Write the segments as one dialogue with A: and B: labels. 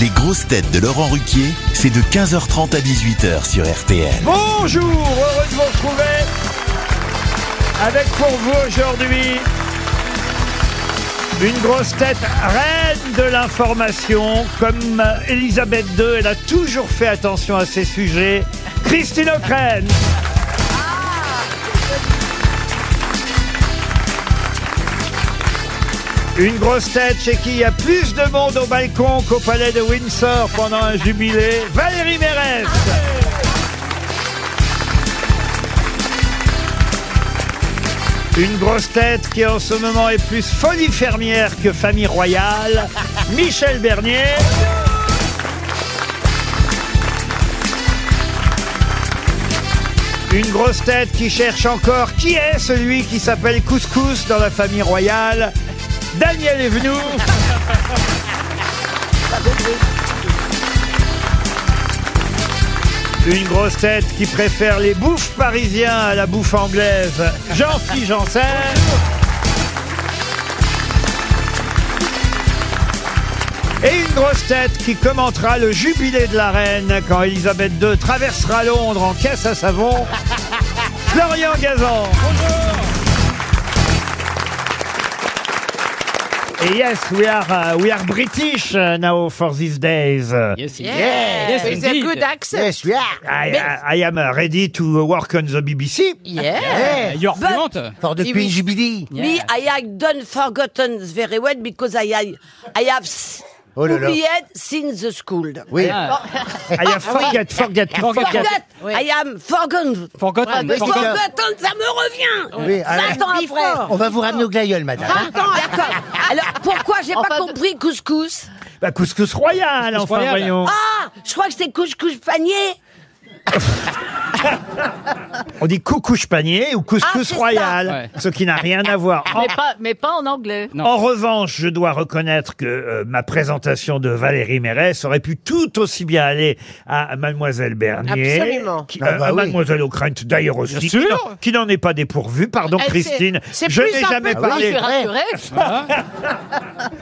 A: Les grosses têtes de Laurent Ruquier, c'est de 15h30 à 18h sur RTL.
B: Bonjour, heureux de vous retrouver avec pour vous aujourd'hui une grosse tête reine de l'information, comme Elisabeth II, elle a toujours fait attention à ses sujets, Christine O'Crane. Une grosse tête chez qui il y a plus de monde au balcon qu'au palais de Windsor pendant un jubilé, Valérie Mérès. Une grosse tête qui en ce moment est plus folie fermière que famille royale, Michel Bernier. Une grosse tête qui cherche encore qui est celui qui s'appelle Couscous dans la famille royale, Daniel Evenou. Une grosse tête qui préfère les bouffes parisiens à la bouffe anglaise, Jean-Philippe Janssen. Et une grosse tête qui commentera le jubilé de la reine quand Elisabeth II traversera Londres en caisse à savon, Florian Gazan. Et yes, we are, uh, we are British uh, now for these days.
C: Yes,
D: Yeah,
C: Yes,
D: with a
C: indeed.
D: good accent.
E: Yes, we are.
D: Mais-
B: I, I- I am uh, ready to work on the BBC.
D: Yeah.
E: Eh,
C: You're
D: But-
C: fluent.
E: for the
D: Eh
E: Queen
D: oui.
E: Jubilee.
D: Me, I have done forgotten very well because I, I, I have s-
E: Oh là là.
D: oublied since the school.
E: Oui.
C: Ah,
B: I have forget, forget, to
C: Forget.
B: forget.
D: Forget, I am forgotten.
C: Forgotten.
E: mais
C: forgotten.
E: c'est-
D: Forgotten, ça me revient.
E: Oui, alors,
D: 20 ans après.
E: on va vous ramener au glaïeul, madame.
D: Ah. D'accord. Alors pourquoi j'ai pas compris couscous
B: Bah, couscous royal, enfin,
C: royal.
B: voyons.
D: Ah, je crois que c'est couscous panier.
B: On dit coucouche panier ou
D: Ah,
B: couscous
D: c'est ça.
B: royal,
C: Ouais.
B: ce qui n'a rien à voir. En,
F: Mais pas, mais pas en anglais.
C: Non.
B: en revanche, je dois reconnaître que euh, ma présentation de Valérie Mérès aurait pu tout aussi bien aller à Mademoiselle Bernier,
D: Absolument.
B: qui-
E: Ah,
B: euh,
E: bah
B: à
E: oui.
B: Mademoiselle O'Krent d'ailleurs aussi, qui
C: sûr.
B: n'en- qui n'en est pas dépourvue. Pardon,
F: Elle, c'est-
B: Christine,
F: c'est
B: je
F: plus
B: n'ai
F: un
B: jamais
G: Ah
F: peu
B: parlé. Hein
F: plus rassurée.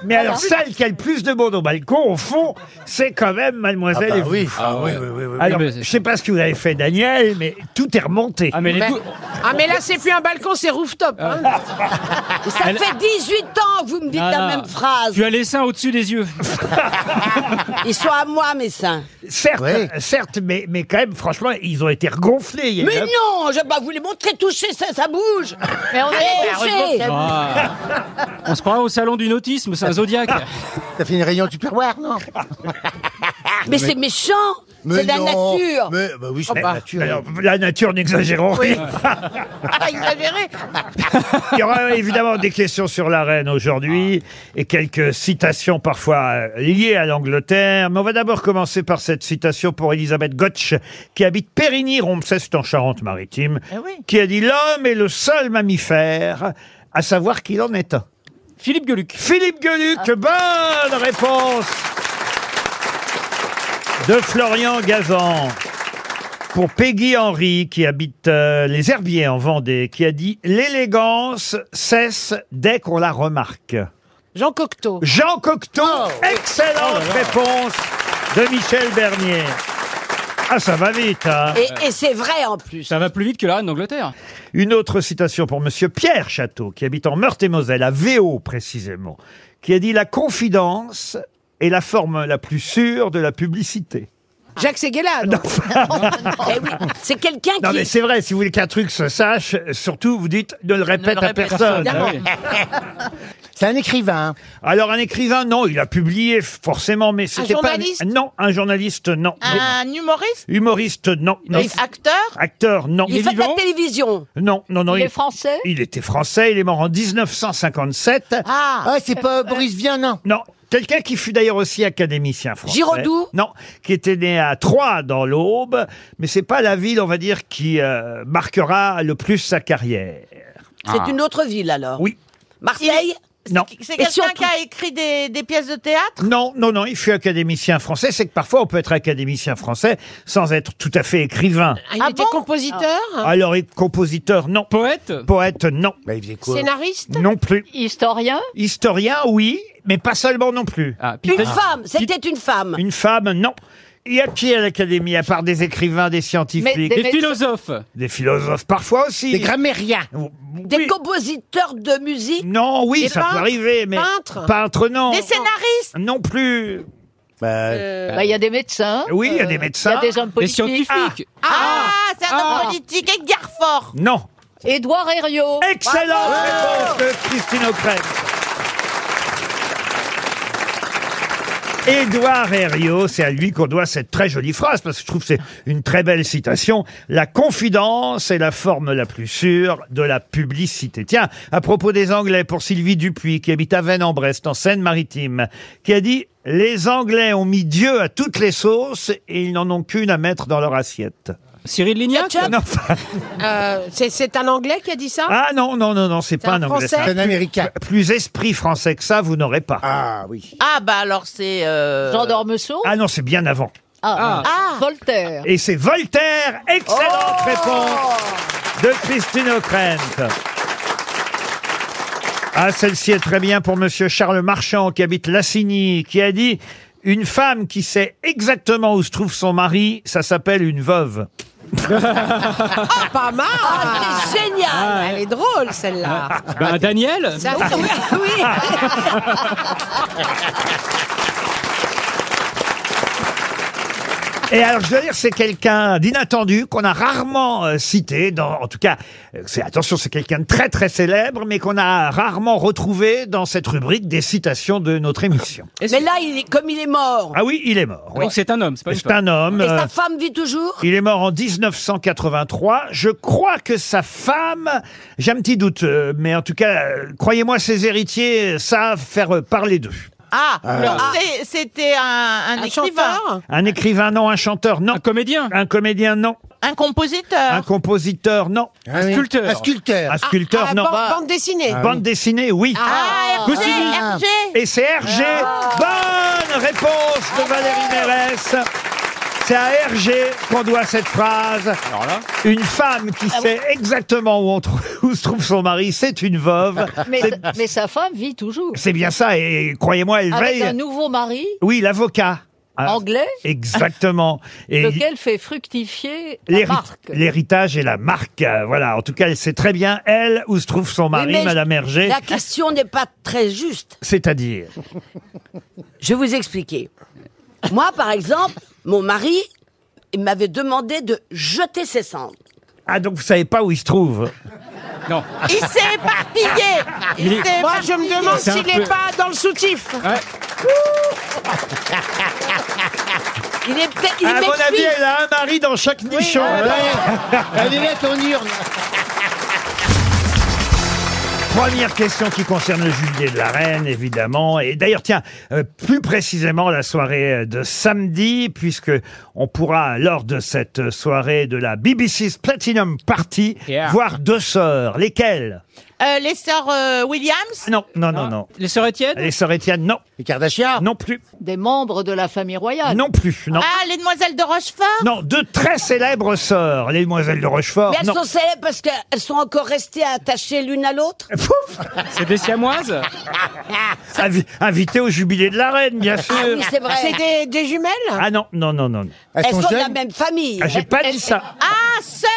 B: Mais alors, celle qui a le plus de monde au balcon, au fond, c'est quand même Mademoiselle
E: bah
B: Evelyne.
E: oui.
C: Ah, ouais.
B: Alors,
C: Oui,
B: je
C: mais c'est-
B: sais pas ce que vous avez fait, Daniel, mais tout est remonté.
C: Ah, mais les
F: Mais-
C: goûts-
F: Ah, mais là, c'est plus un balcon, c'est rooftop. hein.
D: Ça
C: Elle-
D: fait 18 ans que vous me dites
C: Ah,
D: la
C: non.
D: même phrase.
C: Tu as les seins au-dessus des yeux.
D: Ils sont à moi mes seins.
B: Certes,
E: Ouais.
B: certes, mais, mais quand même, franchement, ils ont été regonflés. Il y a eu
D: Mais
B: un-
D: non, je bah, vous les montrer toucher ça, ça bouge.
F: Mais on a
D: Eh, toucher.
C: Ah. On se croirait au salon du nautisme, c'est un zodiaque.
E: T'as fait une réunion du perroir, non
D: Mais c'est méchant.
E: Mais
D: C'est la
E: non,
D: nature. Oh,
E: Mais bah oui, c'est
B: Mais-
E: la nature.
B: alors, la nature, n'exagérons rien.
D: Ah,
F: pas exagéré.
B: Il y aura évidemment des questions sur la reine aujourd'hui et quelques citations parfois euh, liées à l'Angleterre. Mais on va d'abord commencer par cette citation pour Elisabeth Gotch, qui habite Périgny-Rompsest en Charente-Maritime,
D: Eh
B: qui a dit « L'homme est le seul mammifère à savoir qu'il en est un ».
C: Philippe Gueluc.
B: Philippe
D: Ah.
B: Gueluc, bonne réponse de Florian Gazan. Pour Peggy Henry, qui habite euh, les Herbiers en Vendée, qui a dit L'élégance cesse dès qu'on la remarque.
F: Jean Cocteau.
B: Jean Cocteau,
C: Oh.
B: excellente réponse de Michel Bernier. Ah, ça va vite, hein
D: Et, et c'est vrai en plus.
C: Ça va plus vite que la reine d'Angleterre.
B: Une autre citation pour Monsieur Pierre Château, qui habite en Meurthe-et-Moselle, à Véo précisément, qui a dit La confidence est la forme la plus sûre de la publicité.
F: Jacques Seguela. non
D: Eh oui, c'est quelqu'un
B: Non, mais
D: qui.
B: c'est vrai, si vous voulez qu'un truc se sache, surtout vous dites ne le répète à personne.
C: Ah oui.
E: C'est un écrivain.
B: Alors, un écrivain, non, il a publié forcément, mais c'était pas.
F: journaliste
B: Non, un journaliste, non.
H: Ah.
F: Ah. Un humoriste.
B: Humoriste, non. non.
F: Acteur.
B: Acteur, non.
D: Il fait de la télévision.
B: Non, non, non.
F: Il est français
B: Il était français, il est mort en 1957.
E: Ah, c'est pas Boris Vian, non
B: Non. Quelqu'un qui fut d'ailleurs aussi académicien français.
D: Giraudoux
B: Non, qui était né à Troyes dans l'Aube, mais c'est pas la ville, on va dire, qui euh, marquera le plus sa carrière.
D: C'est une autre ville alors.
B: Oui.
D: Marseille
B: Non.
F: C'est
D: Et
F: quelqu'un
D: surtout-
F: qui a écrit des, des pièces de théâtre
B: Non, non, non, il fut académicien français. C'est que parfois on peut être académicien français sans être tout à fait écrivain.
F: Ah, Il était compositeur
B: Alors, et compositeur, non.
C: Poète
B: Poète, non.
E: Bah, il faisait quoi
F: Scénariste
B: Non plus.
G: Historien
B: Historien, oui, mais pas seulement non plus.
C: Ah,
D: Une
C: Pythagore.
D: femme, c'était une femme.
B: Une femme, non. Il y a qui à l'académie, à part des écrivains, des scientifiques,
G: Mais
B: des...
C: Des philosophes.
B: philosophes parfois aussi
E: Des grammairiens.
D: Des
B: Oui.
D: compositeurs de musique.
B: Non, oui,
F: Des
B: ça peut
F: peintres
B: arriver, mais.
F: Peintres
B: Peintre, non.
F: Des scénaristes
B: Non plus.
G: Bah, Il y a des médecins, il
B: Oui, il y a des
G: y
B: médecins.
G: a des hommes
C: Des
G: politiques.
C: scientifiques.
F: Ah, c'est un
C: Ah.
F: homme politique, Edgar Faure
B: Non.
G: Édouard Herriot.
B: Excellente réponse de Christine O'Crête. Édouard Herriot, c'est à lui qu'on doit cette très jolie phrase, parce que je trouve que c'est une très belle citation. La confidence est la forme la plus sûre de la publicité. Tiens, à propos des Anglais, pour Sylvie Dupuis, qui habite à Vennes-en-Brest, en Seine-Maritime, qui a dit « Les Anglais ont mis Dieu à toutes les sauces et ils n'en ont qu'une à mettre dans leur assiette.
C: Cyril » Lignac.
B: Ah non, enfin,
F: Euh, c'est- C'est un Anglais qui a dit ça
B: ah non, non, non, non, c'est pas un
F: un Français
B: Anglais. ça.
E: C'est un américain.
B: Plus esprit français que ça, vous n'aurez pas. Ah,
E: Ah oui.
F: Ah, bah alors c'est... euh,
G: Jean d'Ormesson.
B: non, c'est bien avant.
G: Ah.
F: Ah.
G: Voltaire.
B: Et c'est Voltaire. Excellente réponse de Christine O'Krent. Ah, celle-ci est très bien pour Monsieur Charles Marchand, qui habite Lassigny, qui a dit « Une femme qui sait exactement où se trouve son mari, ça s'appelle une veuve.
F: Oh, Pas mal
D: Ah, c'est génial
F: Elle est drôle, celle-là
C: Ben, Daniel.
F: Ça, oui, oui.
B: Et alors, je veux dire, c'est quelqu'un d'inattendu qu'on a rarement euh, cité. Dans, en tout cas, euh, c'est attention, c'est quelqu'un de très très célèbre, mais qu'on a rarement retrouvé dans cette rubrique des citations de notre émission.
D: Mais là, il est, comme il est mort,
B: Ah oui, il est mort. oui.
C: Donc c'est un homme, c'est pas une
B: C'est un homme.
D: et
B: euh,
D: sa femme vit toujours
B: Il est mort en 1983. Je crois que sa femme, j'ai un petit doute, euh, mais en tout cas, euh, croyez-moi, ses héritiers euh, savent faire euh, parler d'eux.
F: Ah, c'est- c'était un, un, écrivain.
B: Un écrivain, non. Un chanteur, non.
C: Un comédien.
B: Un comédien, non.
F: Un compositeur.
B: Un compositeur, non.
E: Ah oui.
C: sculpteur.
E: Un sculpteur.
B: Un sculpteur,
F: Ah,
B: non.
F: ban- Bande dessinée.
B: Bande dessinée, oui.
F: Ah, Hergé,
C: Goscinny.
F: Hergé. Ah.
B: Et c'est Hergé. Bonne réponse de Valérie Mérès. C'est à Hergé qu'on doit cette phrase.
C: Alors là.
B: Une femme qui
F: Ah
B: sait exactement où, on trou- où se trouve son mari, c'est une veuve.
G: Oh. Mais,
B: C'est-
G: mais sa femme vit toujours.
B: C'est bien ça, et croyez-moi,
F: Ah,
B: elle
G: Avec un
B: veille.
G: nouveau mari
B: Oui, l'avocat. Ah,
G: anglais,
B: Exactement. Et
G: lequel fait fructifier la
B: l'héri-
G: marque.
B: L'héritage et la marque. euh, Voilà, en tout cas, elle sait très bien, elle, où se trouve son mari,
D: Oui, mais-
B: Madame Hergé.
D: La question n'est pas très juste.
B: C'est-à-dire.
D: Je vais vous expliquer. Moi, par exemple, mon mari, il m'avait demandé de jeter ses cendres.
B: Ah, donc vous savez pas où il se trouve.
C: Non.
F: Il s'est éparpillé. Il
C: est-
F: s'est
B: Ah,
F: Moi, je me demande
C: C'est un
F: s'il n'est
C: peu-
F: pas dans le soutif.
C: Ouais.
D: Il est peut-être. Il
B: À mon
D: m'explique.
B: avis, elle a un mari dans chaque nichon.
E: Elle est là, ton urne.
B: Première question qui concerne le jubilé de la reine, évidemment. Et d'ailleurs, tiens, euh, plus précisément la soirée euh, de samedi, puisque on pourra, lors de cette euh, soirée de la BBC's Platinum Party,
C: Yeah.
B: voir deux sœurs. Lesquelles
F: Euh, les sœurs euh, Williams.
B: Non, non,
D: Ah,
B: non, non.
C: Les sœurs Étienne.
B: Les sœurs Étienne, non.
E: Les Kardashian.
B: Non plus.
G: Des membres de la famille royale.
B: Non plus. Non.
F: Ah, les demoiselles de Rochefort.
B: Non, deux très célèbres sœurs. Les demoiselles de Rochefort.
D: Mais elles
B: non.
D: sont célèbres parce qu'elles sont encore restées attachées l'une à l'autre.
B: Pouf
C: C'est des siamoises.
B: Invi- Invitées au jubilé de la reine, bien sûr.
D: Ah oui, c'est vrai.
F: C'est des, des jumelles.
B: Ah non, non, non, non. non.
E: Elles
D: Elles
E: sont
D: sont de la
E: jeunes.
D: même famille.
B: Ah, J'ai pas dit ça.
F: Ah, sœurs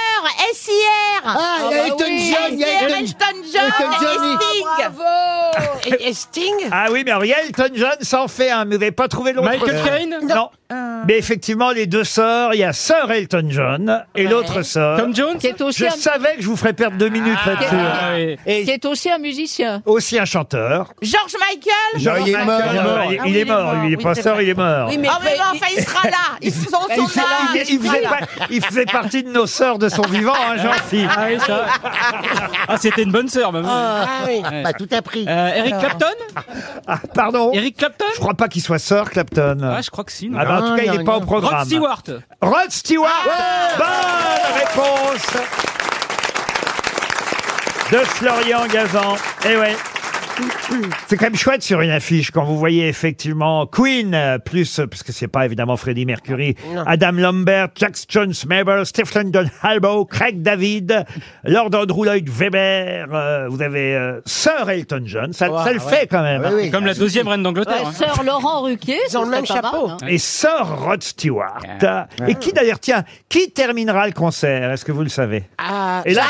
F: S.I.R.
E: Ah, il y a Elton John. Il y a
F: S.I.R.
E: Elton
F: Elton John
E: Elton John,
F: et Sting. Et, et Sting.
B: Ah oui, mais alors, il y a Elton John s'en fait un, mais vous n'avez pas trouvé l'autre.
C: Michael
B: Euh,
C: Caine
B: Non.
D: Euh.
B: Mais effectivement, les deux sœurs, il y a sœur Elton John et l'autre sœur.
C: Tom Jones.
G: Qui est
B: Je
G: aussi, un,
B: savais que je vous ferais perdre deux minutes là-dessus. hein.
C: Ah oui.
G: qui est aussi un musicien.
B: Aussi un chanteur.
F: George Michael.
E: Non, il est mort.
H: Ah
B: Euh, il- il est mort, lui, il est pas sœur, il est mort.
D: Oui, mais
F: oh, mais
D: mais-
F: bon, enfin, il sera là. Ils sont son
B: Il fait, il-
F: âge.
B: il faisait
F: Voilà.
B: pas- il faisait partie de nos sœurs de son vivant, hein, Jean-Philippe.
C: Ah oui, ça. Ah, c'était une bonne sœur, même.
F: Ah oui.
E: Bah, tout a pris.
C: Euh, Eric Clapton
B: Ah, pardon.
C: Eric Clapton
B: Je crois pas qu'il soit sœur, Clapton.
C: Ah, je crois que si. non.
B: Ah, bah, en
E: Non,
B: tout cas, il
E: non,
B: n'est pas au
E: non.
B: programme.
C: Rod Stewart.
B: Rod Stewart. Bonne réponse de Florian Gazan. Eh ouais. C'est quand même chouette sur une affiche quand vous voyez effectivement Queen, euh, plus, euh, parce que c'est pas évidemment Freddie Mercury, Adam Lambert, Jax Jones Mabel, Stephen Don Halbo, Craig David, Lord Andrew Lloyd Webber, euh, vous avez euh, Sir Elton John, ça, ça le fait quand même. hein.
E: Oui, oui.
C: Comme la deuxième reine d'Angleterre.
G: Ouais,
B: Ah,
C: hein.
G: Sœur Laurent Ruquier,
E: Ils
G: ce
E: ont le même
G: serait pas
E: chapeau.
G: mal, hein.
B: Et Sir Rod Stewart. Et qui d'ailleurs, tiens, qui terminera le concert Est-ce que vous le savez
E: Ah,
B: Et là,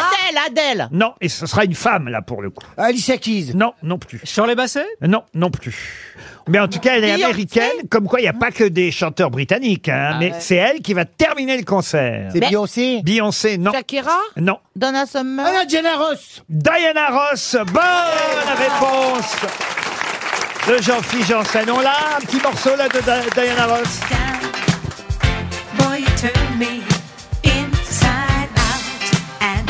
F: Adèle, Adèle.
B: non, et ce sera une femme là pour le coup.
E: Alicia Keys.
B: Non, non plus.
C: Shirley Basset
B: Non, non plus. Mais en tout cas, elle est
F: Beyoncé Ah
B: américaine, comme quoi il n'y a pas que des chanteurs britanniques. hein, mais c'est elle qui va terminer le concert.
E: C'est Beyoncé.
B: Beyoncé, non.
F: Shakira
B: Non.
F: Donna Summer
E: Ah, la Jenna Ross.
B: Diana Ross, bonne réponse de Jean-Philippe Janssen. On l'a, un petit morceau là de Di- Diana Ross.
I: down. Boy, you turn me inside out and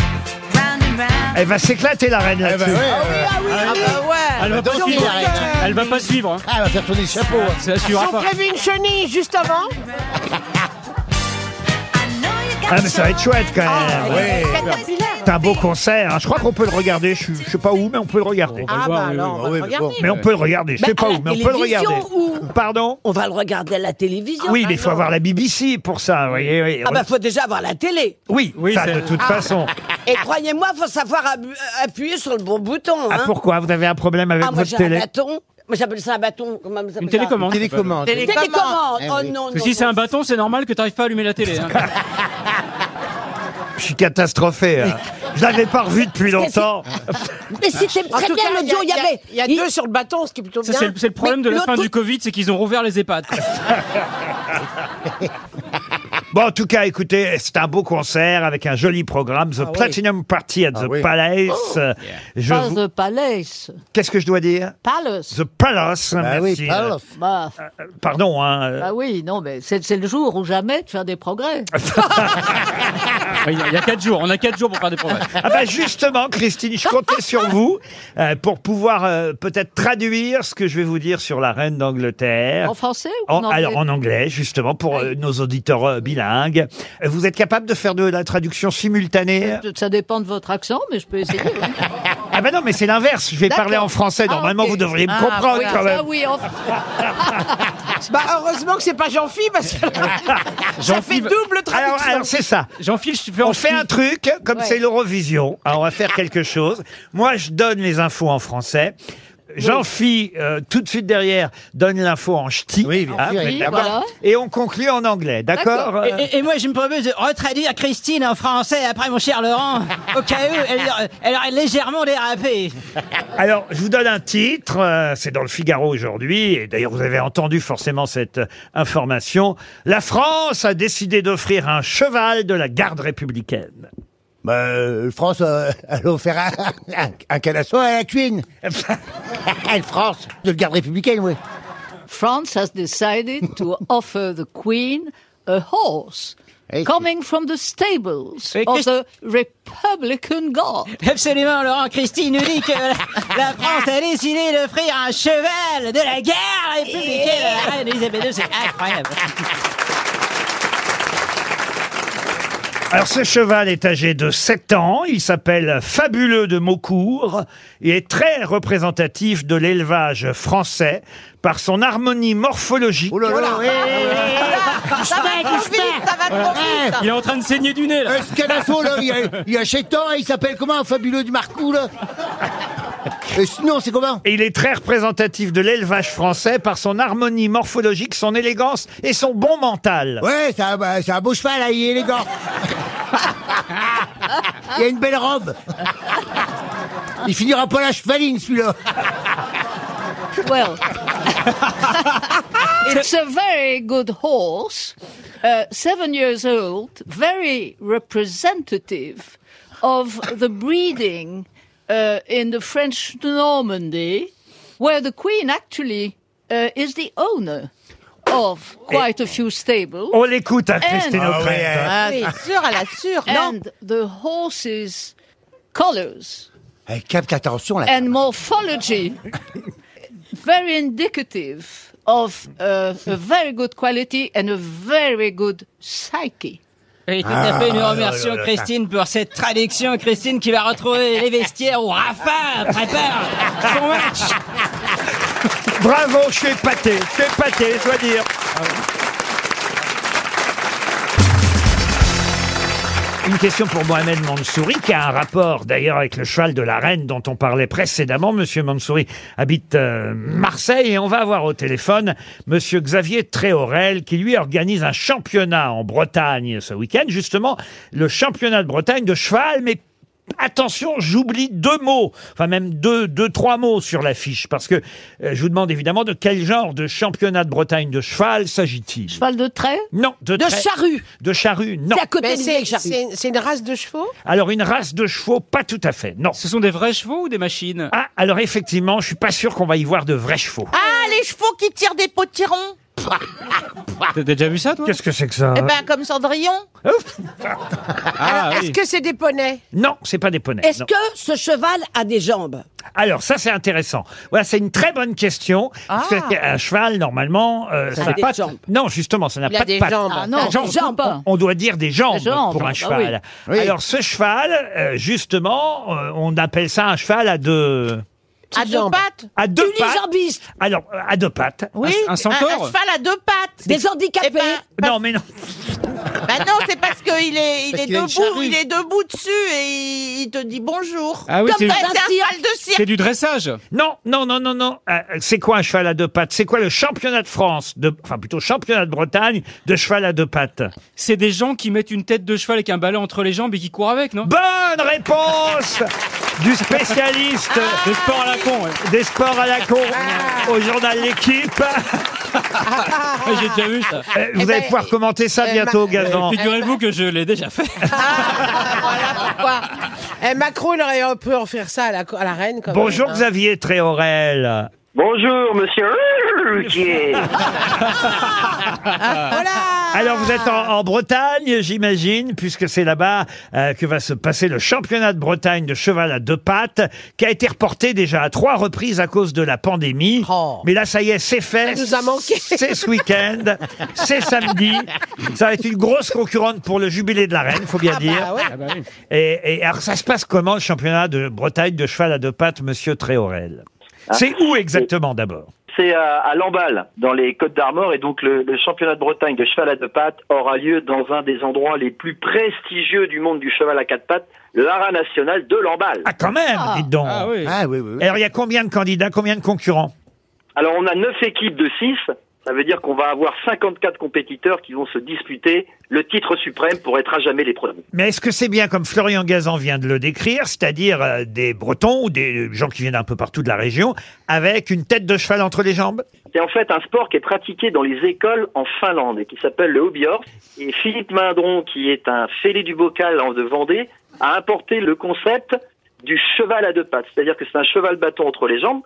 I: round and round.
B: Elle va s'éclater la reine là-dessus.
F: Ah bah ouais.
C: Elle va, pas
E: Danser,
C: suivre.
E: arrête.
C: Elle va pas suivre. hein.
E: Ah, elle va faire tourner le chapeau. hein.
C: Ça suivra pas.
F: prévu une chenille juste avant.
I: I know you got
B: Ah, mais ça va être chouette quand même.
E: Ah, Ouais.
B: C'est un beau concert. hein. Je crois qu'on peut le regarder. Je, je sais pas où, mais on peut le regarder.
F: Ah
C: voir,
F: bah
C: oui,
F: alors, on
E: oui.
F: va
E: Ah oui, mais
F: regarder.
E: bon.
B: Mais on peut le regarder. Je sais
D: Mais
B: pas
D: à la
B: où, mais on peut le
D: Bah, télévision
B: regarder.
D: ou-
B: Pardon
D: On va le regarder à la télévision.
B: Oui, mais il faut avoir la BBC pour ça. vous voyez, oui,
D: Ah bah faut déjà avoir la télé. Ah.
B: oui,
C: Oui,
B: ça,
C: c'est-
B: de toute façon.
D: Et croyez-moi, faut savoir abu- appuyer sur le bon bouton.
B: Ah,
D: hein.
B: pourquoi Vous avez un problème avec
D: Ah, moi j'ai
B: votre
D: un
B: télé
D: bâton. Moi j'appelle ça un bâton. Comment vous appelez
C: Une
D: ça
C: télécommande.
E: Télécommande.
D: Une
F: Télécommande.
D: télécommande.
E: Eh
D: Oh
E: oui.
D: non, non.
C: Parce que si c'est
D: non.
C: un bâton, c'est normal que t'arrives pas à allumer la télé. hein.
B: Je suis catastrophé. hein. Je l'avais pas revu depuis longtemps.
D: Mais c'était
F: En
D: très
F: tout
D: bien
F: cas,
D: l'audio. Il y avait.
F: Il y a deux sur le bâton, ce qui est plutôt
C: Ça,
F: bien.
C: c'est le, c'est le problème
D: Mais
C: de la fin
D: l'autre-
C: du Covid, c'est qu'ils ont rouvert les EHPAD. quoi.
B: Bon, en tout cas, écoutez, c'est un beau concert avec un joli programme. The Platinum Party at the Palace. Euh, je
G: Pas
B: vous-
G: The Palace.
B: Qu'est-ce que je dois dire
G: Palace.
B: The Palace.
E: Ah
B: merci.
E: oui, Carlos.
G: Bah,
B: Euh, Pardon. Hein. euh,
G: bah oui, non, mais c'est c'est le jour ou jamais de faire des progrès.
C: Il y a- il y a 4 jours. On a 4 jours pour faire des progrès.
B: Ah bah justement, Christine, je comptais sur vous euh, pour pouvoir euh, peut-être traduire ce que je vais vous dire sur la reine d'Angleterre.
G: En français ou
B: En-
G: en anglais
B: alors en anglais, justement, pour euh, nos auditeurs euh, bilingues. Euh, Vous êtes capable de faire de la traduction simultanée
G: Ça dépend de votre accent, mais je peux essayer. oui.
B: Ah ben non, mais c'est l'inverse. Je vais
G: D'accord.
B: parler en français.
G: Ah,
B: Normalement,
G: ok.
B: vous devriez me
F: Ah,
B: comprendre
G: Oui,
B: quand même.
G: ça, oui, en-
F: Bah heureusement que c'est pas Jean-Phi parce que ça fait
C: Jean-Philippe-
F: double
B: Alors,
F: traduction.
B: alors, c'est ça.
C: Jean-Philippe, je fais
B: On fait un truc, comme
G: Ouais.
B: c'est l'Eurovision. Alors, on va faire quelque chose. Moi, je donne les infos en français. Jean-Phi, euh, tout de suite derrière, donne l'info en ch'ti.
E: Oui, bien sûr,
B: mais
G: oui,
B: d'abord-
G: voilà.
B: Et on conclut en anglais, d'accord
G: D'accord.
B: Euh,
J: Et, et moi, je me propose de retraduire Christine en français après mon cher Laurent, au cas où elle, elle aurait légèrement dérapé.
B: Alors, je vous donne un titre, euh, c'est dans le Figaro aujourd'hui, et d'ailleurs vous avez entendu forcément cette euh, information. La France a décidé d'offrir un cheval de la garde républicaine.
E: Bah, euh, France, euh, elle a offert un, un, un canasson à la Queen. Elle, France, de le garde républicaine, oui.
G: France has decided to offer the Queen a horse
E: Hey.
G: coming from the stables
J: Mais
G: of
J: qu'est-ce-
G: the Republican Guard.
J: Absolument, Laurent. Christine nous dit que la, la France a décidé d'offrir un cheval de la guerre républicaine à la reine Elisabeth II. C'est incroyable.
B: Alors ce cheval est âgé de 7 ans, il s'appelle Fabuleux de Maucourt et est très représentatif de l'élevage français par son harmonie morphologique.
E: Oh là là, oui.
F: ça va trop vite, ça va trop vite.
C: Il est en train de saigner du nez, là.
E: Euh, ce canasson, là, il y a, il y a Chetan, il s'appelle comment, un fabuleux du Marcou, là Euh, Sinon, c'est comment
B: Et il est très représentatif de l'élevage français par son harmonie morphologique, son élégance et son bon mental.
E: Ouais, c'est un, bah, c'est un beau cheval, là, il est élégant. Il a une belle robe. Il finira pas la chevaline, celui-là.
G: Well, it's a very good horse, uh, seven years old, very representative of the breeding uh, in the French Normandy, where the Queen actually uh, is the owner of quite a few stables.
B: On l'écoute à Christine
G: Ah
B: O'Crête.
F: Ah, c'est sûr, elle assure. Non,
G: and the horse's colors
E: Elle Eh, capte l'attention, là.
G: and morphology very indicative of uh, a very good quality and a very good psyche
I: Oui, tout à fait. Nous
E: Ah,
I: remercions
E: là, là, là.
I: Christine pour cette traduction. Christine qui va retrouver les vestiaires où Rafa prépare son match.
B: Bravo, je suis épaté, je suis épaté, je dois dire. Une question pour Mohamed Mansouri, qui a un rapport d'ailleurs avec le cheval de la reine dont on parlait précédemment. Monsieur Mansouri habite euh, Marseille et on va avoir au téléphone Monsieur Xavier Tréorel qui lui organise un championnat en Bretagne ce week-end. Justement, le championnat de Bretagne de cheval, mais Attention, j'oublie deux mots, enfin même deux, deux, trois mots sur l'affiche, parce que euh, je vous demande évidemment de quel genre de championnat de Bretagne de cheval s'agit-il
G: Cheval de trait
B: Non, de,
D: De
B: trait-
D: charrue.
B: De charrue, non.
D: C'est à côté
F: Mais
D: du
F: c'est
D: vieil charrue.
F: c'est- c'est une race de chevaux
B: Alors une race de chevaux, pas tout à fait, non.
C: Ce sont des vrais chevaux ou des machines
B: Ah, alors effectivement, je suis pas sûr qu'on va y voir de vrais chevaux.
H: Ah, les chevaux qui tirent des potirons
B: Ah.
C: T'as t'as déjà vu ça, toi
B: Qu'est-ce que c'est que ça
H: Eh ben, comme Cendrillon
C: Ah
F: Est-ce
C: oui.
F: que c'est des poneys
B: Non, c'est pas des poneys.
D: Est-ce
B: Eh non.
D: que ce cheval a des jambes
B: Alors ça, c'est intéressant. Voilà, c'est une très bonne question. Parce que un cheval, normalement, euh, ça
D: a
B: n'a
D: des
B: pas de-
D: jambes.
B: Non, justement, ça n'a
F: Il a
B: pas
F: des
B: de pattes.
F: jambes.
G: Ah non,
D: Jambes.
G: jambes pas.
B: On doit dire des jambes,
G: Des jambes,
B: pour
G: ah
B: un
G: bah
B: cheval.
E: oui. Oui.
B: Alors ce cheval, euh, justement, euh, on appelle ça un cheval à deux
H: à deux pattes.
B: à deux pattes.
D: Unijambiste,
B: Alors euh, à deux pattes.
H: Oui,
C: un centaure
H: cheval à deux pattes.
D: des handicapés.
H: Eh ben,
B: Non mais non.
H: bah non, c'est parce qu'il est, il
E: Parce
H: est
E: qu'il a une
H: debout,
E: charrue.
H: il est debout dessus et il, il te dit bonjour.
C: Ah oui,
H: Comme
C: c'est-
H: dans un cheval de
C: C'est
H: cirque.
C: du dressage.
B: Non, non, non, non, non. Euh, c'est quoi un cheval à deux pattes C'est quoi le championnat de France de... Enfin plutôt championnat de Bretagne de cheval à deux pattes.
C: C'est des gens qui mettent une tête de cheval avec un balai entre les jambes et qui courent avec, non
B: Bonne réponse du spécialiste
C: Ah, Des sports à la con, ouais.
B: des sports à la con au journal L'équipe.
C: Ouais, J'ai déjà vu ça.
H: Eh
C: Euh,
B: Euh, Vous Ah,
H: ben,
B: allez pouvoir commenter ça
H: euh,
B: bientôt, Gazan.
C: Figurez-vous que je l'ai déjà fait.
F: Eh, Macron, il aurait pu en faire ça à la, à la reine. quand
B: Bonjour
F: même, hein.
B: Xavier Tréorel.
K: Bonjour, monsieur Ruquier.
F: Voilà
B: Alors vous êtes en, en Bretagne, j'imagine, puisque c'est là-bas euh, que va se passer le championnat de Bretagne de cheval à deux pattes, qui a été reporté déjà à trois reprises à cause de la pandémie.
F: Oh.
B: Mais là, ça y est, c'est fait.
F: Ça nous a manqué.
B: C'est ce week-end, c'est samedi. Ça va être une grosse concurrente pour le jubilé de la reine, faut bien dire.
F: Ah ouais.
B: Et, et alors ça se passe comment le championnat de Bretagne de cheval à deux pattes, Monsieur Tréorel
C: Ah.
B: C'est où exactement d'abord
K: C'est à, à Lamballe, dans les Côtes d'Armor, et donc le, le championnat de Bretagne de cheval à deux pattes aura lieu dans un des endroits les plus prestigieux du monde du cheval à quatre pattes, l'Ara national de Lamballe.
B: Ah quand même,
G: Ah.
B: dites donc.
C: Ah oui.
E: Ah oui, oui, oui.
B: Alors il y a combien de candidats, combien de concurrents
K: Alors on a neuf équipes de six, ça veut dire qu'on va avoir 54 compétiteurs qui vont se disputer le titre suprême pour être à jamais les premiers.
B: Mais est-ce que c'est bien comme Florian Gazan vient de le décrire, c'est-à-dire euh, des Bretons ou des gens qui viennent un peu partout de la région avec une tête de cheval entre les jambes
K: C'est en fait un sport qui est pratiqué dans les écoles en Finlande et qui s'appelle le hobbyhorse. Et Philippe Mindron, qui est un fêlé du bocal en- de Vendée, a importé le concept du cheval à deux pattes. C'est-à-dire que c'est un cheval bâton entre les jambes,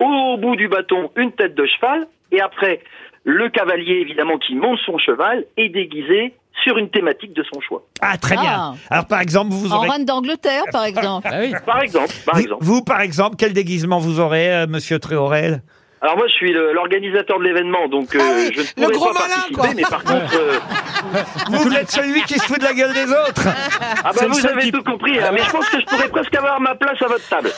K: au bout du bâton, une tête de cheval, et après, le cavalier, évidemment, qui monte son cheval est déguisé sur une thématique de son choix.
B: Ah très
G: Ah.
B: bien. Alors par exemple, vous
G: En
B: aurez
G: reine d'Angleterre, par exemple.
C: Ah oui.
K: Par exemple, par
B: vous,
K: exemple.
B: vous, par exemple, quel déguisement vous aurez euh, monsieur Tréorel
K: Alors moi, je suis le- l'organisateur de l'événement, donc euh,
F: Ah oui,
K: je ne
F: le
K: pourrais
F: gros
K: pas
F: malin,
K: participer,
F: quoi.
K: mais par contre... euh,
B: Vous êtes celui qui se fout de la gueule des autres.
K: Ah
C: C'est
K: bah
C: le
K: vous
C: seul
K: avez
C: qui-
K: tout compris, hein, mais je pense que je pourrais presque avoir ma place à votre table.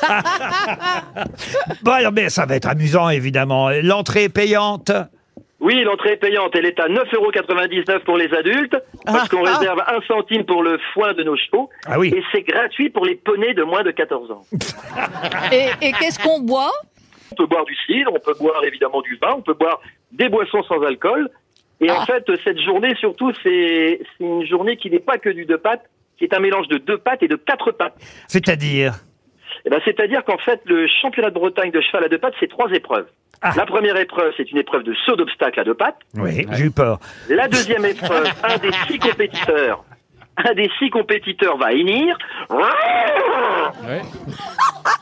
B: Bon alors mais ça va être amusant évidemment. L'entrée est payante.
K: Oui, l'entrée est payante, elle est à 9,99€ pour les adultes, parce qu'on réserve un centime pour le foin de nos chevaux,
B: Ah oui.
K: et c'est gratuit pour les poneys de moins de 14 ans.
G: Et, et qu'est-ce qu'on boit
K: On peut boire du cidre, on peut boire évidemment du vin, on peut boire des boissons sans alcool, et en fait, cette journée surtout, c'est c'est une journée qui n'est pas que du deux pattes, qui est un mélange de deux pattes et de quatre pattes.
B: C'est-à-dire
K: Eh ben, C'est-à-dire qu'en fait, le championnat de Bretagne de cheval à deux pattes, c'est trois épreuves.
B: Ah.
K: La première épreuve, c'est une épreuve de saut d'obstacle à deux pattes.
B: Oui, j'ai eu peur.
K: La deuxième épreuve, un des six compétiteurs, un des six compétiteurs va énir.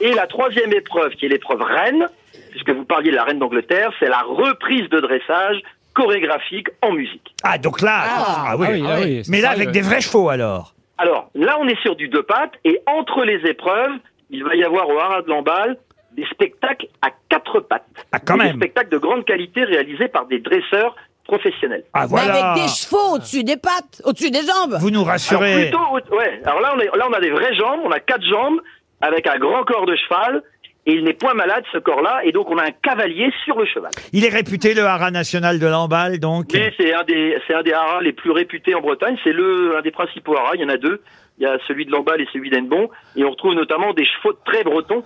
K: Et la troisième épreuve, qui est l'épreuve reine, puisque vous parliez de la reine d'Angleterre, c'est la reprise de dressage chorégraphique en musique.
B: Ah donc là ah, oui.
C: Ah oui, ah oui, c'est
B: mais là
C: sérieux.
B: avec des vrais chevaux alors.
K: Alors, là, on est sur du deux pattes, et entre les épreuves, il va y avoir au Haras de Lamballe des spectacles à quatre pattes.
B: Ah, quand
K: Et
B: même.
K: Des spectacles de grande qualité réalisés par des dresseurs
L: professionnel.
B: Ah
D: Mais avec des chevaux au-dessus des pattes, au-dessus des jambes.
B: Vous nous
L: Alors, plutôt, au- ouais. Alors là, on, est- là, on a des vraies jambes, on a quatre jambes avec un grand corps de cheval. Et il n'est point malade ce corps-là, et donc on a un cavalier sur le cheval.
B: Il est réputé le haras national de l'emballe, donc.
L: Oui, c'est un des c'est un des haras les plus réputés en Bretagne. C'est le un des principaux haras. Il y en a deux. Il y a celui de Lamballe et celui d'Enbon. Et on retrouve notamment des chevaux très bretons,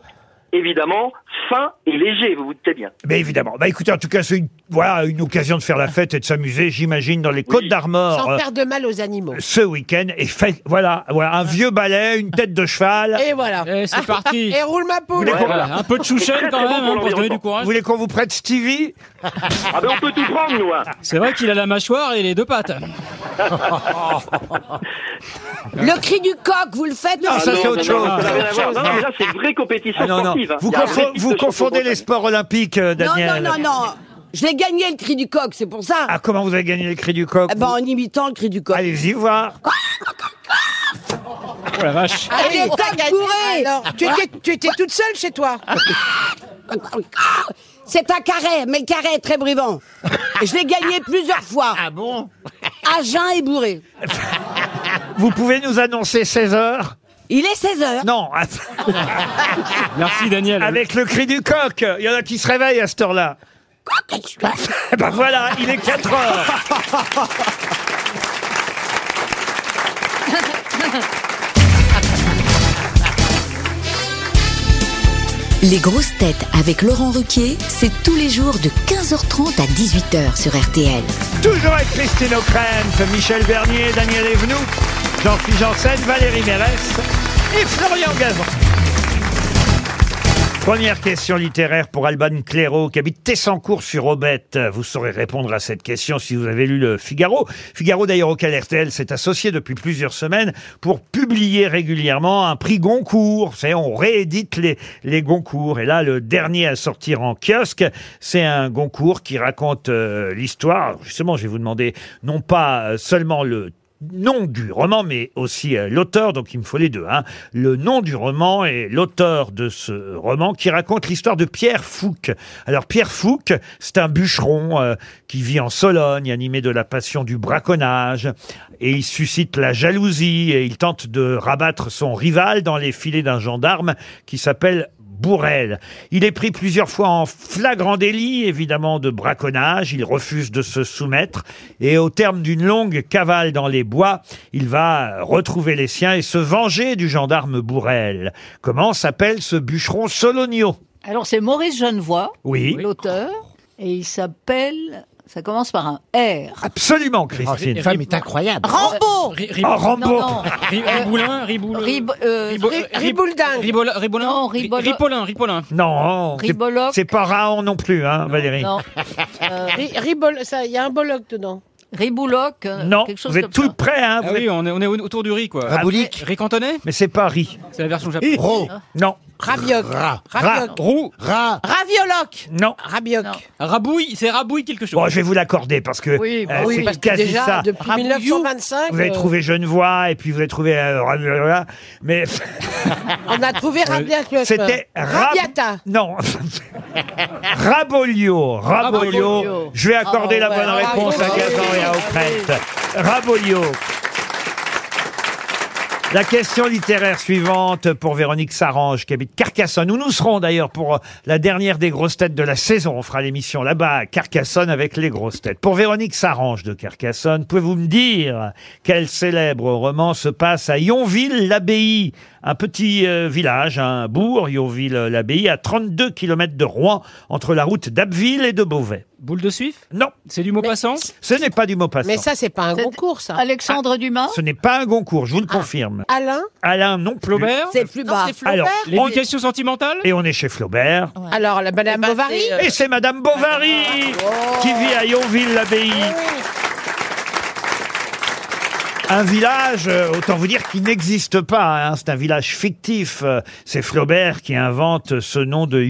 L: évidemment fins et légers. Vous vous doutez bien.
B: Mais évidemment. Bah écoutez, en tout cas, c'est une, voilà, une occasion de faire la fête et de s'amuser, j'imagine, dans les Côtes d'Armor.
F: Sans
B: euh,
F: faire de mal aux animaux.
B: Ce week-end, et fait, voilà, voilà, un vieux balai, une tête de cheval.
F: Et voilà. Ah,
C: c'est parti.
F: Et roule ma
B: Eh, Vous
F: poule.
B: voulez qu'on-
C: courage.
B: Vous voulez qu'on vous prête Stevie
L: Ah ben on peut tout prendre, nous. hein.
C: C'est vrai qu'il a la mâchoire et les deux pattes.
D: Le cri du coq, vous le faites
B: Non, Ah, ça c'est autre chose.
L: ça n'a rien à voir. Non, mais là, c'est une vraie compétition
B: Ah, non, non.
L: sportive, hein.
B: Vous,
L: Il y a un
B: confo-
L: vrai type
B: vous
L: de
B: confondez les sports olympiques, euh,
D: Non,
B: Daniel.
D: non, non, non. Je l'ai gagné le cri du coq, c'est pour ça.
B: Ah, comment vous avez gagné les cris du coq
D: Eh ben, en imitant le cri du coq.
B: Allez-y voir. Oh la vache.
F: Ah oui,
D: Allez,
F: t'as
D: coq
F: gagné.
D: bourré
F: Alors, tu étais, tu étais toute seule chez toi.
D: Ah, C'est un carré, mais le carré est très brivant. Je l'ai gagné plusieurs fois. Ah
E: bon
D: À jeun et bourré.
B: Vous pouvez nous annoncer 16 heures
D: Il est 16 heures.
B: Non. Merci Daniel. Avec le cri du coq. Il y en a qui se réveillent à cette heure-là. ben voilà, il est 4 heures.
M: Les grosses têtes avec Laurent Ruquier, c'est tous les jours de 15h30 à 18h sur RTL.
B: Toujours avec Christine O'Krent, Michel Bernier, Daniel Evenoux, Jean-Philippe Janssen, Valérie Mérès et Florian Gazan. Première question littéraire pour Alban Clairaut, qui habite Tessancourt sur Aubette. Vous saurez répondre à cette question si vous avez lu le Figaro. Figaro, d'ailleurs, auquel RTL s'est associé depuis plusieurs semaines pour publier régulièrement un prix Goncourt. C'est, on réédite les, les Goncourt. Et là, le dernier à sortir en kiosque, c'est un Goncourt qui raconte euh, l'histoire. Alors, Justement, je vais vous demander non pas euh, seulement le nom du roman, mais aussi euh, l'auteur, donc il me faut les deux. hein. Le nom du roman et l'auteur de ce roman qui raconte l'histoire de Pierre Fouque. Alors Pierre Fouque, c'est un bûcheron euh, qui vit en Sologne, animé de la passion du braconnage, et il suscite la jalousie, et il tente de rabattre son rival dans les filets d'un gendarme qui s'appelle Bourrel. Il est pris plusieurs fois en flagrant délit, évidemment, de braconnage. Il refuse de se soumettre. Et au terme d'une longue cavale dans les bois, il va retrouver les siens et se venger du gendarme Bourrel. Comment s'appelle ce bûcheron Solonio
G: Alors c'est Maurice Genevoix,
B: Oui.
G: l'auteur, et il s'appelle, ça commence par un R.
B: Absolument, Christine.
E: cette femme est incroyable.
G: Rambo
C: Ri-
B: Oh, Rambo
G: Non, non.
C: Ri-
G: Euh,
C: Riboulin, Riboulin.
G: Rib- euh,
C: Ribo-
G: Ri-
C: Ri-
G: Riboldin.
C: Ribola- Ribolin.
G: Non,
C: Ri-
G: Ribola-
C: Ripolin, Ripolin.
B: Non, c'est-
G: Riboloc.
B: c'est pas Raon non plus, hein, Valérie.
G: non. Euh.
F: Ri- ribol- ça, il y a un bollock dedans.
G: Ribouloc, euh,
B: Non,
G: quelque chose
B: vous êtes
G: comme
B: tout
G: ça.
B: près, hein. vous
C: Ah oui,
B: êtes-
C: on est, on est au- autour du riz, quoi.
B: Raboulik.
C: Riz cantonais
B: Mais c'est pas riz.
C: C'est la version japonaise.
B: Ro. Non.
F: Rabioc.
B: Ra.
F: Rabioc.
B: Ra. Roux.
E: Ra.
F: Ravioloc.
B: Non.
F: Rabioc.
C: Rabouille, c'est rabouille quelque chose.
B: Bon, je vais vous l'accorder parce que
F: Oui, bah
B: euh,
F: oui,
B: c'est
F: parce que
B: quasi
F: déjà,
B: ça.
F: depuis Rabouillou. 1925,
B: vous avez
F: euh,
B: trouvé Genevois et puis vous avez trouvé euh, Raviolin, mais
F: On a trouvé Rabiata.
B: Euh, c'était Rab-
F: Rabiata.
B: Non. Rabolio, Rabolio.
F: Rabolio.
B: Je vais accorder
F: Ah,
B: la bonne
F: ouais,
B: réponse à
F: Rabolio. Ah
B: Gazan et à Ockrent. Rabolio. La question littéraire suivante pour Véronique Sarange qui habite Carcassonne, où nous serons d'ailleurs pour euh, la dernière des grosses têtes de la saison. On fera l'émission là-bas à Carcassonne avec les grosses têtes. Pour Véronique Sarange de Carcassonne, pouvez-vous me dire quel célèbre roman se passe à Yonville-l'Abbaye, un petit euh, village, un bourg, Yonville-l'Abbaye, à 32 km de Rouen, entre la route d'Abbeville et de Beauvais
C: Boule de suif
B: Non.
C: C'est du mot passant
B: Ce n'est pas du mot passant.
F: Mais ça, c'est pas un
G: C'est-
F: concours, ça. Ah.
G: Alexandre Dumas
B: Ce n'est pas un Goncourt, je vous le confirme.
F: Alain
B: Alain non plus.
C: Flaubert
D: C'est plus bas.
B: Alors, on-
C: L'éducation sentimentale
B: et on est chez Flaubert.
F: Alors, la Madame Bovary.
B: Et c'est Madame Oh.
F: Oh.
B: Bovary qui vit à Yonville-l'Abbaye. Un village, euh, autant vous dire, qui n'existe pas. hein. C'est un village fictif. Euh, C'est Flaubert qui invente ce nom de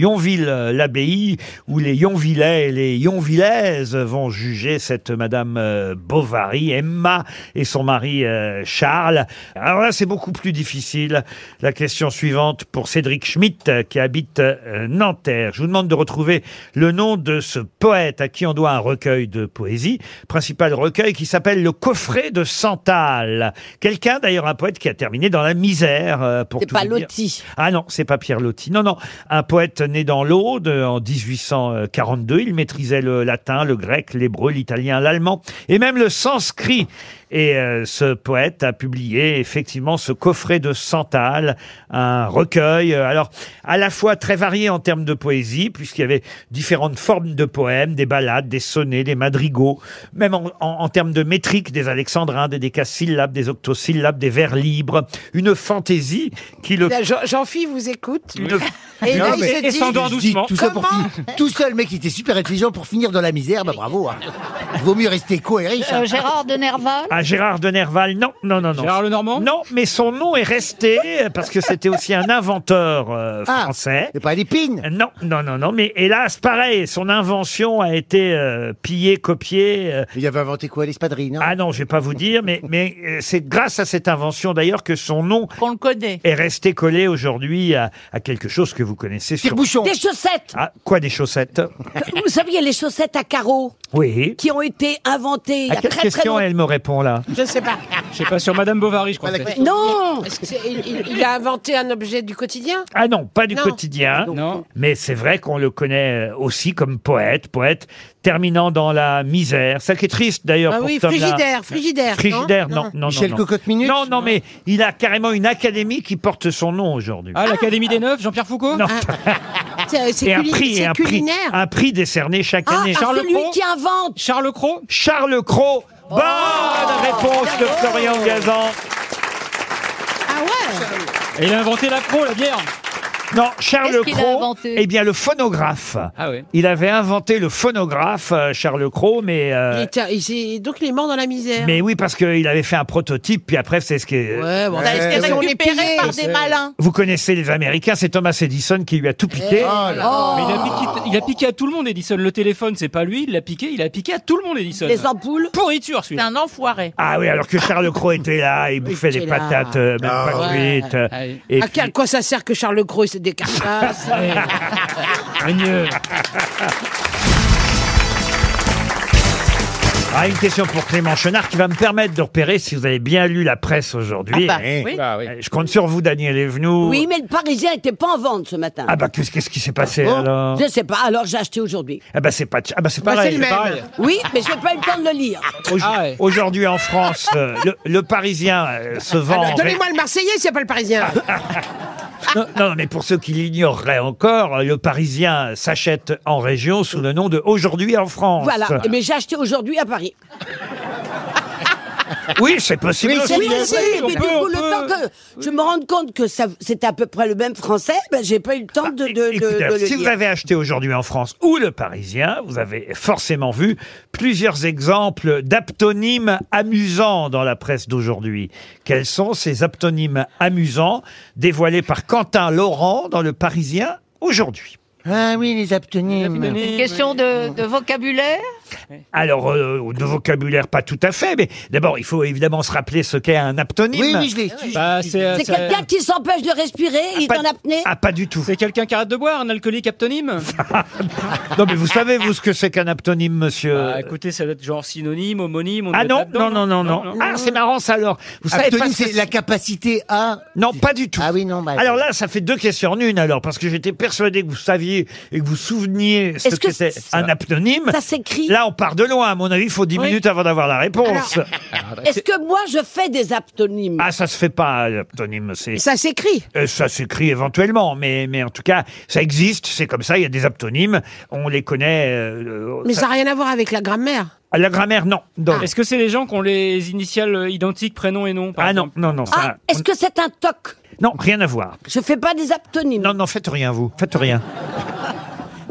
B: Yonville-l'Abbaye, où les Yonvillais et les Yonvillaises vont juger cette Madame euh, Bovary, Emma, et son mari euh, Charles. Alors là, c'est beaucoup plus difficile. La question suivante pour Cédric Schmitt, euh, qui habite euh, Nanterre. Je vous demande de retrouver le nom de ce poète à qui on doit un recueil de poésie, principal recueil qui s'appelle Le coffret de Santal. Quelqu'un, d'ailleurs, un poète qui a terminé dans la misère. euh, pour
D: C'est
B: tout
D: pas
B: vous dire.
D: Loti.
B: Ah non, c'est pas Pierre Loti. Non, non, un poète né dans l'Aude euh, en 1842. Il maîtrisait le latin, le grec, l'hébreu, l'italien, l'allemand et même le sanskrit. Et euh, ce poète a publié effectivement ce coffret de Santal, un recueil, euh, alors à la fois très varié en termes de poésie, puisqu'il y avait différentes formes de poèmes, des ballades, des sonnets, des madrigaux, même en, en- en termes de métrique, des alexandrins, des décasyllabes, des octosyllabes, des vers libres, une fantaisie qui le...
D: Euh,
F: Là, Jean- Jean-Phi vous écoute.
B: Une-
F: Et
B: Non,
F: là, il
B: mais-
F: se
B: et
F: dit-
B: s'endort
F: je dis
B: doucement.
F: tout
E: Tout
F: ça
E: ça
F: pour
E: pour
F: finir.
E: finir- tout seul, mec, il était super intelligent pour finir dans la misère. Bah bravo. hein. Vaut mieux rester co et riche. hein.
G: Euh, Gérard de Nerval
B: Ah, Gérard de Nerval, non, non, non, non. Gérard Lenormand Non, mais son nom est resté, euh, parce que c'était aussi un inventeur euh,
E: Ah,
B: français. Et pas l'épine Non, non, non, non, mais hélas, pareil, son invention a été euh, pillée, copiée. Il avait inventé quoi, l'espadrille, Ah non, je vais pas vous dire, mais, mais euh, c'est grâce à cette invention, d'ailleurs, que son nom...
G: Qu'on le connaît.
B: ...est resté collé aujourd'hui à, à quelque chose que vous connaissez. Sur... bouchon
D: Des chaussettes
B: Ah, quoi, des chaussettes
D: Vous saviez, les chaussettes à carreaux
B: Oui.
D: qui ont été inventées il y
B: À
D: a
B: Ah, quelle
D: très très
B: question
D: longtemps.
B: elle me répond, là
F: Je sais pas.
C: Je sais pas, sur Madame Bovary, je crois. peut-être.
D: Non
F: il, il- il a inventé un objet du quotidien
B: Ah non, pas du
F: Non.
B: quotidien. Mais c'est vrai qu'on le connaît euh, aussi comme poète, poète terminant dans la misère. Ça qui est triste d'ailleurs
F: Ah
B: pour
F: oui,
B: Tom, là.
F: Frigidaire, Frigidaire, non
B: Frigidaire, non,
F: Non.
B: non, non.
F: Michel
B: non.
F: Cocotte-Minute
B: Non, non, mais il a carrément une académie qui porte son nom aujourd'hui.
C: Ah, l'Académie des Neufs, Jean-Pierre Foucault
B: Non.
F: Ah, euh, C'est
B: Et un prix, et un prix, un prix décerné chaque
D: Ah,
B: année.
D: ah, c'est lui qui invente Oh.
C: Charles Cros
B: Charles Cros. Bonne réponse de Florian Gazan.
D: Eh.
F: Ah ouais
C: Et il a inventé la pro, la bière.
B: Non, Charles
C: Qu'est-ce qu'il a
B: Cros,
C: inventé
B: eh bien le phonographe.
C: Ah oui.
B: Il avait inventé le phonographe, euh, Charles Cros, mais euh,
F: Il était- il s'est- Donc il est mort dans la misère.
B: Mais oui, parce qu'il avait fait un prototype, puis après, c'est ce qui est...
F: Ouais, bon, ça,
H: été
F: on est
H: récupéré
F: pillé.
H: par des
F: C'est-
H: malins.
B: Vous connaissez les Américains, c'est Thomas Edison qui lui a tout
D: Oh
B: piqué.
F: Ah.
C: Mais il a, piqué, il a piqué à tout le monde, Edison. Le téléphone, c'est pas lui, il l'a piqué, il a piqué à tout le monde, Edison.
D: Les ampoules
C: Pourriture, celui-là.
H: Un enfoiré.
B: Ah oui, alors que Charles Cros était là, il bouffait des
F: était là.
B: patates, euh, même
F: Ah
B: pas
F: ouais.
B: cuites. euh, et
F: À
B: puis-
F: quel- quoi ça sert que Charles Gros il se décarcasse
B: Ah, une question pour Clément Chenard qui va me permettre de repérer si vous avez bien lu la presse aujourd'hui.
D: Ah bah, Eh, oui. bah
B: Euh, Je compte sur vous, Daniel Evenou.
D: Oui, mais le Parisien était pas en vente ce matin.
B: Ah bah qu'est-ce qu'est-ce qui s'est passé
D: Bon,
B: alors
D: Oh, Je sais pas, alors j'ai acheté aujourd'hui.
B: Ah bah c'est pas ah bah c'est pareil. Ah,
D: Oui, mais j'ai pas eu le temps de le lire.
B: Aujourd'hui-
D: Ah,
B: Aujourd'hui en France, euh, le, le Parisien euh, se vend.
F: Alors,
B: en Ah, ré-
F: Ah, Donnez-moi le Marseillais s'il n'y a pas le Parisien.
B: Non, non, mais pour ceux qui l'ignoreraient encore, le Parisien s'achète en région sous le nom de Aujourd'hui en France.
D: Voilà, Eh mais j'ai acheté aujourd'hui à Paris.
B: Oui, Eh, bah, c'est possible.
D: Oui,
B: aussi.
D: c'est possible, mais du coup, le temps que je me rende compte que ça- c'était à peu près le même français, ben, j'ai pas eu le temps de, de- de-
B: Bah, Écoutez,
D: de le
B: si vous
D: lire.
B: avez acheté aujourd'hui en France ou le Parisien, vous avez forcément vu plusieurs exemples d'aptonymes amusants dans la presse d'aujourd'hui. Quels sont ces aptonymes amusants dévoilés par Quentin Laurent dans le Parisien aujourd'hui
E: Ah oui, les aptonymes.
G: Une question de, de vocabulaire
B: Alors, euh, de vocabulaire, pas tout à fait, mais d'abord, il faut évidemment se rappeler ce qu'est un aptonyme.
E: Oui, oui, je l'ai.
C: Bah, c'est euh,
D: C'est
C: c'est-
D: quelqu'un qui s'empêche de respirer, il est en apnée.
B: Ah, pas du tout.
C: c'est quelqu'un qui arrête de boire, un alcoolique aptonyme
B: Non, mais vous savez, vous, ce que c'est qu'un aptonyme, monsieur
C: Bah, Écoutez, ça doit être genre synonyme, homonyme. on
B: Ah
C: est
B: non,
C: là-dedans,
B: non, non, non, non. Ah, c'est marrant ça alors. Vous savez pas
E: Aptonyme,
B: ce que
E: c'est la capacité à.
B: Non, pas du tout.
E: Ah oui, non. bah,
B: Alors là, ça fait deux questions en une alors, parce que j'étais persuadé que vous saviez et que vous souveniez ce
D: Est-ce que
B: qu'était
D: c'est-
B: un aptonyme.
D: Ça s'écrit.
B: Là, on part de loin. À mon avis, il faut dix minutes avant d'avoir la réponse.
D: Est-ce que moi je fais des aptonymes
B: Ah, ça se fait pas, l'aptonyme. C'est
F: Ça s'écrit.
B: Euh, Ça s'écrit éventuellement, mais, mais en tout cas, ça existe, c'est comme ça, il y a des aptonymes, on les connaît. euh, euh,
F: Mais
B: ça-
F: ça n'a rien à voir avec la grammaire.
B: Ah, La grammaire, non. Non.
C: Est-ce que c'est les gens qui ont les initiales euh, identiques, prénom et nom par
B: Ah non,
C: exemple
B: non, non,
D: Ah,
B: ça,
D: est-ce que c'est un toc
B: non, rien à voir.
D: Je fais pas des aptonymes.
B: Non, non, faites rien, vous, faites rien.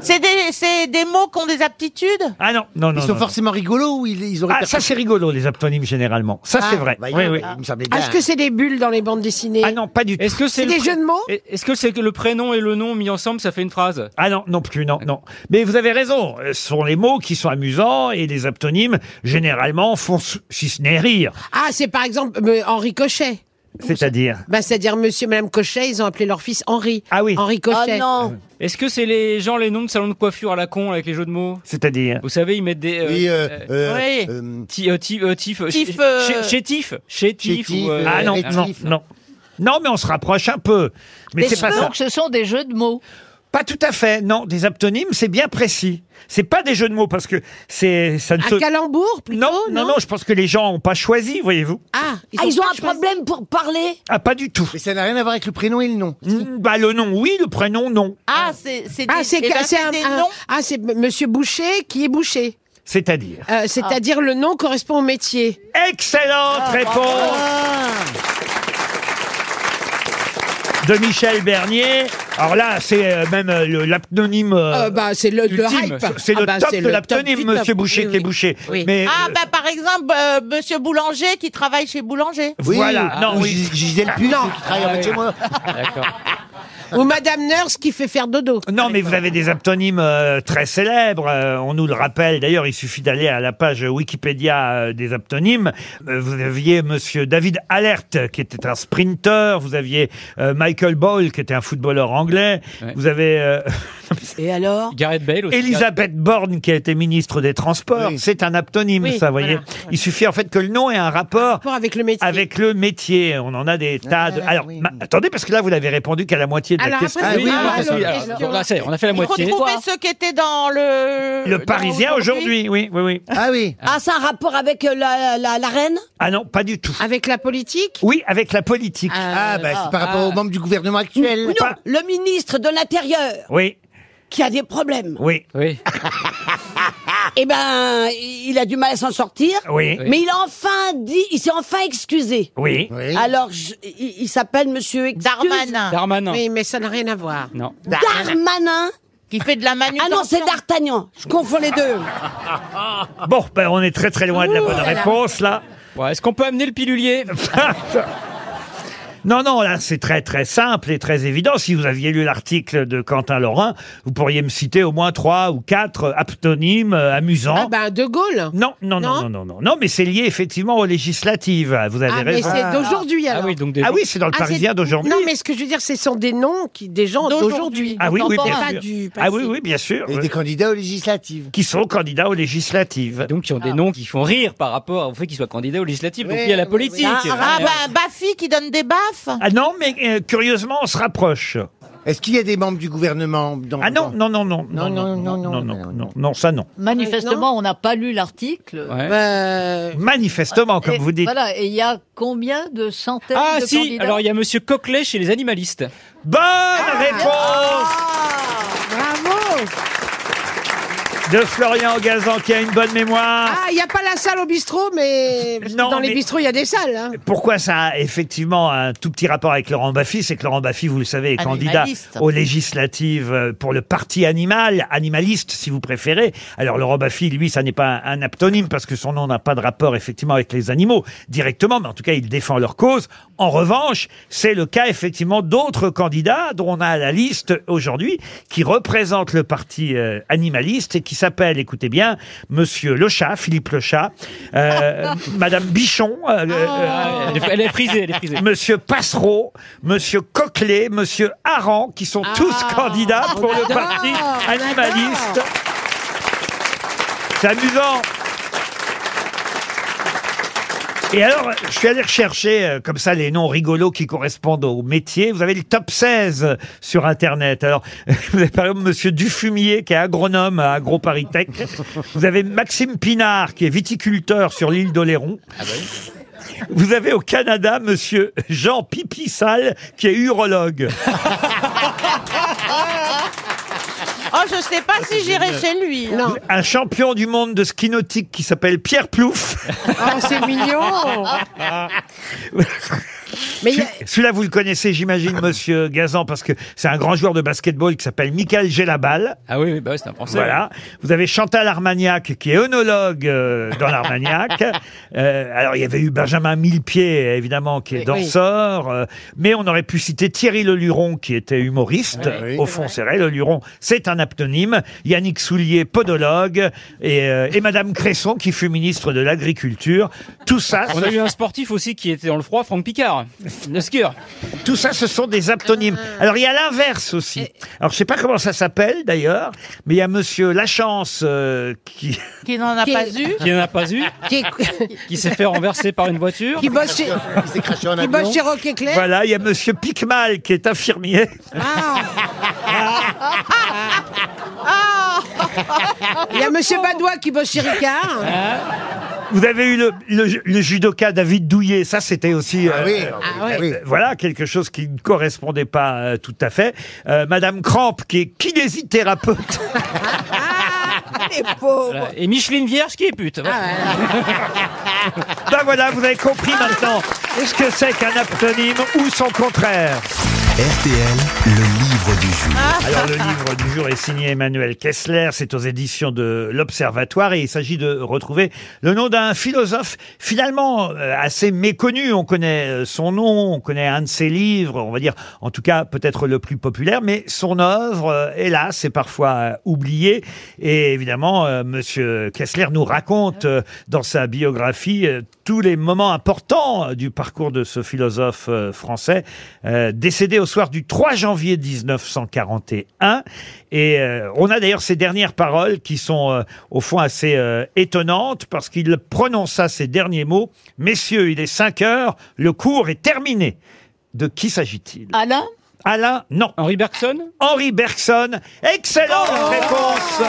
H: C'est des, c'est des mots qui ont des aptitudes
B: Ah non, non, non.
H: sont
B: forcément rigolos ou ils, ont Ah, ça c'est rigolo, les aptonymes généralement. Ça c'est
F: Ah,
B: vrai.
F: bah,
B: oui, oui.
C: Ah,
F: Est-ce que c'est des bulles dans les bandes dessinées Ah
B: Eh ben. non, pas du tout.
C: Est-ce que c'est
F: C'est
C: le
F: des
C: pré-
F: jeux de mots
C: Est-ce que c'est que le prénom et le nom mis ensemble, ça fait une phrase
B: Ah non, non plus, non, non. Mais vous avez raison, euh, ce sont les mots qui sont amusants et les aptonymes, généralement, font, s- si ce n'est rire.
F: Ah, c'est par exemple euh, Henri Cochet.
B: C'est-à-dire
F: Bah, c'est-à-dire monsieur et madame Cochet, ils ont appelé leur fils Henri.
B: Ah oui.
F: Henri
H: Oh
F: Cochet.
C: Ah Est-ce que c'est les gens, les noms de salons de coiffure à la con avec les jeux de mots
B: C'est-à-dire
C: Vous savez, ils mettent des. euh,
E: Oui, euh,
C: euh,
E: euh,
C: ouais.
E: euh,
C: Ti- euh, ti- euh, Tif. euh,
H: Tif,
C: chez-
H: euh,
C: chez- Chez Tif. Chez Tif.
B: Chétif,
C: ou, euh,
B: ah non, non,
C: Rétif.
B: non. Non, mais on se rapproche un peu. Mais
G: Des
B: c'est pas
G: cheveux.
B: ça.
G: Donc ce sont des jeux de mots.
B: Pas tout à fait, non. Des aptonymes, c'est bien précis. C'est pas des jeux de mots parce que c'est ça ne
F: Un
B: se.
F: calembour plutôt
B: non, non, non, je pense que les gens n'ont pas choisi, voyez-vous.
F: Ah,
D: Ah, ils ont un
F: problème
D: pour parler
B: Ah, pas du tout. Mais
E: ça n'a rien à voir avec le prénom et le nom.
B: bah, le nom, oui, le prénom, non.
H: Ah, c'est c'est des,
F: Ah, c'est
H: eh ben,
F: c'est
H: c'est
F: un,
H: des
F: un-
H: noms
F: Ah, c'est m- monsieur Boucher qui est Boucher.
B: C'est-à-dire
H: Ah.
F: Euh, c'est-à-dire le nom correspond au métier.
B: Excellente
F: Ah,
B: réponse de Michel Bernier. Alors là, c'est euh, même euh, le- l'aptonyme. euh,
F: Euh, bah, c'est le- le
B: ultime.
F: hype.
B: C'est le
F: Ah, bah,
B: top
F: c'est
B: de
F: le top
B: l'aptonyme,
F: du top.
B: monsieur Boucher,
F: Oui,
B: qui est
F: oui.
B: Boucher.
F: Oui.
B: Mais,
H: Ah,
B: euh,
H: bah par exemple, euh, monsieur Boulanger qui travaille chez Boulanger.
B: Voilà, non,
E: ou
B: oui.
E: Gis-
B: Ah,
E: Gisèle Puce,
F: Ah, Non.
E: Ah,
F: Ah,
E: qui travaille
C: Ah,
E: avec moi.
F: Ou madame Nurse qui fait faire dodo.
B: Non, mais vous avez des aptonymes euh, très célèbres. euh, on nous le rappelle. D'ailleurs, il suffit d'aller à la page Wikipédia euh, des aptonymes. Euh, vous aviez Monsieur David Alert, qui était un sprinter. Vous aviez euh, Michael Ball, qui était un footballeur anglais. Vous avez euh,
D: Et alors
C: Gareth Bale aussi.
B: Elisabeth Borne, qui a été ministre des Transports. C'est un aptonyme,
F: Oui,
B: ça, vous voyez. Il suffit en fait que le nom ait un rapport
F: avec le métier.
B: Avec le métier. On en a des tas de. Alors, ma- attendez, parce que là, vous n'avez répondu qu'à la moitié de
H: Alors après,
B: la question.
H: Ah oui, ah,
C: oui, oui,
H: alors,
C: donc là, ça y est, on a fait la
H: Il faut
C: moitié.
H: trouver ceux qui étaient dans le...
B: Le
H: dans
B: Parisien aujourd'hui, oui, oui, oui.
E: Ah oui.
D: Ah, c'est un rapport avec euh, la, la, la reine
B: Ah non, pas du tout.
F: Avec la politique
B: Oui, avec la politique.
E: Ah, bah, c'est par rapport aux membres du gouvernement
D: Ou
E: actuel.
D: non, le ministre de l'Intérieur
B: Oui,
D: qui a des problèmes.
B: oui.
C: Oui.
D: Eh ben, il a du mal à s'en sortir.
B: Oui.
D: Mais il a enfin dit, il s'est enfin excusé.
B: Oui.
E: Oui.
D: Alors, je- il, il s'appelle Monsieur excuse-
H: Darmanin.
C: Darmanin.
F: Oui, mais ça n'a rien à voir.
C: Non.
D: Darmanin.
H: Qui fait de la manutention.
D: Ah non, c'est D'Artagnan. Je confonds les deux.
B: Bon, ben, on est très très loin de la
D: Ouh
B: bonne
D: là là.
B: réponse là.
C: Bon, Est-ce qu'on peut amener le pilulier
B: Non, non, là, c'est très, très simple et très évident. Si vous aviez lu l'article de Quentin Laurin, vous pourriez me citer au moins trois ou quatre aptonymes euh,
F: Ah
B: amusants.
F: ben, De Gaulle
B: Non, non, non, non, non, non, non, mais c'est lié effectivement aux législatives. Vous avez
F: Ah, mais
B: raison.
F: c'est d'aujourd'hui alors.
C: Ah oui, donc des
B: Ah
C: gens-
B: oui, c'est dans le
F: Ah,
B: Parisien d'aujourd'hui.
F: Non, mais ce que je veux dire, ce sont des noms qui, des gens d'aujourd'hui.
B: Ah oui, oui,
F: Pas
B: bien
F: du
B: sûr.
F: passé.
B: Ah oui, oui, bien sûr.
E: Et des candidats aux législatives.
B: Qui sont candidats aux législatives.
C: Donc, qui ont
F: Ah.
C: des noms qui font rire par rapport au fait qu'ils soient candidats aux législatives, donc
E: Oui,
C: liés à la
E: oui,
C: politique.
H: Ah, ah, bah, Baffy qui donne des baffes.
B: Ah non, mais euh, curieusement, on se rapproche.
E: Est-ce qu'il y a des membres du gouvernement dans
B: Ah non, non, non, non, non,
E: non,
B: non, non,
E: non,
B: non, non, non, non, ça non.
G: Manifestement, on n'a pas lu l'article.
C: Ouais.
E: Bah,
F: Euh,
B: Manifestement,
G: Et
B: comme vous dites.
G: Voilà, et il y a combien de centaines
C: Ah,
G: de
C: si,
G: candidats
C: alors il y a Monsieur Coquelet chez les animalistes.
B: Bonne réponse
F: Bravo
B: de Florian Gazan qui a une bonne mémoire.
F: Ah, il n'y a pas la salle au bistrot, mais parce que
B: Non,
F: dans
B: mais-
F: les bistrots, il y a des salles. hein.
B: Pourquoi ça a effectivement un tout petit rapport avec Laurent Baffy C'est que Laurent Baffy, vous le savez, est candidat
H: Animaliste.
B: aux législatives euh, pour le parti animal, animaliste si vous préférez. Alors Laurent Baffy, lui, ça n'est pas un aptonyme parce que son nom n'a pas de rapport effectivement avec les animaux directement, mais en tout cas, il défend leur cause. En revanche, c'est le cas effectivement d'autres candidats dont on a la liste aujourd'hui qui représentent le parti euh, animaliste et qui s'appellent, écoutez bien, Monsieur Le Chat, Philippe Le Chat, euh, Madame Bichon. euh, le- euh,
C: Elle est- elle est frisée, elle est frisée.
B: Monsieur Passereau, Monsieur Coquelet, Monsieur Aran, qui sont tous candidats Ah, pour le parti animaliste. C'est amusant. Et alors, je suis allé rechercher euh, comme ça les noms rigolos qui correspondent au métier. Vous avez le top 16 sur Internet. Alors, vous avez par exemple Monsieur Dufumier qui est agronome à AgroParisTech. Vous avez Maxime Pinard qui est viticulteur sur l'île d'Oléron. Vous avez au Canada Monsieur Jean Pipissal qui est urologue.
H: Oh, je sais
E: Ah,
H: pas si j'irai chez lui. hein. là.
B: Un champion du monde de ski
K: Ah.
B: Ah, nautique qui s'appelle Pierre Plouf.
F: Ah. Oh, c'est mignon
B: Mais Celui-là, vous le connaissez, j'imagine, monsieur Gazan, parce que c'est un grand joueur de basketball qui s'appelle Michael Gelabal.
C: Ah oui, oui, bah oui, c'est un Français.
B: Voilà. Vous avez Chantal Armagnac, qui est œnologue euh, dans l'Armagnac. Euh, alors, il y avait eu Benjamin Millepied, évidemment, qui est
K: Oui,
B: danseur. euh, mais on aurait pu citer Thierry Leluron, qui était humoriste.
K: Oui, oui.
B: Au fond, c'est vrai, Leluron, c'est un aptonyme. Yannick Soulier, podologue. Et, euh, et Madame Cresson, qui fut ministre de l'Agriculture. Tout ça...
C: On a eu un sportif aussi qui était dans le froid, Franck Picard, le skieur.
B: Tout ça, ce sont des aptonymes.
H: Ah.
B: Alors, il y a l'inverse aussi. Alors, je sais pas comment ça s'appelle, d'ailleurs, mais il y a monsieur Lachance euh, qui...
H: Qui n'en a pas eu
C: Qui n'en a pas eu.
H: Qui-
C: Qui s'est fait renverser par une voiture.
H: Qui bosse chez- Il s'est craché en qui avion. bosse chez Rock Éclair.
B: Voilà, il y a monsieur Picmal qui est infirmier.
H: Ah.
F: Ah Il y a Monsieur Badois qui bosse chez Ricard.
B: Ah. Vous avez eu le, le- le judoka David Douillet, ça c'était aussi... euh,
E: Ah oui, ah oui, ah oui.
B: Voilà, quelque chose qui ne correspondait pas euh, tout à fait. Euh, Madame Crampe, qui est kinésithérapeute.
C: Voilà. Oh. Euh, Et Micheline Vierge qui est pute.
B: Ah, ben voilà, vous avez compris maintenant ce que c'est qu'un aptonyme ou son contraire.
A: RTL, le livre du
E: Ah.
A: jour.
B: Alors le livre du jour est signé Emmanuel Kessler, c'est aux éditions de l'Observatoire et il s'agit de retrouver le nom d'un philosophe finalement euh, assez méconnu, on connaît euh, son nom, on connaît un de ses livres, on va dire en tout cas peut-être le plus populaire, mais son œuvre, euh, hélas, est parfois euh, oubliée et évidemment euh, monsieur Kessler nous raconte euh, dans sa biographie euh, tous les moments importants euh, du parcours de ce philosophe euh, français, euh, décédé au soir du 3 janvier 1941. Et euh, on a d'ailleurs ces dernières paroles qui sont euh, au fond assez euh, étonnantes parce qu'il prononça ces derniers mots. Messieurs, il est 5 heures, le cours est terminé. De qui s'agit-il
G: Alain
B: Alain, non.
C: Henri Bergson
B: Henri Bergson. Excellente réponse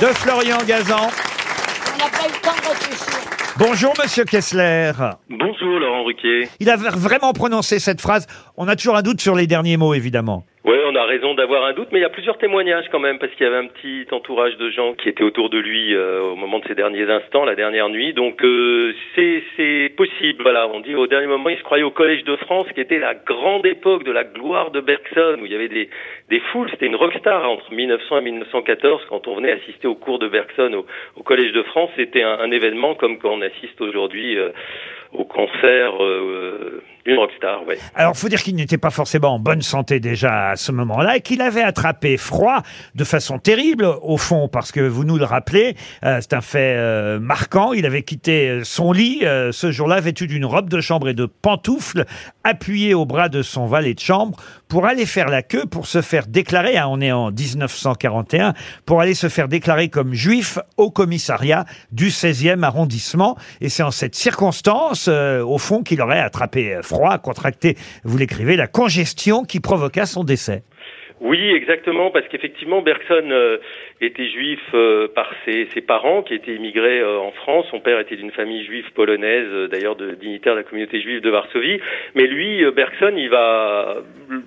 B: de Florian Gazan.
D: On n'a pas eu le temps de réfléchir.
B: Bonjour, monsieur Kessler.
L: Bonjour Laurent Ruquier.
B: Il a vraiment prononcé cette phrase. On a toujours un doute sur les derniers mots, évidemment.
L: Oui, on a raison d'avoir un doute, mais il y a plusieurs témoignages quand même, parce qu'il y avait un petit entourage de gens qui étaient autour de lui euh, au moment de ses derniers instants, la dernière nuit. Donc euh, c'est c'est possible. Voilà, on dit au dernier moment, il se croyait au Collège de France, qui était la grande époque de la gloire de Bergson, où il y avait des des foules. C'était une rockstar entre 1900 et 1914. Quand on venait assister au cours de Bergson au, au Collège de France, c'était un, un événement comme quand on assiste aujourd'hui euh, au concert euh, euh, d'une rockstar. Ouais.
B: Alors, faut dire qu'il n'était pas forcément en bonne santé déjà à ce moment-là et qu'il avait attrapé froid de façon terrible, au fond, parce que vous nous le rappelez, euh, c'est un fait euh, marquant. Il avait quitté euh, son lit euh, ce jour-là, vêtu d'une robe de chambre et de pantoufles, appuyé au bras de son valet de chambre pour aller faire la queue, pour se faire déclarer, hein, on est en 1941, pour aller se faire déclarer comme juif au commissariat du 16e arrondissement. Et c'est en cette circonstance, euh, au fond, qu'il aurait attrapé euh, froid, contracté, vous l'écrivez, la congestion qui provoqua son décès.
L: Oui, exactement, parce qu'effectivement, Bergson euh, était juif euh, par ses, ses parents qui étaient immigrés euh, en France. Son père était d'une famille juive polonaise, euh, d'ailleurs de dignitaire de la communauté juive de Varsovie. Mais lui, euh, Bergson, il va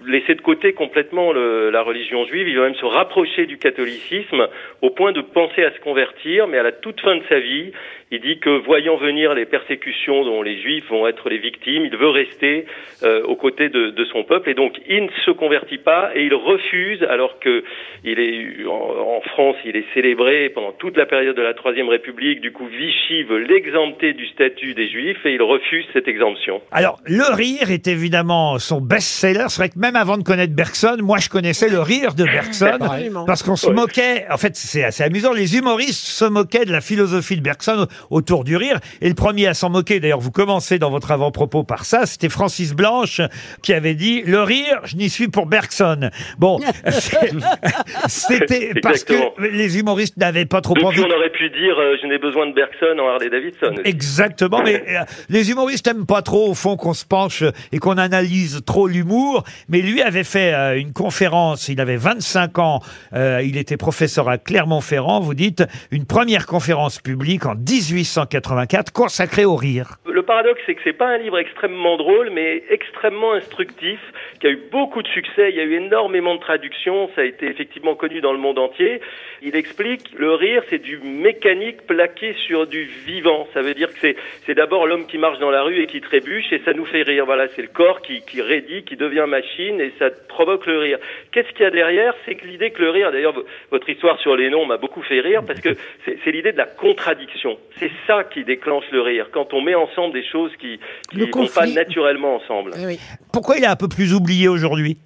L: laisser de côté complètement le- la religion juive. Il va même se rapprocher du catholicisme au point de penser à se convertir. Mais à la toute fin de sa vie, il dit que voyant venir les persécutions dont les juifs vont être les victimes, il veut rester euh, aux côtés de, de son peuple et donc il ne se convertit pas et il refuse alors que il est en, en France, il est célébré pendant toute la période de la Troisième République. Du coup, Vichy veut l'exempter du statut des juifs et il refuse cette exemption.
B: Alors, le rire est évidemment son best-seller. C'est vrai que même avant de connaître Bergson, moi, je connaissais le rire de Bergson.
K: Absolument.
B: parce qu'on se
K: Ouais.
B: moquait. En fait, c'est assez amusant. Les humoristes se moquaient de la philosophie de Bergson autour du rire. Et le premier à s'en moquer, d'ailleurs, vous commencez dans votre avant-propos par ça, c'était Francis Blanche qui avait dit Le rire, je n'y suis pour Bergson. Bon, c'est- c'était parce que
L: Exactement.
B: les humoristes n'avaient pas trop envie.
L: Depuis, on aurait pu dire euh, je n'ai besoin de Bergson en Harley Davidson.
B: Exactement, mais euh, les humoristes n'aiment pas trop au fond qu'on se penche euh, et qu'on analyse trop l'humour, mais lui avait fait euh, une conférence, il avait 25 ans, euh, il était professeur à Clermont-Ferrand, vous dites, une première conférence publique en 1884 consacrée au rire.
L: Le paradoxe, c'est que c'est pas un livre extrêmement drôle, mais extrêmement instructif, qui a eu beaucoup de succès. Il y a eu énormément de traductions. Ça a été effectivement connu dans le monde entier. Il explique, le rire, c'est du mécanique plaqué sur du vivant. Ça veut dire que c'est, c'est d'abord l'homme qui marche dans la rue et qui trébuche et ça nous fait rire. Voilà, c'est le corps qui, qui raidit, qui devient machine et ça provoque le rire. Qu'est-ce qu'il y a derrière C'est que l'idée que le rire, d'ailleurs, vo- votre histoire sur les noms m'a beaucoup fait rire parce que c'est, c'est l'idée de la contradiction. C'est ça qui déclenche le rire. Quand on met ensemble des choses qui, qui
B: Le
L: vont pas
B: conflit.
L: naturellement ensemble.
B: Pourquoi il est un peu plus oublié aujourd'hui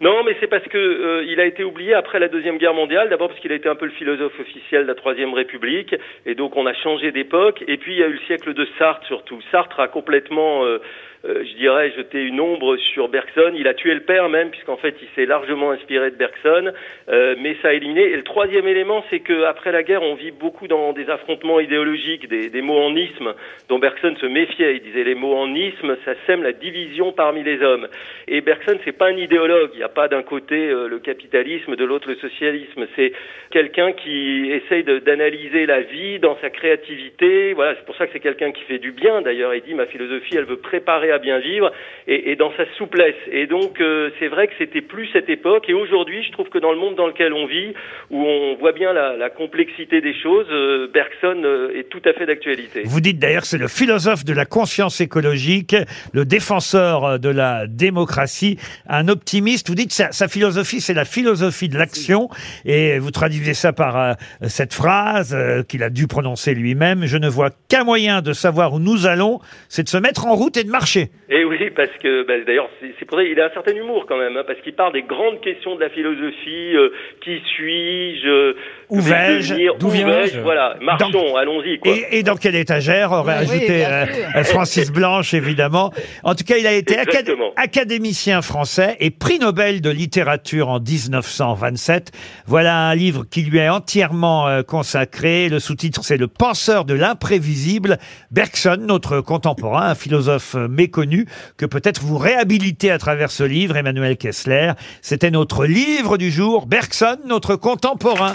L: Non, mais c'est parce que euh, il a été oublié après la deuxième guerre mondiale. D'abord parce qu'il a été un peu le philosophe officiel de la troisième République, et donc on a changé d'époque. Et puis il y a eu le siècle de Sartre surtout. Sartre a complètement, euh, euh, je dirais, jeté une ombre sur Bergson. Il a tué le père même, puisqu'en fait il s'est largement inspiré de Bergson, euh, mais ça a éliminé. Et le troisième élément, c'est que après la guerre, on vit beaucoup dans des affrontements idéologiques, des, des mots en isme dont Bergson se méfiait. Il disait les mots en isme, ça sème la division parmi les hommes. Et Bergson, c'est pas un idéologue. Il n'y a pas d'un côté euh, le capitalisme, de l'autre le socialisme. C'est quelqu'un qui essaye de- d'analyser la vie dans sa créativité. Voilà, c'est pour ça que c'est quelqu'un qui fait du bien. D'ailleurs, il dit ma philosophie, elle veut préparer à bien vivre et, et dans sa souplesse. Et donc, euh, c'est vrai que c'était plus cette époque. Et aujourd'hui, je trouve que dans le monde dans lequel on vit, où on voit bien la, la complexité des choses, euh, Bergson euh, est tout à fait d'actualité.
B: Vous dites d'ailleurs que c'est le philosophe de la conscience écologique, le défenseur euh, de la démocratie, un optimiste. Vous dites sa, sa philosophie, c'est la philosophie de l'action. Et vous traduisez ça par euh, cette phrase euh, qu'il a dû prononcer lui-même. Je ne vois qu'un moyen de savoir où nous allons, c'est de se mettre en route et de marcher.
L: Et Eh oui, parce que bah, d'ailleurs, c'est c'est pour ça qu'il a un certain humour quand même, hein, parce qu'il parle des grandes questions de la philosophie euh, qui suis-je, euh,
B: Où
L: que
B: vais-je
L: devenir,
B: D'où
L: où
B: viens-je
L: vais-je Voilà, marchons, allons-y. quoi.
B: Et, et dans quelle étagère aurait
L: Oui, oui,
B: ajouté
L: bien
B: euh,
L: sûr.
B: euh, Francis Blanche, évidemment. En tout cas, il a été acad-
L: Exactement.
B: académicien français et prix Nobel de littérature en 1927. Voilà un livre qui lui est entièrement euh, consacré. Le sous-titre, c'est Le penseur de l'imprévisible. Bergson, notre contemporain, un philosophe euh, méconnu, que peut-être vous réhabilitez à travers ce livre, Emmanuel Kessler. C'était notre livre du jour, Bergson, notre contemporain,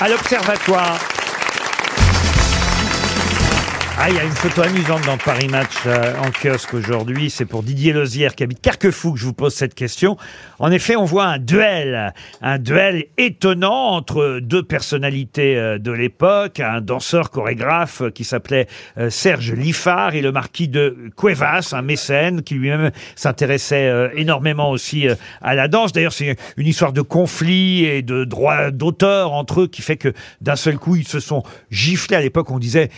B: à l'Observatoire. Ah, il y a une photo amusante dans Paris Match euh, en kiosque aujourd'hui. C'est pour Didier Lozière qui habite Carquefou que je vous pose cette question. En effet, on voit un duel, un duel étonnant entre deux personnalités euh, de l'époque, un danseur chorégraphe euh, qui s'appelait euh, Serge Liffard et le marquis de Cuevas, un mécène qui lui-même s'intéressait euh, énormément aussi euh, à la danse. D'ailleurs, c'est une histoire de conflit et de droits d'auteur entre eux qui fait que d'un seul coup, ils se sont giflés. À l'époque, on disait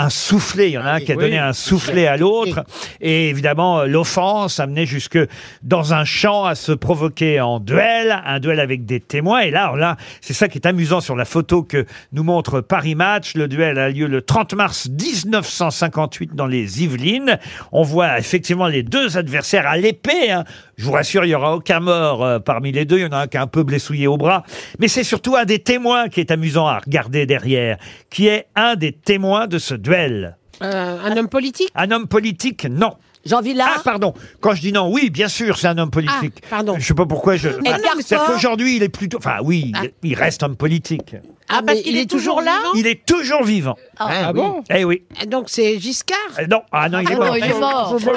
B: un soufflé. Il y en a un qui a
K: Ah oui.
B: donné un soufflé à l'autre. Et évidemment, euh, l'offense amenait jusque dans un champ à se provoquer en duel, un duel avec des témoins. Et là, alors là, c'est ça qui est amusant sur la photo que nous montre Paris Match. Le duel a lieu le 30 mars 1958 dans les Yvelines. On voit effectivement les deux adversaires à l'épée. hein. Je vous rassure, il y aura aucun mort euh, parmi les deux. Il y en a un qui est un peu blessouillé au bras. Mais c'est surtout un des témoins qui est amusant à regarder derrière, qui est un des témoins de ce duel.
F: Euh, un homme politique
B: Un homme politique, non.
D: Jean Villard
B: Ah, pardon. Quand je dis non, oui, bien sûr, c'est un homme politique.
F: Ah, pardon.
B: Je sais pas pourquoi je... Ah,
F: mais
B: Enfin,
F: Carfor
B: C'est-à-dire qu'aujourd'hui, il est plutôt... Enfin, oui, il-
F: Ah.
B: il reste homme politique.
F: Ah, parce qu'il est, toujours là
B: Il est toujours vivant.
F: Ah. Ah bon
B: Eh oui.
F: Donc c'est Giscard
B: Eh Non, ah non, il est
F: Ah
B: mort.
F: non, il est mort.
B: Je- je-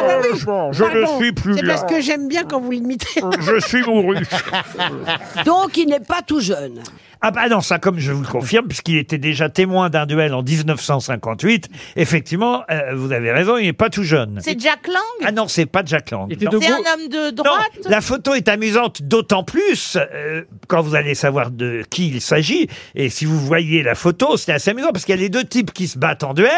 B: Je ne
F: Pardon,
B: suis plus
F: C'est
B: là.
F: parce que j'aime bien quand vous l'imitez.
B: Je suis mouru.
D: Donc il n'est pas tout jeune.
B: Ah bah non, ça comme je vous le confirme, puisqu'il était déjà témoin d'un duel en 1958, effectivement, euh, vous avez raison, il n'est pas tout jeune.
H: C'est Jack Lang
B: Ah non, c'est pas Jack Lang. Non.
H: C'est un homme de droite
B: La photo est amusante d'autant plus euh, quand vous allez savoir de qui il s'agit. Et si vous voyez la photo, c'est assez amusant parce qu'il y a les deux types qui se battent en duel,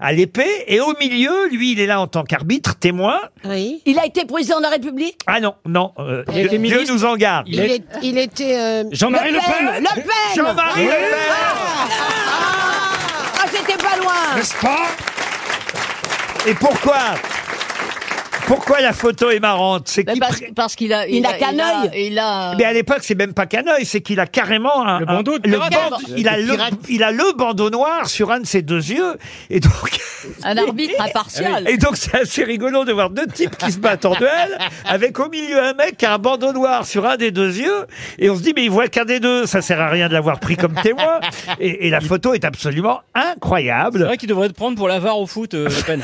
B: à l'épée, et au milieu, lui, il est là en tant qu'arbitre, témoin.
F: Oui.
D: Il a été président de la République
B: Ah non, non, euh,
F: Il a
B: Dieu-
F: été
B: Dieu
F: ministre.
B: nous en garde.
F: Il, est- il était. euh,
B: Jean-Marie Le Pen
F: Le Pen
B: Jean-Marie Le Pen
D: Ah, c'était pas loin
B: N'est-ce pas Et pourquoi Pourquoi la photo est marrante C'est
F: Ben
B: qu'il
G: Parce,
B: pr-
G: parce qu'il a,
D: Il n'a qu'un
G: il a-
D: œil.
G: Il
F: euh,
G: a.
B: mais à l'époque, c'est même pas qu'un œil, c'est qu'il a carrément un, le
C: bandeau de
B: le
C: pirate.
B: bandeau-
C: Le
B: il, a le,
C: pirate.
B: il a le bandeau noir sur un de ses deux yeux, et donc
G: Un
B: Eh
G: arbitre impartial.
B: Et donc c'est assez rigolo de voir deux types qui se battent en duel, avec au milieu un mec qui a un bandeau noir sur un des deux yeux, et on se dit mais il voit qu'un des deux, ça sert à rien de l'avoir pris comme témoin. Et, et la photo est absolument incroyable.
C: C'est vrai qu'il devrait te prendre pour l'avare au foot, euh, Le Pen.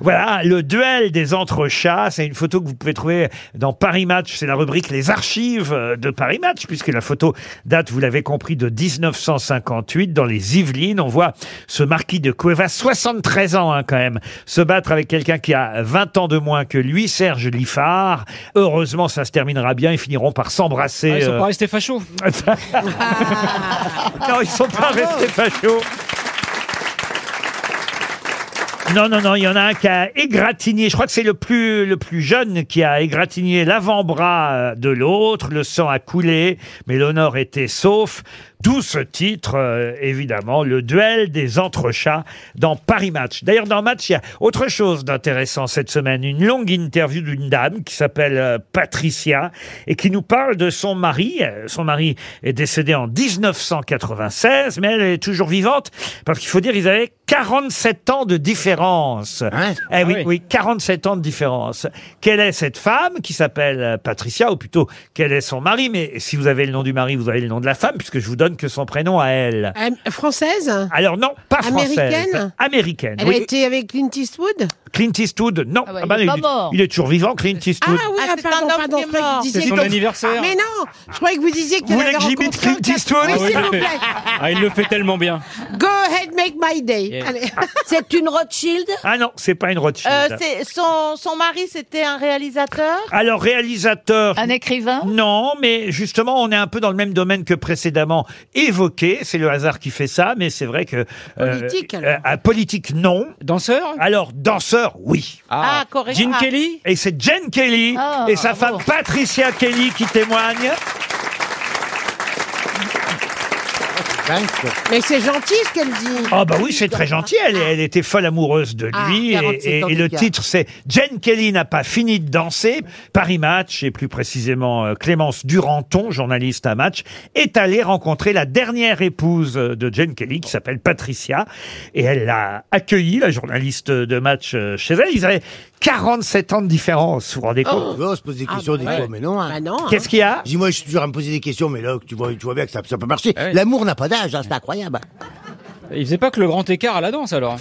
B: Voilà, le duel des votre chat. C'est une photo que vous pouvez trouver dans Paris Match. C'est la rubrique Les archives euh, de Paris Match, puisque la photo date, vous l'avez compris, de 1958 dans les Yvelines. On voit ce marquis de Cueva, 73 ans hein, quand même, se battre avec quelqu'un qui a 20 ans de moins que lui, Serge Liffard. Heureusement, ça se terminera bien. Ils finiront par s'embrasser.
C: Ah, ils sont
B: euh,
C: pas restés fachos.
B: non, ils sont pas restés fachos. Non, non, non, il y en a un qui a égratigné, je crois que c'est le plus, le plus jeune qui a égratigné l'avant-bras euh, de l'autre, le sang a coulé, mais l'honneur était sauf. D'où ce titre, euh, évidemment, le duel des entrechats dans Paris Match. D'ailleurs, dans Match, il y a autre chose d'intéressant cette semaine, une longue interview d'une dame qui s'appelle euh, Patricia et qui nous parle de son mari. Euh, Son mari est décédé en 1996, mais elle est toujours vivante parce qu'il faut dire ils avaient 47 ans de différence. Eh oui, oui, 47 ans de différence. Quelle est cette femme qui s'appelle euh, Patricia, ou plutôt quel est son mari Mais si vous avez le nom du mari, vous avez le nom de la femme, puisque je vous donne que son prénom à elle.
F: Euh, Française
B: Alors non, pas française.
F: Américaine
B: Américaine.
F: Elle
B: oui.
F: a été avec Clint Eastwood
B: Clint Eastwood, non.
F: Ah ouais, il est pas
B: est-
F: mort.
B: il est toujours vivant, Clint
F: Ah
B: Eastwood.
F: oui, ah, pardon, pardon, je croyais que vous
B: C'est
F: disiez
B: son
F: que-
B: anniversaire.
F: Ah, mais non, je croyais que vous disiez que
C: Vous voulez que j'imite Clint Eastwood
F: Oui, s'il vous plaît.
C: Ah, il le fait tellement bien.
F: Go ahead, make my day.
C: Yeah.
F: Allez.
D: C'est une Rothschild
B: Ah non, c'est pas une Rothschild.
H: Euh, c'est- son, son mari, c'était un réalisateur
B: Alors, réalisateur.
G: Un écrivain
B: Non, mais justement, on est un peu dans le même domaine que précédemment évoqué. C'est le hasard qui fait ça, mais c'est vrai que. euh,
H: Politique,
B: euh, ah, politique, non.
C: Danseur
B: Alors, danseur, oui.
H: Ah, correct. Gene Ah. Kelly
B: Et c'est Jane Kelly
H: Ah,
B: et sa femme Patricia Kelly qui témoignent.
F: Mais c'est gentil ce qu'elle dit.
B: Ah bah oui, c'est très gentil. Elle, elle était folle amoureuse de
F: Ah,
B: lui. et-
F: 47
B: et,
F: ans
B: et le
F: d'écart.
B: titre, c'est Jane Kelly n'a pas fini de danser. Paris Match, et plus précisément euh, Clémence Duranton, journaliste à Match, est allée rencontrer la dernière épouse de Jane Kelly, qui s'appelle Patricia. Et elle l'a accueillie, la journaliste de Match, euh, chez elle. Ils avaient 47 ans de différence, vous vous
F: Oh.
B: rendez compte
E: on Oh. se pose
F: Ah,
E: des questions
B: bah
E: des
B: ouais.
E: fois, mais non. hein.
B: Qu'est-ce qu'il y a
E: Dis-moi, je suis toujours à me poser des questions, mais là, tu vois, tu vois bien que ça, ça peut marcher.
B: Ah
E: L'amour n'a pas d'âge, hein, c'est incroyable.
C: Il faisait pas que le grand écart à la danse alors.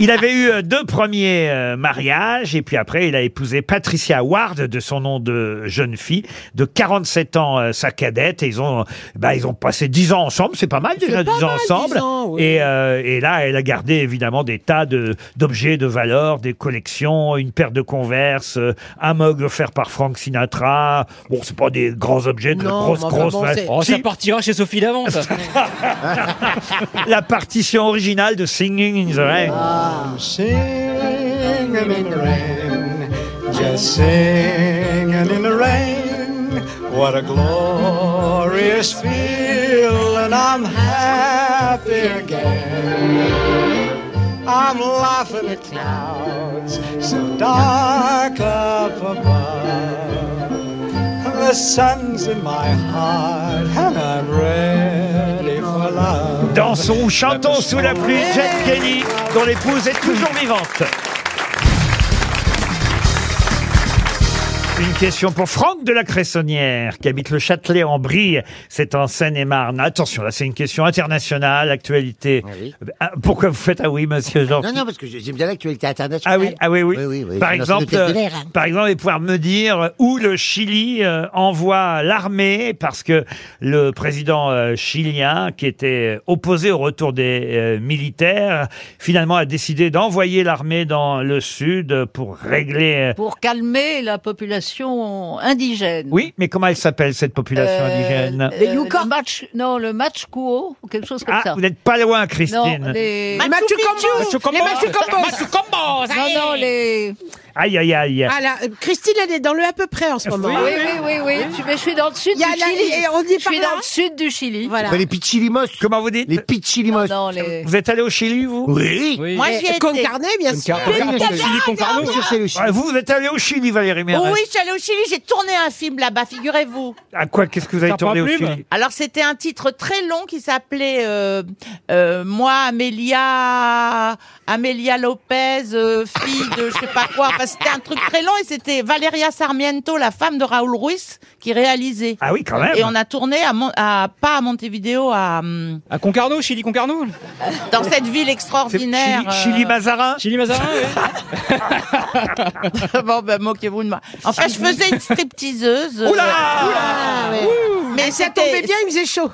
B: Il avait eu euh, deux premiers euh, mariages et puis après il a épousé Patricia Ward de son nom de jeune fille de 47 ans euh, sa cadette et ils ont euh, bah ils ont passé 10 ans ensemble, c'est pas mal déjà
F: pas
B: 10 ans
F: mal, 10
B: ensemble
F: ans, oui.
B: et euh, et là elle a gardé évidemment des tas de d'objets de valeur, des collections, une paire de Converse, euh, un mug offert par Frank Sinatra. Bon, c'est pas des grands objets de grosses grosses valeurs.
C: Oh, ça
B: Si,
C: partira chez Sophie Davant, ça.
B: la partition originale de Singing in the Rain.
K: I'm singing in the rain, just singing in the rain. What a glorious feeling! I'm happy again. I'm laughing at clouds so dark up above. The sun's in my heart, and I'm ready for love.
B: Dansons, chantons sous la pluie,
K: Ouais.
B: Jane Kelly, dont l'épouse est toujours vivante. Une question pour Franck de la Cressonnière, qui habite le Châtelet en Brie, c'est en Seine-et-Marne. Attention, là, c'est une question internationale, actualité. Ah, Pourquoi vous faites ah oui, monsieur Jean
E: Non, non, parce que j'ai- j'aime bien l'actualité internationale.
B: ah oui, ah oui, oui.
E: oui,
B: Par
E: c'est notre
B: exemple,
E: tête de l'air,
B: euh,
E: hein.
B: par exemple, et pouvoir me dire où le Chili euh, envoie l'armée parce que le président euh, chilien, qui était opposé au retour des euh, militaires, finalement a décidé d'envoyer l'armée dans le sud pour régler. euh,
G: Pour calmer la population indigène.
B: Oui, mais comment elle s'appelle cette population
G: Euh,
B: indigène
G: euh, le match, Non, le match Kuo, ou quelque chose comme
B: Ah,
G: ça.
B: vous n'êtes pas loin, Christine.
G: Non, les...
F: Les Machu Picchu. Les
B: euh,
F: Machu Combos.
G: Non, non, les...
B: Aïe, aïe, aïe.
F: Ah là, euh, Christine, elle est dans le à peu près en ce moment.
G: Oui, oui, oui, oui. Je, mais je suis dans le sud
F: Il y
G: du
F: a la-
G: Chili.
F: et on dit
G: je
F: par
G: suis
F: là
G: dans le sud du Chili.
F: Voilà.
E: Bah, les pichilimos.
B: Comment vous dites
E: Les pichilimos.
G: Non, les...
B: Vous êtes allé au Chili, vous
E: Oui.
F: Moi,
H: j'y ai
F: Concarné, bien sûr.
B: Ah, Vous, vous êtes allé au Chili, Valérie Mérès.
H: Oh oui, je suis allée au Chili, j'ai tourné un film là-bas, figurez-vous.
B: À quoi Qu'est-ce que vous avez
C: Serpent à
B: tourné au
C: plume
B: Chili
H: Alors c'était un titre très long qui s'appelait euh, euh, Moi Amélia Amélia Lopez euh, fille de je sais pas quoi. Enfin, euh, c'était un truc très long et c'était Valeria Sarmiento, la femme de Raoul Ruiz, qui réalisait.
B: Ah oui, quand même.
H: Et on a tourné à, Mon- à- pas à Montevideo, à hum,
C: À Concarneau, Chili Concarneau
H: dans cette ville extraordinaire. euh,
B: Mazarin
C: Chili Mazarin, oui.
H: bon, ben, moquez-vous de moi. En fait, je faisais une stripteaseuse. euh,
F: Oula
H: oula, ouais.
F: Ah,
H: Mais ça tombait bien, il faisait chaud.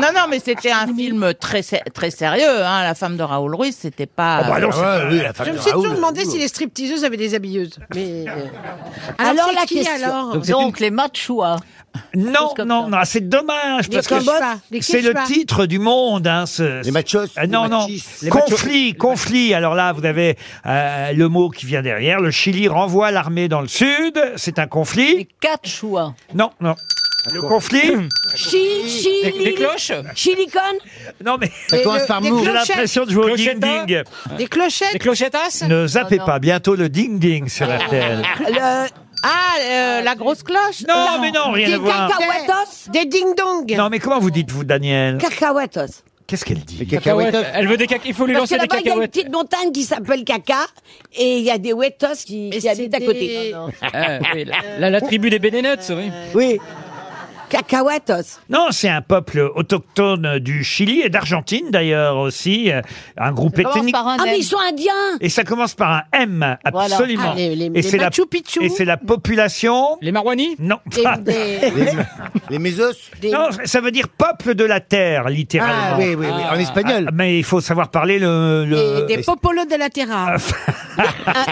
H: Non, non, mais c'était un film très, sé- très sérieux. Hein. La femme de Raoul Ruiz, c'était pas.
F: Ah bah non, c'est-
E: Ah ouais, oui, la femme
F: Je me
E: de
F: suis
E: Raoul,
F: toujours demandé si les stripteaseuses avaient des habilleuses. Mais euh,
B: Ah.
G: Alors,
F: c'est
G: la
F: qui,
G: question.
F: alors
G: Donc, c'est Donc, les machouas.
B: Non, non, non, c'est dommage
F: Les
B: parce que
F: combos, les
B: c'est le
F: quichpas.
B: titre du monde. Hein, ce, les machos. non, non. conflit, conflit. Alors là, vous avez euh, le mot qui vient derrière. Le Chili renvoie l'armée dans le sud. C'est un conflit. Les
G: Quechua.
B: Non, non. Le conflit.
D: Chi, chi,
B: Les- les cloches
D: Chilicon
B: Non mais
D: Ça Et commence le- par des mou.
B: J'ai l'impression de jouer au ding ding.
F: hein. Des clochettes
C: Des clochettas
B: Ne zappez
H: non.
B: pas. Bientôt le ding ding sur la télé.
H: Le- Ah, euh, la grosse cloche
B: Non, mais non, rien à voir.
F: Des ding-dong
B: Non mais comment vous dites vous, Daniel
D: Cacahuatos.
B: Qu'est-ce qu'elle dit
C: cacahuètes. Elle veut des caca- Il faut lui
D: Parce que
C: lancer des
D: là-bas, il y a une
C: cacahuètes.
D: petite montagne qui s'appelle Caca et il y a des huetos qui, qui habitent à côté.
C: Ah, oui, la, la- la tribu des Bénénettes, oui.
D: Euh, Oui. Cacahuatos.
B: Non, c'est un peuple autochtone du Chili et d'Argentine d'ailleurs aussi, euh, un groupe
D: Ça commence
B: ethnique.
D: par un Ah, mais M. ils sont indiens
B: Et ça commence par un M,
D: Voilà.
B: absolument.
D: Ah, les- les-
B: et
D: les
B: c'est la
D: Machu Picchu.
B: et c'est la population.
C: Les Marwani
B: Non.
D: Des- des- Les-
B: Mésos Non, ça veut dire peuple de la terre littéralement.
E: Ah, oui, oui, oui, en espagnol.
B: Ah, mais il faut savoir parler le, le- Ah,
F: Des popolo de la Ah, terra.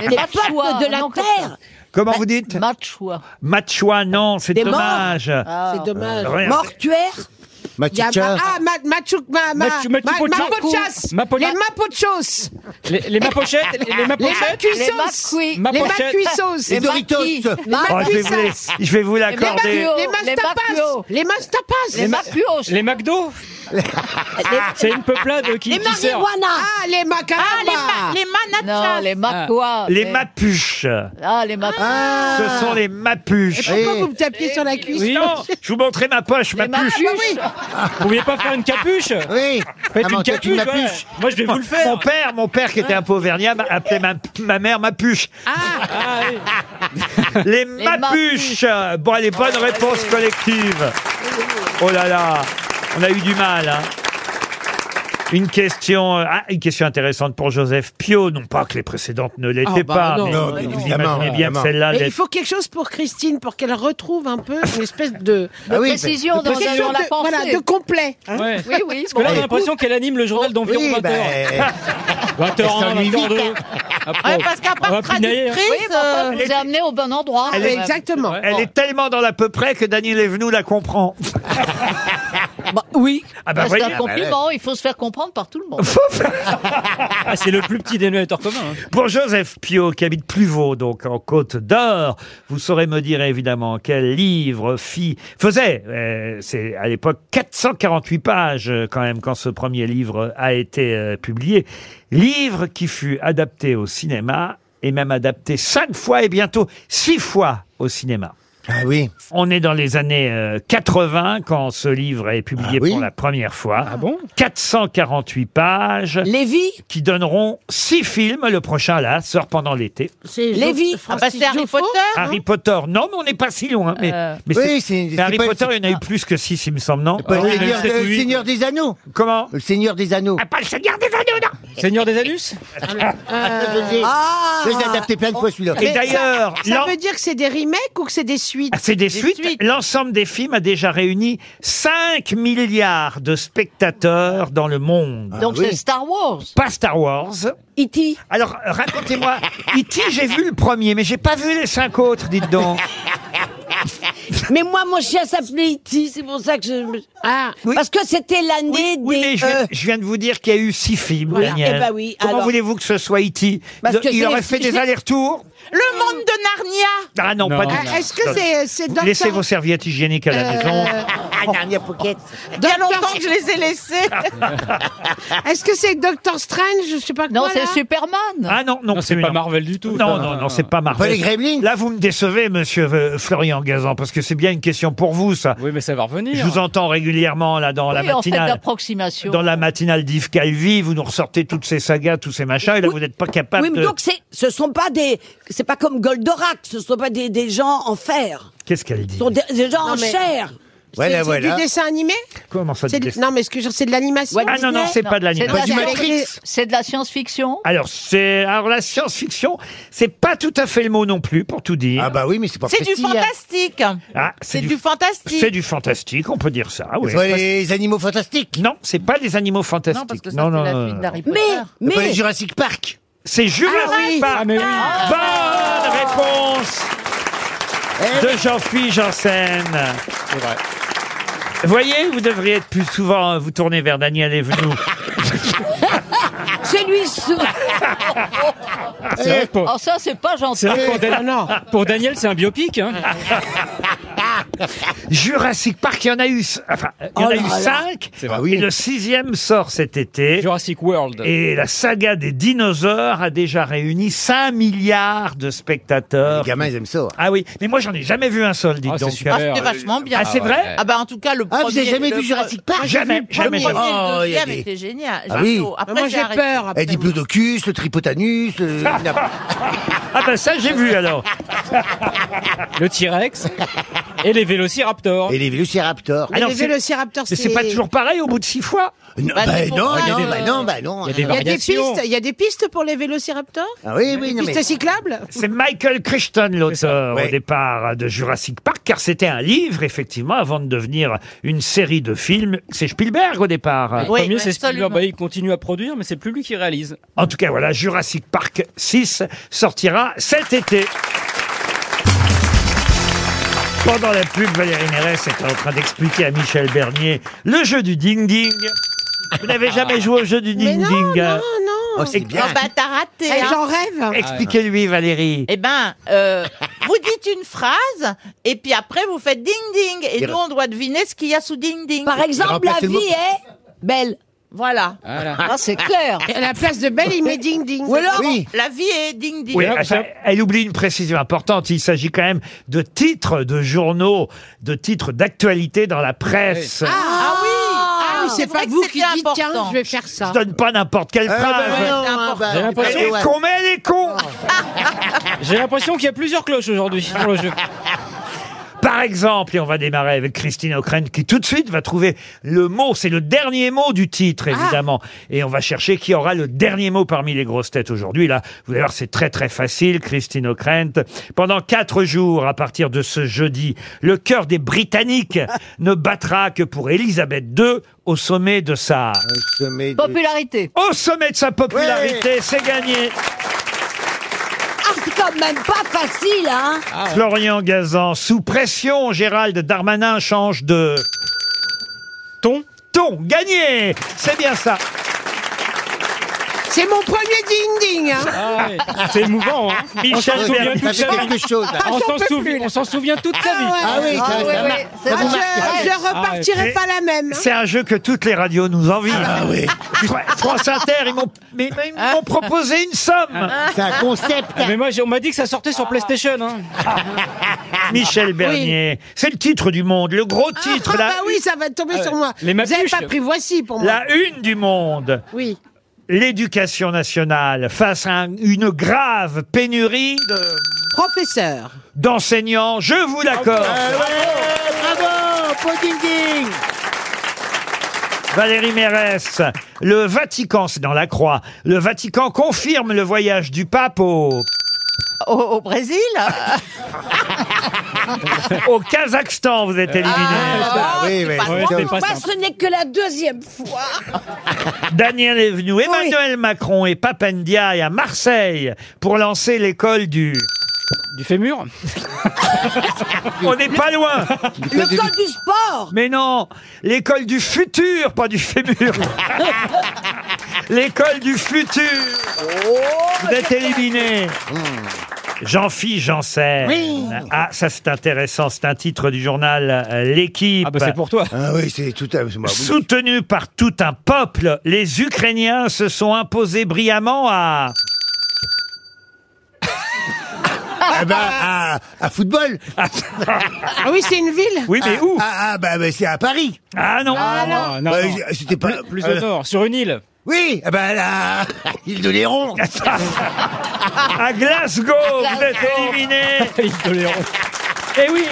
D: Les peuples de la terre.
B: Comment vous dites
G: Machua.
B: Machua, non, c'est
D: Des morts. Ah.
B: dommage.
F: Ah.
B: Ah.
F: C'est dommage.
B: Rien.
D: Mortuaire.
F: Il y a ma- ah, ma, machu, ma, ma,
C: Machu-
F: ma,
C: Machu Picchu.
F: mapochas.
C: Mapona.
F: Les mapochos.
C: Les, les mapochettes, les, les mapochettes.
F: Les macuissos. Les
C: Mapochettes.
F: macuissos. Les Doritos. Les
B: Oh, je, vais vous la-
F: macuissas.
B: je vais vous l'accorder.
F: Les mastapas. Les mastapas.
C: Les ma- Les McDo C'est une peuplade euh, qui, qui sert.
F: Ah, les macarabas.
H: Ah, les, ma- les manachas.
G: Non, les machouas.
B: Les mapuches.
G: Ah, les machouas.
B: Ce sont les mapuches.
F: Ah. Et pourquoi vous me tapiez sur la cuisse
B: Oui, non, je vous montrerai ma poche, ma
G: mapuches.
B: puche.
F: Ah, bah
C: Vous pouviez pas faire une capuche
E: Oui.
C: Faites
E: Ah, mais
C: une
E: toi, tu
C: capuche, ouais.
E: m'appuches.
C: Moi, je vais vous le faire.
B: Mon père, mon père qui était un pauvre vergnat, m'a- appelait ma, ma mère ma puche.
C: Ah, oui.
B: Les mapuches. Bon, allez, bonne réponse collective. Oh là là, on a eu du mal. hein. Une question, euh, ah, une question intéressante pour Joseph Pio, non pas que les précédentes ne l'étaient
F: Ah, bah,
B: pas,
F: non,
B: mais
F: non,
B: vous
F: non.
B: imaginez bien que celle-là
F: Mais
B: l'est.
F: il faut quelque chose pour Christine, pour qu'elle retrouve un peu une espèce de,
G: Ah oui, précision
F: de-
G: dans-
F: quelque
G: dans
F: chose
G: la
F: de-
G: pensée.
F: Voilà, de complet. hein.
C: Ouais.
G: Oui, oui.
C: Parce que là, on a l'impression qu'elle anime le journal d'environ
E: Oui,
C: 20h.
E: bah, euh,
C: 20h1,
E: Elles sont
C: 20h2. Après,
H: Ouais, parce qu'à
C: on va
H: part
C: pinailler. hein.
H: traductrice,
G: Oui, papa,
H: euh,
G: je vous ai amené au bon endroit.
B: Elle
G: quand
B: est-
G: même.
F: Exactement.
B: Elle est tellement dans l'à peu près que Daniel Evenou la comprend.
G: Bah, oui.
B: Ah bah
G: Bah,
B: voyez.
G: c'est un compliment, il faut se faire comprendre par tout le monde.
C: Ah, c'est le plus petit dénominateur commun. hein.
B: Pour Joseph Pio, qui habite Pluvaux, donc en Côte d'Or, vous saurez me dire évidemment quel livre fit, faisait, euh, c'est à l'époque 448 pages euh, quand même quand ce premier livre a été euh, publié, livre qui fut adapté au cinéma et même adapté cinq fois et bientôt six fois au cinéma.
E: Ah oui.
B: On est dans les années euh, 80 quand ce livre est publié
E: Ah oui
B: pour la première fois. Ah bon 448 pages
D: Lévi.
B: qui donneront six films. Le prochain, là, sort pendant l'été.
F: C'est Jo-
D: Lévi.
H: Ah bah,
F: Francis Euh,
H: c'est Harry
F: Joffo.
H: Potter hein
B: Harry Potter, non, mais on n'est pas si loin. Mais, mais
E: Oui,
B: c'est-
E: c'est-
B: mais
E: c'est
B: Harry
E: pas-
B: Potter,
E: c'est-
B: il y en a eu plus que six, il me semble, non Ah
E: Pas le
C: oui,
E: Seigneur-
C: le
E: le
C: huit.
E: Seigneur des Anneaux.
B: Comment
E: Le Seigneur des Anneaux.
B: Ah, pas le Seigneur des Anneaux, non
C: Seigneur des anus
D: Ah
E: Je l'ai adapté plein de fois celui-là.
B: Et d'ailleurs,
F: Ça
B: l'en-
F: veut dire que c'est des remakes ou que c'est des suites
B: Ah, c'est des, suites.
F: suites.
B: L'ensemble des films a déjà réuni 5 milliards de spectateurs dans le monde.
G: Donc
D: Ah
E: oui.
G: c'est Star Wars.
B: Pas Star Wars.
D: E.T.
B: Alors, racontez-moi, E.T., j'ai vu le premier, mais j'ai pas vu les cinq autres, dites donc.
D: Mais moi, mon chien s'appelait E.T., c'est pour ça que je...
F: Ah,
B: Oui.
D: Parce que c'était l'année
B: Oui,
D: des...
B: mais je, viens-
D: euh,
B: je viens de vous dire qu'il y a eu six films,
D: Voilà.
B: Daniel.
D: Eh ben oui,
B: Comment
D: alors.
B: voulez-vous que ce soit E.T.
D: Parce
B: De-
D: que
B: Il
D: j'ai-
B: aurait fait
D: j'ai-
B: des allers-retours
H: Le monde de Narnia
B: Ah non, pas du
F: Ah, Est-ce que
D: euh,
F: c'est c'est Doctor Euh,
B: Laissez vos serviettes hygiéniques à la maison.
E: Dernière pocket.
H: Il y a longtemps que je les ai laissés.
F: Est-ce que c'est Doctor Strange Je sais pas
G: Non,
F: quoi, là.
G: c'est Superman.
B: Ah non, non,
C: Non, c'est
B: absolument.
C: pas Marvel du tout.
B: Non,
C: ça.
B: non, non, c'est pas
E: Pas
B: Marvel.
E: les Gremlins
B: Là, vous me décevez, monsieur euh, Florian Gazan, parce que c'est bien une question pour vous, ça.
C: Oui, mais ça va revenir.
B: Je vous entends régulièrement, là, dans la
G: Oui, en fait,
B: matinale.
G: d'approximation.
B: dans la matinale d'Yves Calvi, vous nous ressortez toutes ces sagas, tous ces machins, et là, vous n'êtes pas capable
D: Oui, mais
B: de...
D: donc c'est, ce sont pas des, c'est pas comme Goldorak, ce sont pas des, des gens en fer,
B: Qu'est-ce qu'elle
D: ce
B: dit
D: sont des, des gens
F: Non,
D: en
F: mais-
D: chair.
F: C'est- c'est du dessin animé
B: Comment ça,
F: C'est du-
B: du dessin
F: Non, mais ce que je- c'est de l'animation.
B: Ah, non, non, c'est pas de l'animation.
G: C'est de la-
B: Pas du Matrix.
G: C'est de la science-fiction
B: Alors, c'est alors la science-fiction, c'est pas tout à fait le mot non plus, pour tout dire. Ah bah oui, mais c'est pas
H: C'est du fantastique.
B: Ah,
H: C'est du fantastique.
B: C'est du fantastique, on peut dire ça. Oui.
E: pas les
B: animaux fantastiques. Non, c'est pas les animaux fantastiques.
H: parce que ça,
B: non,
H: c'est
B: non,
H: la
B: non,
H: suite
B: non.
H: d'Harry Potter. Mais-
B: C'est pas
H: mais-
B: les Jurassic Park. C'est Jurassic
H: Ah oui.
B: Park.
H: Ah, mais oui. Ah.
B: Bonne réponse
H: Eh
B: de Jean-Philippe Janssen. C'est vrai. Voyez, vous devriez être plus souvent euh, vous tourner vers Daniel Evenou.
C: Ah.
G: C'est lui
B: C'est vrai que pour-
G: Alors ça, c'est pas gentil.
C: C'est vrai que pour, Dan- pour Daniel, c'est un biopic. hein.
B: Jurassic Park, il y en a eu, c- enfin, il y en
C: Oh
B: a
C: là
B: eu
C: là.
B: cinq.
C: C'est
H: Ah
C: vrai.
B: Et le sixième sort cet été.
C: Jurassic World.
B: Et la saga des dinosaures a déjà réuni 5 milliards de spectateurs. Les gamins, ils aiment ça. Ah oui, mais moi, j'en ai jamais vu un seul, dites donc.
H: Ah, c'était vachement bien.
B: Ah, c'est vrai
H: Ah bah en tout cas le
E: Ah,
H: premier.
E: vous avez jamais
H: le
E: vu
H: pre-
E: Jurassic Park
H: Moi, j'ai
E: Jamais,
H: vu le
E: jamais,
H: premier,
E: jamais.
H: Le
E: Oh, il y a
H: deuxième
E: des-
H: était génial.
E: Ah oui.
H: J'adore. Après,
E: Moi, j'ai
H: arrêté. Eh,
E: Et diplodocus, le tripotanus, euh,
B: Ah ben ça j'ai vu alors.
C: Le T-Rex et les Vélociraptors.
E: Et les Vélociraptors.
F: Mais les vélociraptors,
B: pareil au bout de six fois
E: Non,
F: Bah,
E: bah,
F: c'est
E: non,
F: pour ça,
E: non,
F: euh,
E: bah non, bah non.
F: Il y a des pistes, il y a des pistes pour les vélociraptors
E: Ah oui,
F: Des
E: oui, non,
F: pistes
E: mais-
F: cyclables
B: C'est Michael Crichton, l'auteur au départ de Jurassic Park, car c'était un livre, effectivement, avant de devenir une série de films. C'est Spielberg au départ.
C: Le premier, c'est Spielberg. Bah, il continue à produire, mais c'est plus lui qui réalise.
B: En tout cas, voilà, Jurassic Park 6 sortira cet été. Pendant la pub, Valérie Mérès était en train d'expliquer à Michel Bernier le jeu du ding-ding. Vous n'avez jamais joué au jeu du
H: Mais non,
B: ding-ding
H: non,
B: Ah. Oh, c'est bien.
H: Ah bah t'as raté.
F: Eh,
H: hein.
F: j'en
B: Ah,
F: rêve.
B: Expliquez-lui, Valérie.
H: Eh ben, euh, vous dites une phrase et puis après vous faites ding ding et
B: Il-
H: nous on doit deviner ce qu'il y a sous ding ding.
D: Par exemple, la vie est belle.
H: Voilà.
F: Ah, c'est clair. Et à la place de belle, il met ding ding.
H: Ou alors, la vie est ding ding.
B: Oui, enfin, elle oublie une précision importante. Il s'agit quand même de titres de journaux, de titres d'actualité dans la presse.
F: Ah, ah oui, ah, oui
H: C'est
F: c'est
H: vrai
F: pas
H: que
F: vous
H: c'était
F: qui dites tiens,
H: important.
F: je vais faire ça.
B: Je donne pas n'importe quelle
F: ben
B: phrase.
F: non, hein, bah,
C: J'ai l'impression-
B: Elle est con, mais elle est con
C: J'ai l'impression qu'il y a plusieurs cloches aujourd'hui sur le jeu.
B: Par exemple, et on va démarrer avec Christine O'Crane qui tout de suite va trouver le mot, c'est le dernier mot du titre évidemment, et on va chercher qui aura le dernier mot parmi les grosses têtes aujourd'hui. Là, vous allez voir, c'est très très facile, Christine O'Crane. Pendant quatre jours, à partir de ce jeudi, le cœur des Britanniques ne battra que pour Elisabeth II au sommet de sa...
G: Popularité.
B: Au sommet de sa popularité, c'est gagné
D: Ah, c'est quand même pas facile, hein
F: Ah.
B: Florian Gazan, sous pression, Gérald Darmanin change de... Ton Ton, gagné C'est bien ça
F: C'est mon premier ding ding. hein.
B: Ah,
C: C'est émouvant, hein On s'en
B: Michel
C: souvient
B: Bernier.
C: toute sa vie.
E: quelque chose, là.
C: On
F: Ah, j'en
C: s'en
F: peux
C: souvient, on s'en souvient toute sa vie.
F: Ah ouais. Ah ouais, ouais, c'est vrai. Je- Je repartirai
B: Et-
F: pas la même. hein.
B: C'est un jeu que toutes les radios nous envient.
F: Ah, bah
B: Fr- France Inter, ils m'ont mais- mais ils m'ont proposé une somme.
E: C'est un concept.
C: Ah, Mais moi, j'ai- on m'a dit que ça sortait sur PlayStation. hein.
B: Michel Bernier, c'est le titre du monde, le gros titre,
F: Ah
B: la,
F: bah oui, ça va
C: Ah
F: tomber sur moi.
B: Les
F: Vous avez
B: mapuches.
F: pas pris voici pour moi.
B: la une du monde.
F: Oui.
B: L'éducation nationale face à un- une grave pénurie de-
F: Professeur.
B: d'enseignants, je vous l'accorde. Oh,
E: Bravo, po ding ding.
B: Valérie Mérès, le Vatican, c'est dans la croix, le Vatican confirme le voyage du pape au,
H: Au, au Brésil
B: Ah, au Kazakhstan, vous êtes éliminé.
E: Ah, oui, oui.
D: Par
B: Ouais,
D: contre,
B: c'était pas
D: moi,
B: simple.
D: ce n'est que la deuxième fois.
B: Daniel est venu, Emmanuel Macron et Papendiaï à Marseille pour lancer l'école du...
C: Du fémur
B: On n'est pas loin
D: Le code du sport
B: Mais non L'école du futur, pas du fémur L'école du futur
D: Oh,
B: Vous êtes éliminé Jean-Philippe Janssen.
E: Oui.
B: Ah, ça c'est intéressant, c'est un titre du journal euh, L'équipe.
C: Ah bah c'est pour toi.
E: Ah oui, c'est tout à c'est moi.
B: Soutenu par tout un peuple, les Ukrainiens se sont imposés brillamment à...
E: Ah ben, à, à football. ah
F: oui, c'est une ville
E: Oui, mais où Ah, ah, bah, bah, c'est à Paris.
B: Ah non.
C: Ah, non. non,
E: Bah,
C: non. Ah,
E: j- C'était pas Euh,
C: Plus au nord, sur une île.
E: Oui, ah bah là, île de Léron.
B: à Glasgow, vous êtes éliminé. Eh oui.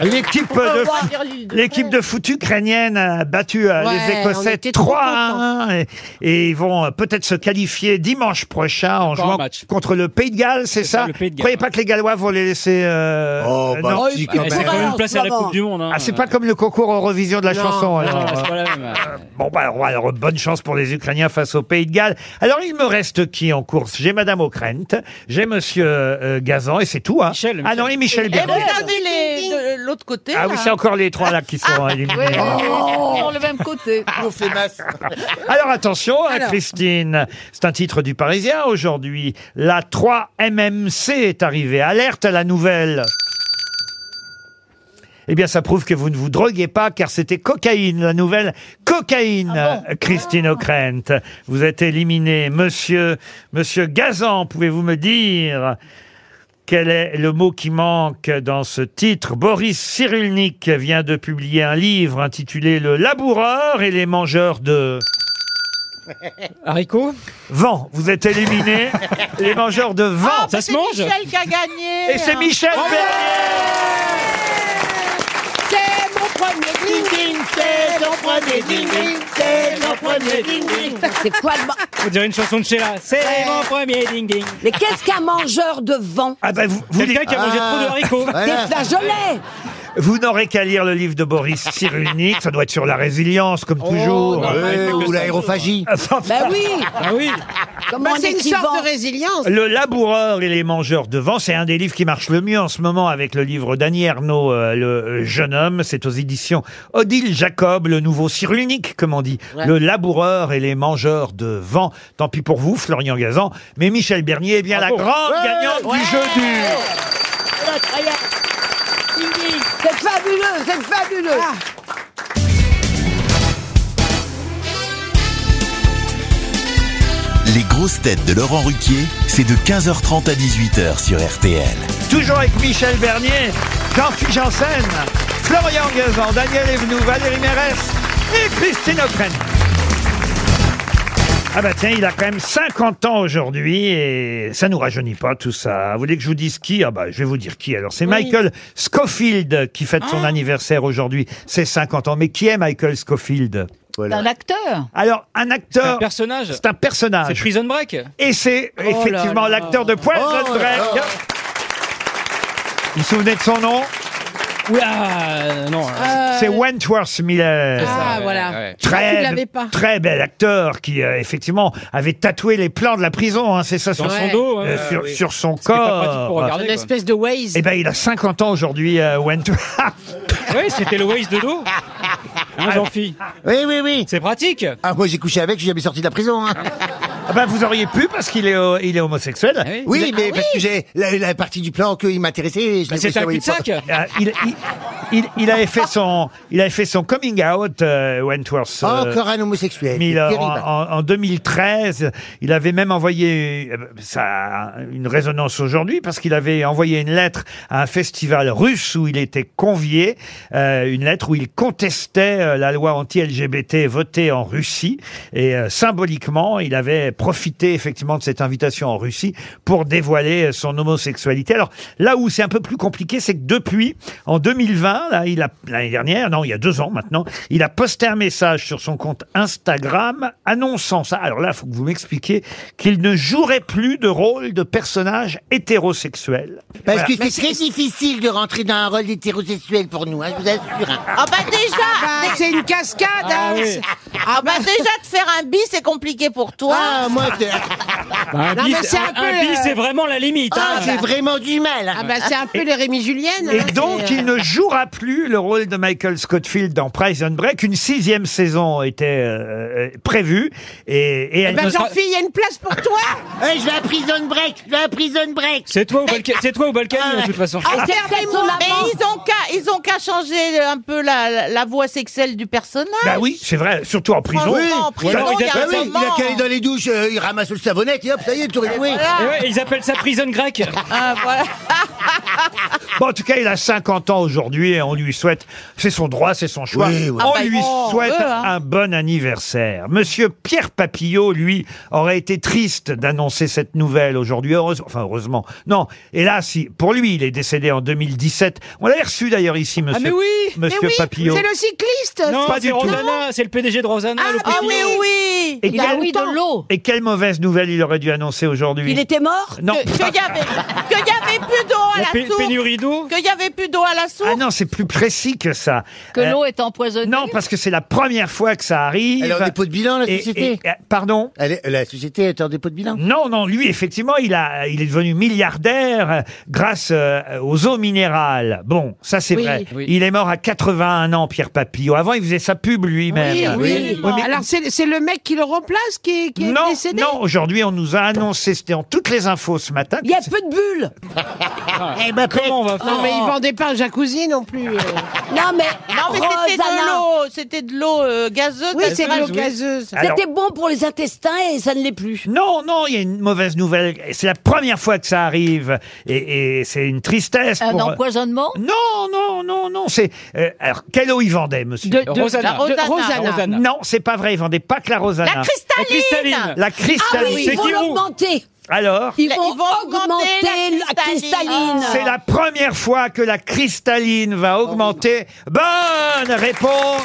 B: L'équipe
F: On peut voir l'île
B: de,
F: de
B: l'équipe de foot ukrainienne a battu euh,
F: Ouais,
B: les
F: on
B: Écossais
F: était trop
B: 3 1 et, et ils vont euh, peut-être se qualifier dimanche prochain en jouant contre le Pays de Galles, c'est ça
C: le Pays de Galles,
B: Croyez pas que les Gallois vont les laisser euh,
E: Oh, bah,
B: non.
E: si, quand Ils même. sont quand même placés à la Coupe du Monde, hein.
B: Ah, c'est pas comme le concours Eurovision de la
E: Non,
B: chanson.
E: non,
B: alors,
E: c'est pas
B: hein. Bon bah alors, alors, bonne chance pour les Ukrainiens face au Pays de Galles. Alors il me reste qui en course J'ai Madame O'Krent, j'ai Monsieur euh, Gazan et c'est tout. Hein. Ah non et Michel
H: Eh,
B: Bernier.
H: regardez les- de l'autre côté.
B: Ah oui,
H: là.
B: c'est encore les trois là qui sont
G: Oui,
B: éliminés.
G: sur Oh, le même côté. On fait masse.
B: Alors attention, hein,
G: Alors.
B: Christine, c'est un titre du Parisien aujourd'hui. La 3MMC est arrivée. Alerte à la nouvelle. Eh bien, ça prouve que vous ne vous droguez pas, car c'était cocaïne, la nouvelle cocaïne, Christine O'Krent. Vous êtes éliminé. Monsieur, monsieur Gazan, pouvez-vous me dire quel est le mot qui manque dans ce titre Boris Cyrulnik vient de publier un livre intitulé Le laboureur et les mangeurs de... Haricots Vent, vous êtes éliminé. les mangeurs de vent.
H: Ah, c'est Michel qui a gagné.
B: Et c'est Michel
F: C'est mon premier ding-ding, c'est mon premier ding-ding, c'est mon premier ding-ding.
D: C'est quoi le... ma-
C: On dirait une chanson de Sheila. C'est
D: Ouais.
C: mon premier ding ding.
D: Mais qu'est-ce qu'un mangeur de vent
B: Ah ben, vous, vous
C: Quelqu'un qui a mangé trop de haricots.
D: Des flageolets
B: Euh, Vous n'aurez qu'à lire le livre de Boris Cyrulnik, ça doit être sur la résilience, comme toujours.
E: non, Ouais, non, ou non,
B: l'aérophagie.
D: Ben oui
C: Ah oui
D: Comment
F: Bah, c'est
D: on
F: une
D: dit
F: sorte
D: vent
F: de résilience.
B: Le laboureur et les mangeurs de vent, c'est un des livres qui marche le mieux en ce moment avec le livre d'Annie Ernaux, euh, Le euh, jeune homme. C'est aux éditions Odile Jacob, le nouveau cyrulnique, comme on dit.
N: Ouais.
B: Le laboureur et les mangeurs de vent. Tant pis pour vous, Florian Gazan. Mais Michel Bernier est bien la grande gagnante du jeu du...
C: Ah,
D: C'est fabuleux, c'est fabuleux
C: Ah,
A: Les grosses têtes de Laurent Ruquier, c'est de 15h30 à 18h sur RTL.
B: Toujours avec Michel Bernier, Jean-Philippe Janssen, Florian Gazan, Daniel Evenou, Valérie Mérès et Christine O'Krent. Ah bah tiens, il a quand même 50 ans aujourd'hui et ça nous rajeunit pas tout ça. Vous voulez que je vous dise qui Ah bah je vais vous dire qui alors. C'est Michael Scofield qui fête son anniversaire aujourd'hui. C'est 50 ans. Mais qui est Michael Scofield
G: Un acteur.
B: Alors un acteur...
C: C'est un personnage.
B: C'est un personnage.
C: C'est Prison Break.
B: Et c'est
C: Oh là
B: effectivement
C: là.
B: l'acteur de Poison
C: Oh là
B: Break.
C: là.
B: Vous vous souvenez de son nom Euh,
C: Oula, non.
B: C'est Wentworth Miller.
F: Ah, voilà. Ah, tu
B: Très,
F: l'avais pas.
B: très bel acteur qui, euh, effectivement, avait tatoué les plans de la prison, hein, c'est ça,
C: Dans son dos, hein.
B: sur,
C: Ah, oui.
B: sur son
C: C'était pas
B: corps. Euh,
C: pratique pour regarder,
F: Une espèce de Waze.
B: Eh ben, il a 50 ans aujourd'hui, euh, Wentworth.
C: Oui, Eh, c'était le Waze de dos. Hein, Jean-Phi
E: Oui, oui, oui.
C: C'est pratique.
E: Ah, moi j'ai couché avec, je suis jamais sorti de la prison. hein.
B: Ah ben, vous auriez pu parce qu'il est, euh, il est homosexuel.
E: Ah Oui, mais parce que j'ai la, la partie du plan qu'il m'intéressait. et je l'ai
B: c'est
E: couché
B: un
E: avec
B: cul-de-sac.
E: lui.
B: Ah, il, il, il, il avait fait son, il avait fait son coming out, euh, Wentworth. euh,
E: Encore un homosexuel.
B: Mais il a-
E: Oh, C'est
B: en,
E: terrible.
B: en- en 2013, il avait même envoyé, euh, ça a une résonance aujourd'hui, parce qu'il avait envoyé une lettre à un festival russe où il était convié, euh, une lettre où il contestait euh, la loi anti-LGBT votée en Russie. Et euh, symboliquement, il avait profité effectivement de cette invitation en Russie pour dévoiler euh, son homosexualité. Alors là où c'est un peu plus compliqué, c'est que depuis, en 2020, là, il a- l'année dernière, non, il y a deux ans maintenant, il a posté un message sur son compte Instagram annonçant ça. Alors là, il faut que vous m'expliquiez qu'il ne jouerait plus de rôle de personnage hétérosexuel.
E: Parce
B: Voilà.
E: que c'est très difficile de rentrer dans un rôle hétérosexuel pour nous, hein, je vous assure. hein.
H: Ah bah déjà
F: Ah bah, c'est une cascade. hein.
H: Ah bah déjà de faire un bis c'est compliqué pour toi.
E: Ah, moi, c'est-
C: Un
F: Non,
C: bis,
F: mais c'est un
C: un-
F: peu,
C: un bis,
F: euh,
C: c'est vraiment la limite.
E: Ah,
C: hein.
E: j'ai vraiment du mal. hein.
F: Ah bah c'est un peu les Rémi Julienne.
B: Et
F: hein,
B: donc,
F: c'est, euh,
B: il ne jouera plus le rôle de Michael Scottfield dans Prison Break. Une sixième saison était euh, euh, prévue. Et,
F: Eh
B: et elle
F: ben
B: ne sera-
F: Jean-Phil, il y a une place pour toi
E: Eh, je vais à prison break, je vais à prison break.
C: C'est toi au Balka- c'est toi au Balkany, de toute façon.
H: Ah, c'est
D: ton amant.
H: Mais ils ont qu'à ils ont qu'à changer un peu la, la, la voix sexuelle du personnage.
B: Bah oui, c'est vrai, surtout en prison.
H: Franchement, en prison,
B: Ou alors,
H: il y a
E: Bah
H: un
E: oui, il
H: moment.
E: a qu'à aller dans les douches, euh, il ramasse le savonnette et hop, ça y est, tout réglé.
F: voilà. Et ouais,
B: ils appellent ça prison grecque.
H: Ah, voilà.
B: Bon, en tout cas, il a 50 ans aujourd'hui et on lui souhaite, c'est son droit, c'est son choix,
E: Oui, oui.
B: on
E: Ah bah,
B: lui
E: on
B: souhaite
E: veut, hein.
B: un bon anniversaire. Monsieur Pierre Papillot, lui, aurait été triste d'annoncer cette nouvelle aujourd'hui, heureusement, enfin heureusement, non, hélas, si, pour lui, il est décédé en 2017. On l'a reçu d'ailleurs
H: Ah,
B: ici, monsieur,
C: mais oui
B: monsieur
C: Mais oui,
B: Papillot.
C: c'est le
H: cycliste
C: Non,
B: Pas
C: c'est
B: du tout.
C: Rosanna, c'est le PDG de Rosanna. le
H: ah oui,
C: papillon.
H: oui
B: Et quelle- Et quelle mauvaise nouvelle il aurait dû annoncer aujourd'hui
H: Il était
D: mort
B: Non.
H: Que- Qu'il y avait, que y avait plus d'eau à
B: La
H: la,
B: pé-
H: source.
B: pénurie d'eau
H: Qu'il y avait plus d'eau à la source.
B: Ah non, c'est plus précis que ça.
G: Que
B: Euh,
G: l'eau est empoisonnée.
B: Non, parce que c'est la première fois que ça arrive.
E: Elle est en dépôt de bilan, la
B: Et-
E: société.
B: et- et- pardon
E: La société est en dépôt de bilan.
B: Non, non, lui, effectivement, il, a, il est devenu milliardaire euh, grâce euh, aux eaux minérales. Bon, ça c'est
F: Oui.
B: vrai.
F: Oui.
B: Il est mort à 81 ans, Pierre Papillot. Avant, il faisait sa pub lui-même.
F: Oui, oui.
B: Eh ben Oui, mais-
F: Alors c'est c'est le mec qui le remplace qui est, qui est
B: non,
F: décédé
B: non, aujourd'hui, on nous a annoncé, c'était en toutes les infos ce matin. Il y a peu
D: de bulles
F: Eh ben,
B: Comment on va faire
F: Non mais
C: Oh.
F: il vendait pas un jacuzzi non plus. euh.
D: Non, mais,
H: Non, mais c'était de l'eau, c'était de l'eau euh, gazeuse.
F: Oui, c'est de l'eau
H: naturelle.
F: gazeuse.
B: Alors-
D: C'était bon pour les intestins et ça ne l'est plus.
B: Non, non, il y a une mauvaise nouvelle. C'est la première fois que ça arrive. Et, et c'est une tristesse.
G: Un
B: pour... euh,
G: empoisonnement
B: Non, non, non, non. C'est euh, alors quelle eau ils vendaient, monsieur
F: De- de- Rosanna. la Rosanna. De- Rosanna. Rosanna.
B: Non, c'est pas vrai. Ils vendaient pas que la Rosanna.
F: La cristalline. La cristalline.
B: La cristalline.
F: Ah oui, ils C'est vont qui, vous
D: l'augmenter.
B: Alors.
D: Ils vont, augmenter la cristalline.
B: C'est la première fois que la cristalline va augmenter. Bonne réponse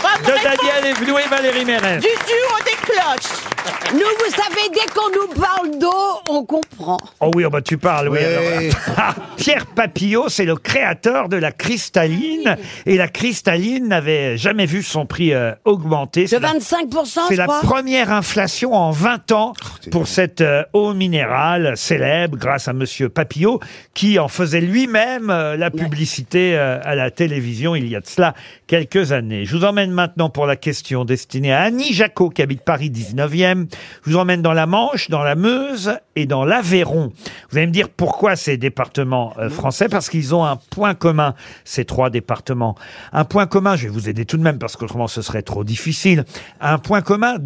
C: Oh.
B: de Daniel Evenou et Valérie Mérez.
D: Du duo des cloches. Nous, vous savez, dès qu'on nous parle d'eau, on comprend.
B: Oh oui, oh bah tu parles, oui. alors. Pierre Papillot, c'est le créateur de la cristalline. Et la cristalline n'avait jamais vu son prix euh, augmenter. De
D: 25%,
B: C'est
D: je
B: la
D: crois.
B: première inflation en 20 ans pour cette euh, eau minérale célèbre grâce à Monsieur Papillot qui en faisait lui-même euh, la publicité euh, à la télévision il y a de cela quelques années. Je vous emmène maintenant pour la question destinée à Annie Jacot qui habite Paris 19e. Je vous emmène dans la Manche, dans la Meuse et dans l'Aveyron. Vous allez me dire pourquoi ces départements euh, français Parce qu'ils ont un point commun, ces trois départements. Un point commun, je vais vous aider tout de même parce qu'autrement ce serait trop difficile. Un point commun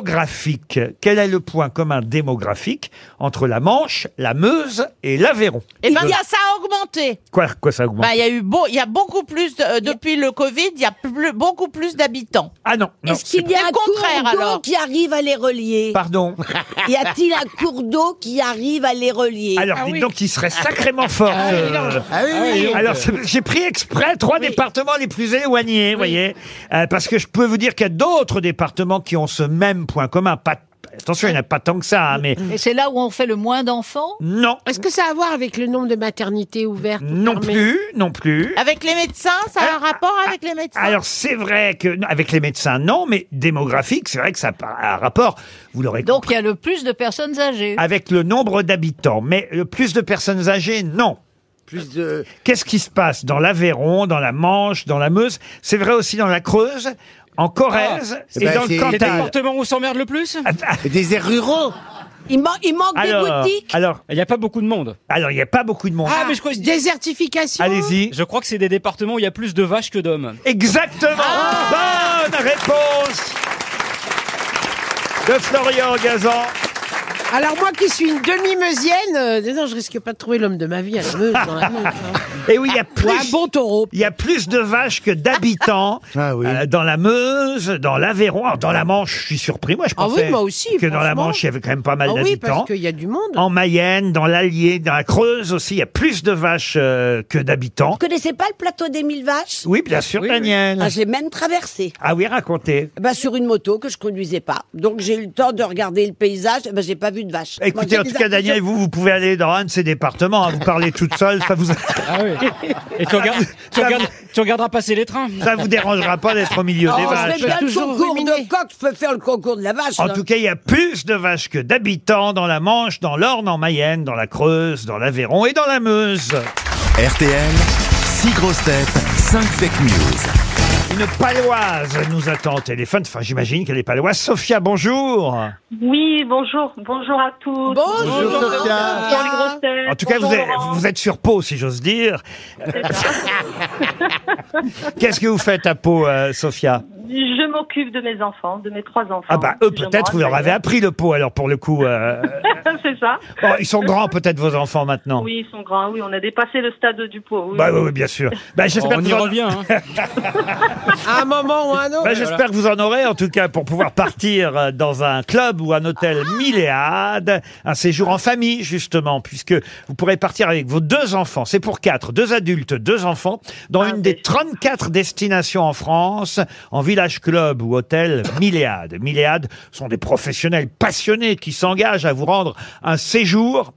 B: démographique. Quel est le point commun démographique entre la Manche, la Meuse et l'Aveyron
H: Et ben, ça, ça a augmenté.
B: Quoi, quoi ça augmente
H: Bah, il y a eu beau, il y a beaucoup plus de- euh, depuis le Covid, il y a plus- beaucoup plus d'habitants.
B: Ah non. non,
H: Est-ce qu'il y a un contraire
D: cours d'eau
H: alors
D: qui arrive à les relier
B: Pardon.
H: Bah,
D: Y a-t-il un cours d'eau qui arrive à les relier
B: Alors, Ah dites donc qu'il serait sacrément fort.
D: Ah oui,
B: euh,
D: non. Ah oui, oui.
B: Alors, c'est- j'ai pris exprès trois départements les plus éloignés, vous voyez, euh, parce que je peux vous dire qu'il y a d'autres départements qui ont ce même point commun. Pas, attention, il n'y en a pas tant que ça, hein, mais
G: Et c'est là où on fait le moins d'enfants
B: non,
F: Est-ce que ça a à voir avec le nombre de maternités ouvertes
B: non plus, non plus.
H: Avec les médecins, ça a un rapport avec les médecins.
B: Alors c'est vrai que non, avec les médecins non, mais démographique, c'est vrai que ça a un rapport. Vous l'aurez
G: Donc il y a le plus de personnes âgées.
B: avec le nombre d'habitants. Mais le plus de personnes âgées, non. Qu'est-ce qui se passe dans l'Aveyron, dans la Manche, dans la Meuse C'est vrai aussi dans la Creuse, en Corrèze
C: Ah.
B: et
C: Eh ben,
B: dans le
C: c'est- Les
B: Cantal.
C: départements où on s'emmerde le plus
B: Des airs ruraux
D: Il, man- il manque
B: alors,
D: des boutiques.
B: alors,
C: Il n'y a pas beaucoup de monde.
B: alors, il n'y a pas beaucoup de monde.
C: Ah, mais je crois
F: Désertification.
B: Allez-y.
C: Je crois que c'est des départements où il y a plus de vaches que d'hommes.
B: Exactement Bonne réponse de Florian Gazan.
F: Alors moi qui suis une demi-meusienne, euh, non, je risque pas de trouver l'homme de ma vie à la Meuse, dans la Meuse. hein.
B: Et eh oui, il y a plus,
F: Ou un bon taureau.
B: il y a plus de vaches que d'habitants
C: Ah
B: euh, dans la Meuse, dans l'Aveyron, Alors, dans la Manche. Je suis surpris, moi, je
F: Ah oui,
B: pensais
F: moi aussi,
B: que dans la
F: franchement.
B: Manche, il y avait quand même pas mal
F: Ah oui,
B: d'habitants.
F: parce qu'il y a du monde.
B: En Mayenne, dans l'Allier, dans la Creuse aussi, il y a plus de vaches euh, que d'habitants.
D: Vous connaissez pas le plateau des mille vaches
B: Oui, bien sûr, Daniel.
D: Ah, je l'ai même traversé.
B: Ah oui, racontez.
D: Bah, sur une moto que je conduisais pas. Donc j'ai eu le temps de regarder le paysage. Bah, j'ai pas vu de vache.
B: Écoutez, en tout cas, Daniel, vous, vous pouvez aller dans un de ces départements. hein. vous parlez toute seule, ça vous...
C: Ah Et tu, regardes- tu regardes- tu regarderas passer les trains.
B: ça vous dérangera pas d'être au milieu des
D: Oh, je
B: vaches.
D: fais bien le concours de coq. Je peux faire le concours de la vache.
B: En
D: là.
B: tout cas, il y a plus de vaches que d'habitants dans la Manche, dans l'Orne, en Mayenne, dans la Creuse, dans l'Aveyron et dans la Meuse.
A: RTL, 6 grosses têtes, 5 fake news.
B: Une paloise nous attend au téléphone. Enfin, j'imagine qu'elle est paloise. Sophia, bonjour.
N: Oui, bonjour, bonjour à tous. Bonjour,
B: Sophia.
N: Bonjour les grosses têtes.
B: En tout cas, vous
N: Bonjour,
B: êtes,
N: Laurent.
B: vous êtes sur Pau, si j'ose dire. Qu'est-ce que vous faites à Pau, euh, Sophia
N: Je m'occupe de mes enfants, de mes trois enfants.
B: Ah bah eux peut-être vous leur avez appris le pot alors pour le coup. euh,
N: C'est ça.
B: oh, ils sont grands peut-être vos enfants maintenant.
N: Oui, ils sont grands. Oui, on a dépassé le stade du pot. Oui.
B: Bah oui, oui, bien sûr. Bah, j'espère que vous en-
N: hein.
F: À un moment ou à un autre.
B: Bah, J'espère que vous en aurez, en tout cas, pour pouvoir partir euh, dans un club ou un hôtel Milléade, un séjour en famille, justement, puisque vous pourrez partir avec vos deux enfants. C'est pour quatre, deux adultes, deux enfants, dans une des 34 destinations en France, en village club ou hôtel Milléade. Milléade sont des professionnels passionnés qui s'engagent à vous rendre un séjour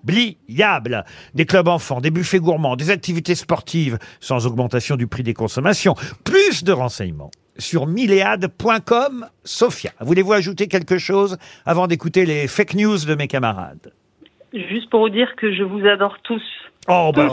B: inoubliable. Des clubs enfants, des buffets gourmands, des activités sportives sans augmentation du prix des consommations. Plus de renseignements sur milléade.com. Sophia, voulez-vous ajouter quelque chose avant d'écouter les fake news de mes camarades
N: Juste pour vous dire que je vous adore tous.
B: Oh, bah,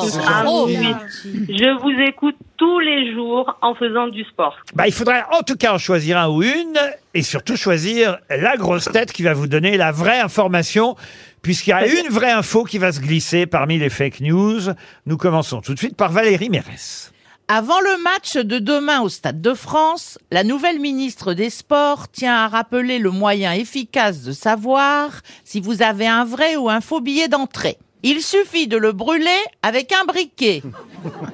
N: Tous, tous, tous. Ah oui. Je vous écoute tous les jours en faisant du sport.
B: Bah, il faudrait en tout cas en choisir un ou une, et surtout choisir la grosse tête qui va vous donner la vraie information, puisqu'il y a une vraie info qui va se glisser parmi les fake news. Nous commençons tout de suite par Valérie Mérès.
H: Avant le match de demain au Stade de France, la nouvelle ministre des Sports tient à rappeler le moyen efficace de savoir si vous avez un vrai ou un faux billet d'entrée. Il suffit de le brûler avec un briquet.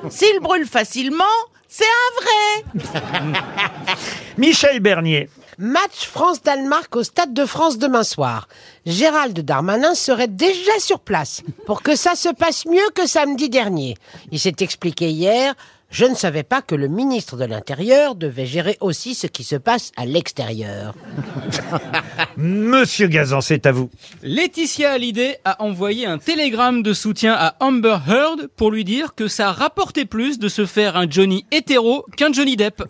H: S'il brûle facilement, c'est un vrai.
B: Michel Bernier.
F: Match France-Danemark au Stade de France demain soir. Gérald Darmanin serait déjà sur place pour que ça se passe mieux que samedi dernier. Il s'est expliqué hier. Je ne savais pas que le ministre de l'Intérieur devait gérer aussi ce qui se passe à l'extérieur.
B: Monsieur Gazan, c'est à vous.
C: Laetitia Hallyday a envoyé un télégramme de soutien à Amber Heard pour lui dire que ça rapportait plus de se faire un Johnny hétéro qu'un Johnny Depp.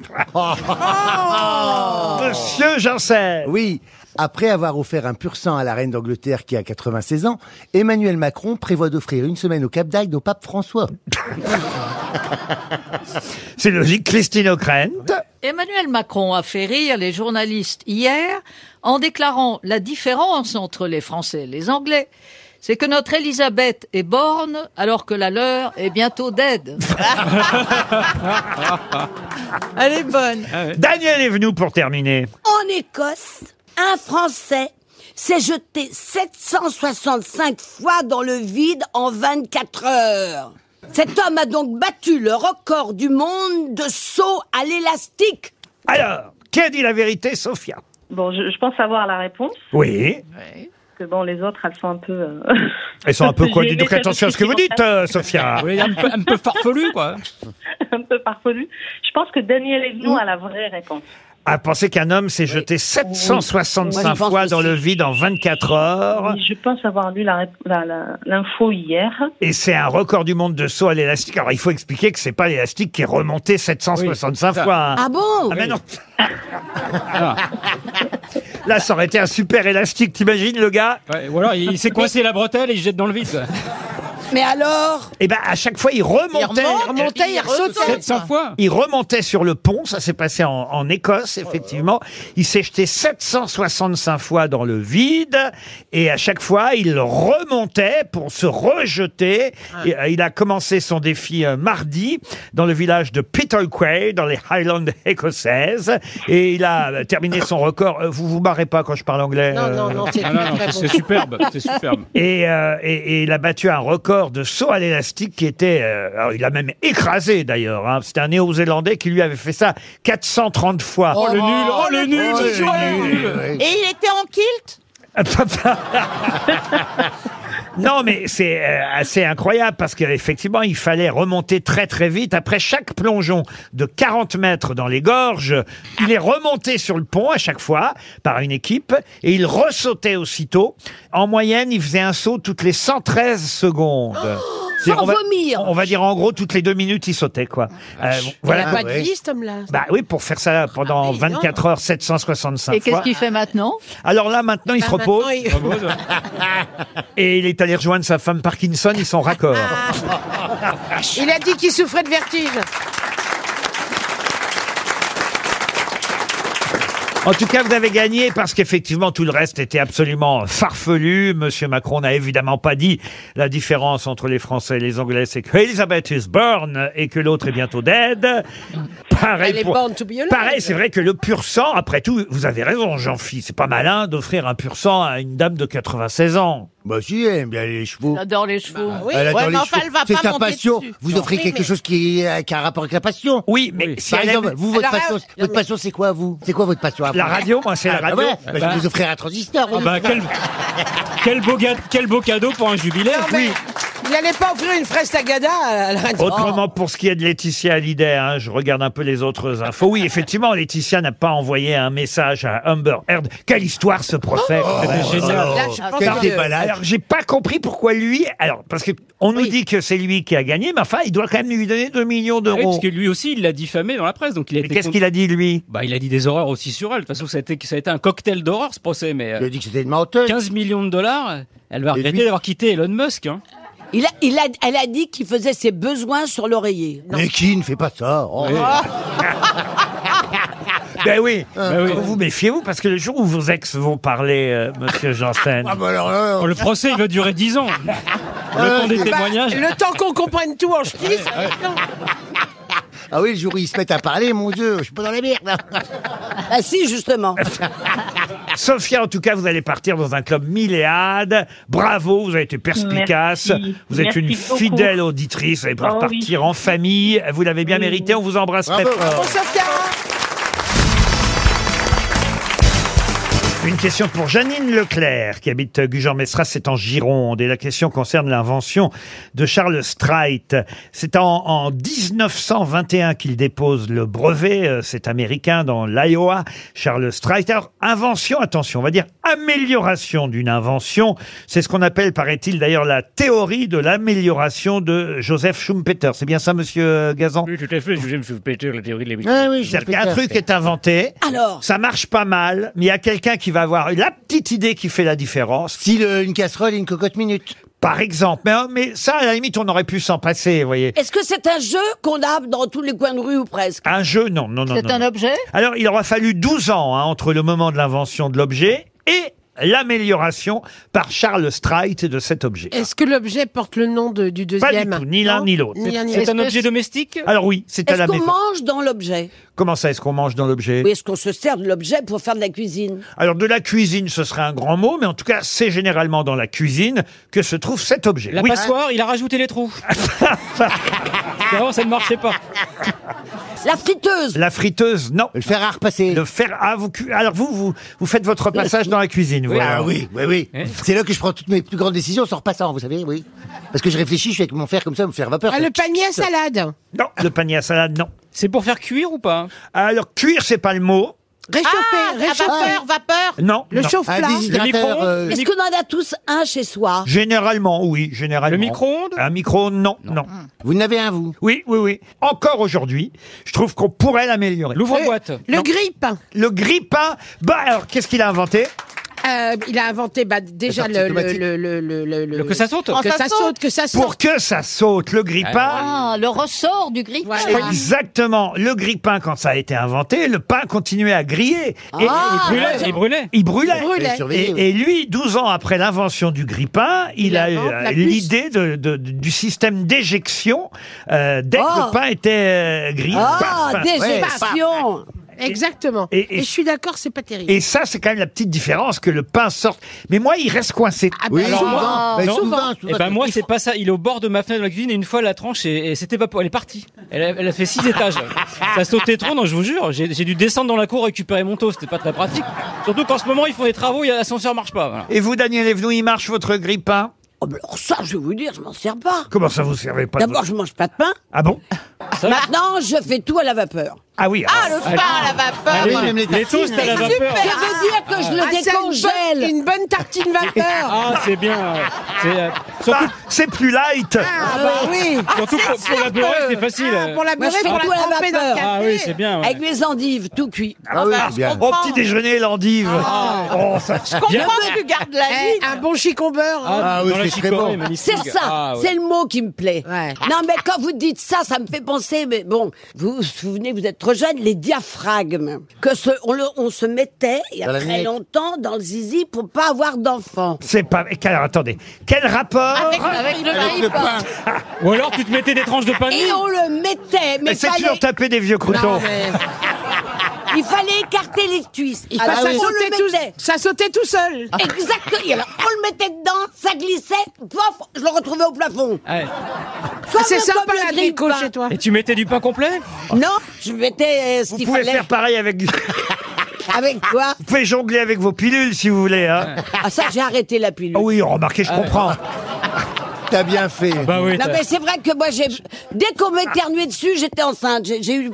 B: Monsieur Janssen
E: Oh. Oui, après avoir offert un pur sang à la reine d'Angleterre qui a 96 ans, Emmanuel Macron prévoit d'offrir une semaine au Cap d'Agde au pape François.
B: C'est logique, Christine O'Krent.
G: Emmanuel Macron a fait rire les journalistes hier en déclarant la différence entre les Français et les Anglais. C'est que notre Elisabeth est borne alors que la leur est bientôt dead.
H: Elle est bonne.
C: Ah
B: Daniel est venu pour terminer.
D: En Écosse, un Français s'est jeté 765 fois dans le vide en 24 heures. Cet homme a donc battu le record du monde de saut à l'élastique.
B: Alors, qui a dit la vérité, Sophia
N: Bon, je, je pense avoir la réponse.
B: Oui.
N: Parce que bon, les autres, elles sont un peu. euh,
B: Elles sont un peu quoi
N: J'ai
B: Dites donc
N: aimé
B: attention à ce que vous dites, euh, Sophia.
C: Oui, un peu, un peu farfelu, quoi.
N: un peu farfelu. Je pense que Daniel Evnou a la vraie réponse.
B: À penser qu'un homme s'est jeté 765
N: Moi, je pense
B: fois dans le vide en 24 heures.
N: Oui, je pense avoir lu la rép- la- la- l'info hier.
B: Et c'est un record du monde de saut à l'élastique. Alors, il faut expliquer que c'est pas l'élastique qui est remonté 765 fois. hein.
D: bon
B: Ah ben non. Là, ça aurait été un super élastique, t'imagines, le gars
C: Ouais, ou alors il s'est coincé la bretelle et il jette dans le vide.
D: Mais alors
B: Eh ben, à chaque fois, il remontait.
C: remonte, Il remontait, il il ressautait. ressautait. 700 fois.
B: Il remontait sur le pont. Ça s'est passé en, en Écosse, effectivement. Il s'est jeté 765 fois dans le vide. Et à chaque fois, il remontait pour se rejeter.
F: Ah.
B: Et, euh, il a commencé son défi euh, mardi dans le village de Quay, dans les Highlands écossaises. Et il a euh, terminé son record. Euh, Vous vous marrez pas quand je parle anglais.
F: Non, non,
B: euh,
F: non, c'est Ah non, non, très c'est bon. superbe, c'est superbe.
B: et, euh, et- et il a battu un record de saut à l'élastique qui était. euh, alors il a même écrasé d'ailleurs. hein. C'était un néo-zélandais qui lui avait fait ça 430 fois.
H: Oh, le nul, oh, le nul,
B: Oh,
H: il joue
B: le nul.
H: Et il était en kilt
B: Non, mais c'est euh, assez incroyable parce qu'effectivement, il fallait remonter très très vite. Après chaque plongeon de 40 mètres dans les gorges, il est remonté sur le pont à chaque fois par une équipe et il ressautait aussitôt. En moyenne, il faisait un saut toutes les 113 secondes.
D: sans
B: C'est-à-dire, on va,
D: vomir.
B: On va dire en gros, toutes les deux minutes, il sautait, quoi. Euh,
F: Voilà. pas de
B: Ouais.
F: vie, cet homme-là.
B: Bah oui, pour faire ça pendant
F: oui,
B: 24 heures, 765
G: Et qu'est-ce
B: fois.
G: qu'il fait maintenant
B: Alors là, maintenant, il
G: Bah,
B: se repose.
G: maintenant,
B: Et il est allé rejoindre sa femme Parkinson, ils sont raccord.
F: Ah. Il a dit qu'il souffrait de vertige.
B: En tout cas, vous avez gagné parce qu'effectivement, tout le reste était absolument farfelu. Monsieur Macron n'a évidemment pas dit la différence entre les Français et les Anglais, c'est que Elizabeth is born et que l'autre est bientôt dead. Pareil,
F: Elle est
B: pour-
F: born to be alive.
B: pareil, c'est vrai que le pur sang, après tout, vous avez raison, Jean-Philippe, c'est pas malin d'offrir un pur sang à une dame de 96 ans.
E: Bah si, elle aime bien les chevaux.
G: J'adore les chevaux.
E: Elle adore les chevaux. C'est sa passion. Vous offrez quelque chose qui, euh, qui a un rapport avec la passion.
B: Oui, mais si
E: par
B: elle
E: exemple,
B: aime-
E: vous, votre
B: Alors,
E: passion,
B: euh,
E: votre passion, c'est quoi vous C'est quoi votre passion à
B: La
E: vous
B: radio, moi, c'est la
E: Ah, bah
B: radio.
E: ouais, bah,
B: Bah.
E: Je vais vous offrir un transistor.
F: Ah, bah, quel-
C: Quel beau, ga- quel beau cadeau pour un jubilaire.
F: Mais Il n'allait pas offrir une fraise tagada euh, à la radio.
B: Autrement, pour ce qui est de Laetitia Hallyday, hein, je regarde un peu les autres infos. Oui, effectivement, Laetitia n'a pas envoyé un message à Amber Heard. Quelle histoire ce procès
E: Oh, C'était génial. Là, je pense Quel que- déballage.
B: Alors, j'ai pas compris pourquoi lui. Alors, parce que on nous dit que c'est lui qui a gagné, mais enfin, il doit quand même lui donner 2 millions
C: Ah Oui, parce
B: d'euros.
C: que lui aussi, il l'a diffamé dans la presse. Donc il a
B: Mais qu'est-ce qu'il a dit, lui
C: bah, Il a dit des horreurs aussi sur elle. De toute façon, ça a été, ça a été un cocktail d'horreurs, ce procès. Mais, il a
E: dit que c'était une menteuse.
C: 15 millions de dollars, elle va regretter d'avoir quitté Elon Musk. hein.
D: Il a, il a, elle a dit qu'il faisait ses besoins sur l'oreiller. Ah.
E: Mais qui ne fait pas ça Oh.
B: Ah. Ben oui,
E: Ah.
B: Vous vous méfiez, vous, parce que le jour où vos ex vont parler, euh, monsieur Janssen.
E: Ah, bah alors là,
C: Le procès, il va durer 10 ans. Le temps
E: Euh,
C: des
F: Bah,
C: témoignages.
F: le temps qu'on comprenne tout en ch'tis.
E: Ah oui, le jour où ils se mettent à parler, mon Dieu, je suis pas dans la merde.
D: Ah si, justement.
B: Sophia, en tout cas, vous allez partir dans un club milléade. Bravo, vous avez été perspicace.
O: Merci.
B: Vous êtes
O: Merci
B: une
O: beaucoup.
B: fidèle auditrice. Vous allez pouvoir
O: Oh oui.
B: partir en famille. Vous l'avez bien
O: Oui.
B: mérité. On vous embrasse très fort. Une question pour Janine Leclerc, qui habite Gujan-Mestras, c'est en Gironde. Et la question concerne l'invention de Charles Streit. C'est en, en 1921 qu'il dépose le brevet, euh, cet américain, dans l'Iowa, Charles Streit. Alors, invention, attention, on va dire amélioration d'une invention. C'est ce qu'on appelle, paraît-il d'ailleurs, la théorie de l'amélioration de Joseph Schumpeter. C'est bien ça, monsieur euh, Gazan
P: Oui, tout à fait, je me suis péter la théorie de
B: Ah oui, C'est-à-dire qu'un truc est inventé. Alors. Ça marche pas mal, mais il y a quelqu'un qui va avoir la petite idée qui fait la différence.
E: Style euh, une casserole et une cocotte minute.
B: Par exemple. Mais, euh, mais ça, à la limite, on aurait pu s'en passer, vous voyez.
D: Est-ce que c'est un jeu qu'on a dans tous les coins de rue ou presque
B: Un jeu, non, non, non.
D: C'est
B: non,
D: un
B: non.
D: objet
B: Alors, il aura fallu 12 ans hein, entre le moment de l'invention de l'objet et l'amélioration par Charles Streit de cet objet.
F: Est-ce que l'objet porte le nom de- du deuxième
B: Pas du tout, ni l'un
F: Non
B: ni l'autre.
F: Ni l'un ni l'autre.
C: domestique
B: Alors oui, c'est à
D: Est-ce
B: la
D: qu'on
B: maison.
D: mange dans l'objet
B: Comment ça, est-ce qu'on mange dans l'objet
D: Oui, est-ce qu'on se sert de l'objet pour faire de la cuisine
B: Alors de la cuisine, ce serait un grand mot, mais en tout cas, c'est généralement dans la cuisine que se trouve cet objet.
C: La
B: Oui.
C: passoire, il a rajouté les trous. Avant, ça ne marchait pas.
D: La friteuse
B: La friteuse, non. Le
E: fer à repasser.
B: Le fer à vous... cu- Alors vous, vous, vous faites votre passage dans la cuisine, vous. Hein
E: Ah
B: alors.
E: oui, oui, oui. C'est là que je prends toutes mes plus grandes décisions sans repassant, vous savez, oui. Parce que je réfléchis, je suis avec mon fer comme ça, me faire vapeur.
F: Ah, le panier à salade.
B: Non, le panier à salade, non.
C: C'est pour faire cuire ou pas
B: Alors cuire, c'est pas le mot.
F: Réchauffer, réchauffer.
H: vapeur, vapeur.
B: Non. Ah, non. euh,
D: Est-ce qu'on en a tous un chez soi
B: Généralement, oui, généralement. Le micro-ondes Un micro-ondes, non, non.
E: Vous n'avez un, vous
B: Oui, oui, oui. Encore aujourd'hui, je trouve qu'on pourrait l'améliorer.
C: L'ouvre-boîte
F: Le grille-pain.
B: Le grille-pain Bah, alors, qu'est-ce qu'il a inventé
F: Euh, il a inventé bah, déjà
B: sortie
F: le,
B: automatique.
F: le, le, le, le, le-
B: que Oh, ça saute.
F: Que ça saute, que ça saute.
B: Pour que ça saute, le grille-pain...
G: Ah, le ressort du grippin.
F: Ah.
B: Exactement. Le grille-pain, quand ça a été inventé, le pain continuait à griller.
G: Ah,
C: Il brûlait, il brûlait.
B: Il brûlait.
C: Il brûlait.
B: Et, et lui, 12 ans après l'invention du grille-pain, il,
C: Il
B: a
C: invente
B: euh,
C: la puce.
B: l'idée de- de- de- du système d'éjection euh, dès que
F: Oh. Ah,
B: le pain était euh, grillé. paf.
F: déjection. Exactement.
B: Et-
F: Et,
B: et-
F: je suis d'accord, c'est pas terrible.
B: Et ça, c'est quand même la petite différence que le pain sorte. Mais moi, il reste coincé.
F: Oui, alors Ah, ben, souvent. moi-
C: Non.
F: souvent,
C: Eh ben moi, c'est pas ça. Il est au bord de ma fenêtre de la cuisine et une fois la tranche et, c'était pas Elle est partie. Elle a, elle a fait six étages. Ça sautait trop, non, je vous jure. J'ai j'ai dû descendre dans la cour récupérer mon taux. C'était pas très pratique. Surtout qu'en ce moment, ils font des travaux. et L'ascenseur marche pas. voilà.
B: Et vous, Daniel Evenou, il marche votre grille-pain
D: Oh, ben alors ça, je vais vous dire, je m'en sers pas.
B: Comment ça, vous servez pas de-
D: D'abord, je mange pas de pain.
B: Ah bon
D: Maintenant, je fais tout à la vapeur.
B: Ah oui. Ah
H: Ah, le pain à la vapeur.
C: Les toasts à la
H: C'est
C: vapeur.
H: super.
D: Ça veut dire que je le
F: Ah, ça, une
D: décongèle.
F: bonne- Une bonne tartine vapeur.
C: Ah, c'est bien. ouais. C'est, euh, surtout-
B: C'est plus light.
F: Ah, bah oui.
C: Surtout
F: Ah,
C: pour,
F: c'est
C: pour la
F: simple.
C: beurrer, c'est facile.
F: Ah, pour
D: Moi,
F: la
D: je
F: beurrer,
D: fais
F: pour la
D: tout à la
F: tremper dans le
D: vapeur.
F: café.
C: Ah oui, c'est bien. ouais.
D: Avec mes endives, tout cuit.
B: Ah oui, bien. Au petit déjeuner, l'endive.
D: Ah.
B: Oh, ça...
F: que tu gardes la
D: Eh,
F: vie. Un bon chicombeurre.
C: Ah, dans la chicorée, magnifique.
D: hein. C'est ça,
C: Ah, ouais.
D: c'est le mot qui me plaît. Non, mais quand vous dites ça, ça me fait penser, mais bon, vous vous souvenez, vous êtes électrogènes, les diaphragmes, que ce, on, le- on se mettait il y
B: Dans
D: a
B: la
D: très
B: nuque.
D: longtemps dans le zizi pour pas avoir d'enfants.
B: C'est pas. et quel- Alors attendez, quel rapport
D: Avec- avec le Avec le pain.
B: Ou alors tu te mettais des tranches de pain
D: Et on le mettait, mais
B: Mais c'est
D: fallait-
B: toujours taper des vieux croutons.
D: Non, mais- Il fallait écarter les cuisses.
F: Il
D: Alors,
F: fallait-
D: on
F: ça
D: le
F: sautait tout-
D: mettait.
F: ça sautait tout seul.
D: Exactement. Et alors, on le mettait dedans, ça glissait, pof, je le retrouvais au plafond.
F: Ah, C'est sympa, la déco
D: déco
F: chez toi.
C: Et tu mettais du pain complet
D: Non, je mettais euh, ce
B: Vous
D: qu'il
B: pouvez
D: fallait.
B: faire pareil avec.
D: Avec quoi
B: Vous pouvez jongler avec vos pilules si vous voulez. Hein.
D: Ah ça, j'ai arrêté la pilule.
B: Ah oui, remarquez, je
D: Ah ouais.
B: comprends. T'as bien fait. bah oui.
D: non
B: t'as-
D: mais c'est vrai que moi j'ai dès qu'on m'éternuait dessus j'étais enceinte j'ai j'ai eu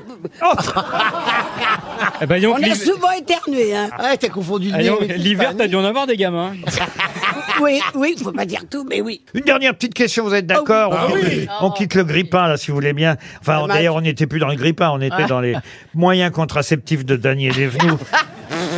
C: Eh ben, dis Oh. donc,
D: on a
C: l'hiver-
D: souvent éternué hein
E: Ah ouais t'as confondu
C: eh, dis donc, L'hiver, t'as dû en avoir des gamins. hein.
D: oui oui faut pas dire tout mais oui
B: Une dernière petite question, vous êtes d'accord
D: Ah
B: on,
D: oui.
B: quitte- on quitte le grippin, là, si vous voulez bien. Enfin, on-
D: Dommage.
B: d'ailleurs, on n'était plus dans le grippin, on était
D: Ah.
B: dans les moyens contraceptifs de Dany et des genoux.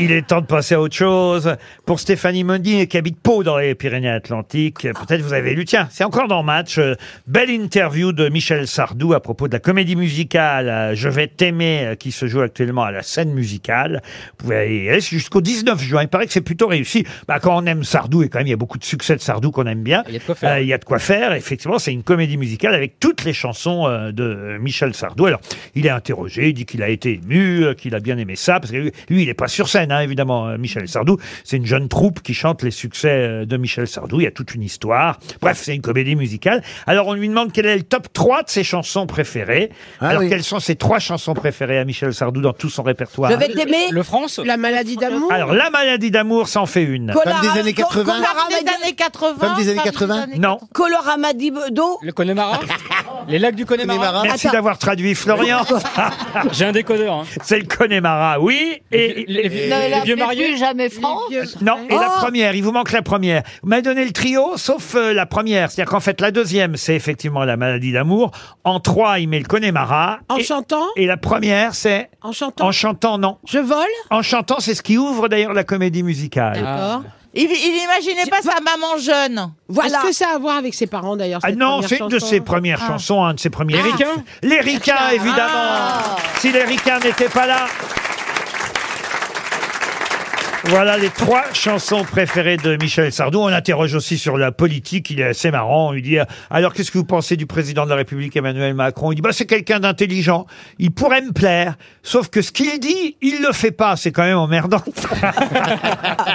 B: Il est temps de passer à autre chose. Pour Stéphanie Mundy, qui habite Pau dans les Pyrénées-Atlantiques, peut-être vous avez lu, tiens, c'est encore dans Match, euh, belle interview de Michel Sardou à propos de la comédie musicale euh, Je vais t'aimer, euh, qui se joue actuellement à la scène musicale. Vous pouvez aller aller jusqu'au 19 juin. Il paraît que c'est plutôt réussi. Bah, quand on aime Sardou, et quand même il y a beaucoup de succès de Sardou qu'on aime bien, il y a de quoi faire. Euh, il y a de quoi faire. Effectivement, c'est une comédie musicale avec toutes les chansons euh, de euh, Michel Sardou. Alors, il est interrogé, il dit qu'il a été ému, euh, qu'il a bien aimé ça, parce que lui, lui, il est pas sur scène, hein, évidemment, euh, Michel Sardou. C'est une jeune troupe qui chante les succès euh, de Michel Sardou. Il y a toute une histoire. Bref, c'est une comédie musicale. Alors, on lui demande quel est le top 3 de ses chansons préférées. Alors, quelles sont ses trois chansons préférées à Michel Sardou dans tout son répertoire
F: Je vais t'aimer.
C: Le France.
F: La maladie d'amour.
B: Alors, La maladie d'amour, s'en fait une.
F: Collara- Femme des années 80.
H: Femme des années 80. femme
B: Non.
D: Coloramadi d'eau
C: Le Connemara Les lacs du Connemara
B: Merci d'avoir traduit, Florian.
C: J'ai un décodeur. hein.
B: C'est le Connemara, oui. Et, et-
G: Non, elle a fait plus jamais France.
B: Non, et la première, il vous manque la première. Vous m'avez donné le trio, sauf euh, la première. C'est-à-dire qu'en fait, la deuxième, c'est effectivement la maladie d'amour. En trois, il met le Connemara. En chantant Et la première, c'est En chantant En chantant, non. Je vole En chantant, c'est ce qui ouvre d'ailleurs la comédie musicale.
H: D'accord.
F: Ah.
H: Il, il imaginait pas sa maman jeune.
F: Voilà. Est-ce que ça a à voir avec ses parents d'ailleurs
B: Ah
F: cette
B: non,
F: première
B: c'est une de
F: chanson
B: ses premières
F: Ah.
B: chansons, un de ses premiers.
F: Les Ricains
B: Les Ricains, évidemment. Ah. Si les Ricains n'étaient pas là. Voilà les trois chansons préférées de Michel Sardou. On l'interroge aussi sur la politique. Il est assez marrant. On lui dit euh, alors qu'est-ce que vous pensez du président de la République Emmanuel Macron Il dit bah c'est quelqu'un d'intelligent. Il pourrait me plaire. Sauf que ce qu'il dit, il le fait pas. C'est quand même emmerdant.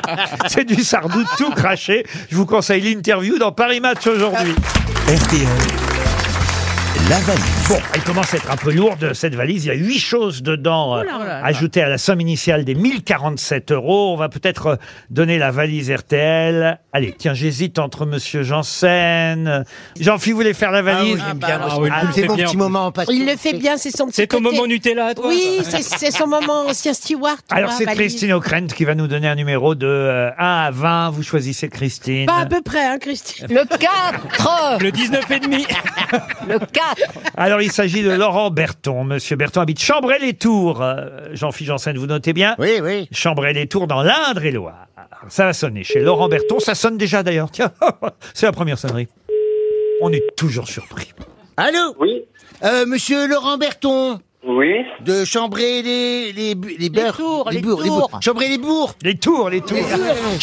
F: Ah.
B: c'est du Sardou tout craché. Je vous conseille l'interview dans Paris Match aujourd'hui. La valise. Bon, elle commence à être un peu lourde, cette valise. Il y a huit choses dedans euh,
O: Oh là là là.
B: ajoutées à la somme initiale des 1047 euros. On va peut-être euh, donner la valise RTL. Allez, tiens, j'hésite entre Monsieur Janssen. Jean-Phi, vous voulez faire la valise
E: Ah oui, j'aime bien, moi, Ah oui, c'est c'est mon bien. petit moment en passant.
F: Il le fait bien, c'est son petit
B: C'est ton
F: côté.
B: moment Nutella, toi,
F: Oui,
B: ça.
F: c'est- c'est son moment ancien steward. tu
B: Alors,
F: vois,
B: c'est
F: valise.
B: Christine O'Krent qui va nous donner un numéro de euh, 1 à 20. Vous choisissez Christine.
F: Pas à peu près, hein, Christine.
G: Le 4
B: Le 19 et demi.
G: Le 4
B: Alors, il s'agit de Laurent Berton. Monsieur Berton habite Chambray-les-Tours. Euh, Jean-Philippe Janssen, vous notez bien Oui, oui. Chambray-les-Tours dans l'Indre-et-Loire. Ça va sonner chez Laurent Berton. Ça sonne déjà d'ailleurs. Tiens, c'est la première sonnerie. On est toujours surpris.
E: Allô
L: Oui.
E: Euh, monsieur Laurent Berton.
L: Oui.
E: De chambrer les les bu- les, beurs-
H: tours, les
E: bourgs,
H: tours.
E: bourgs. Chambrer les bourgs.
B: Les tours, les tours.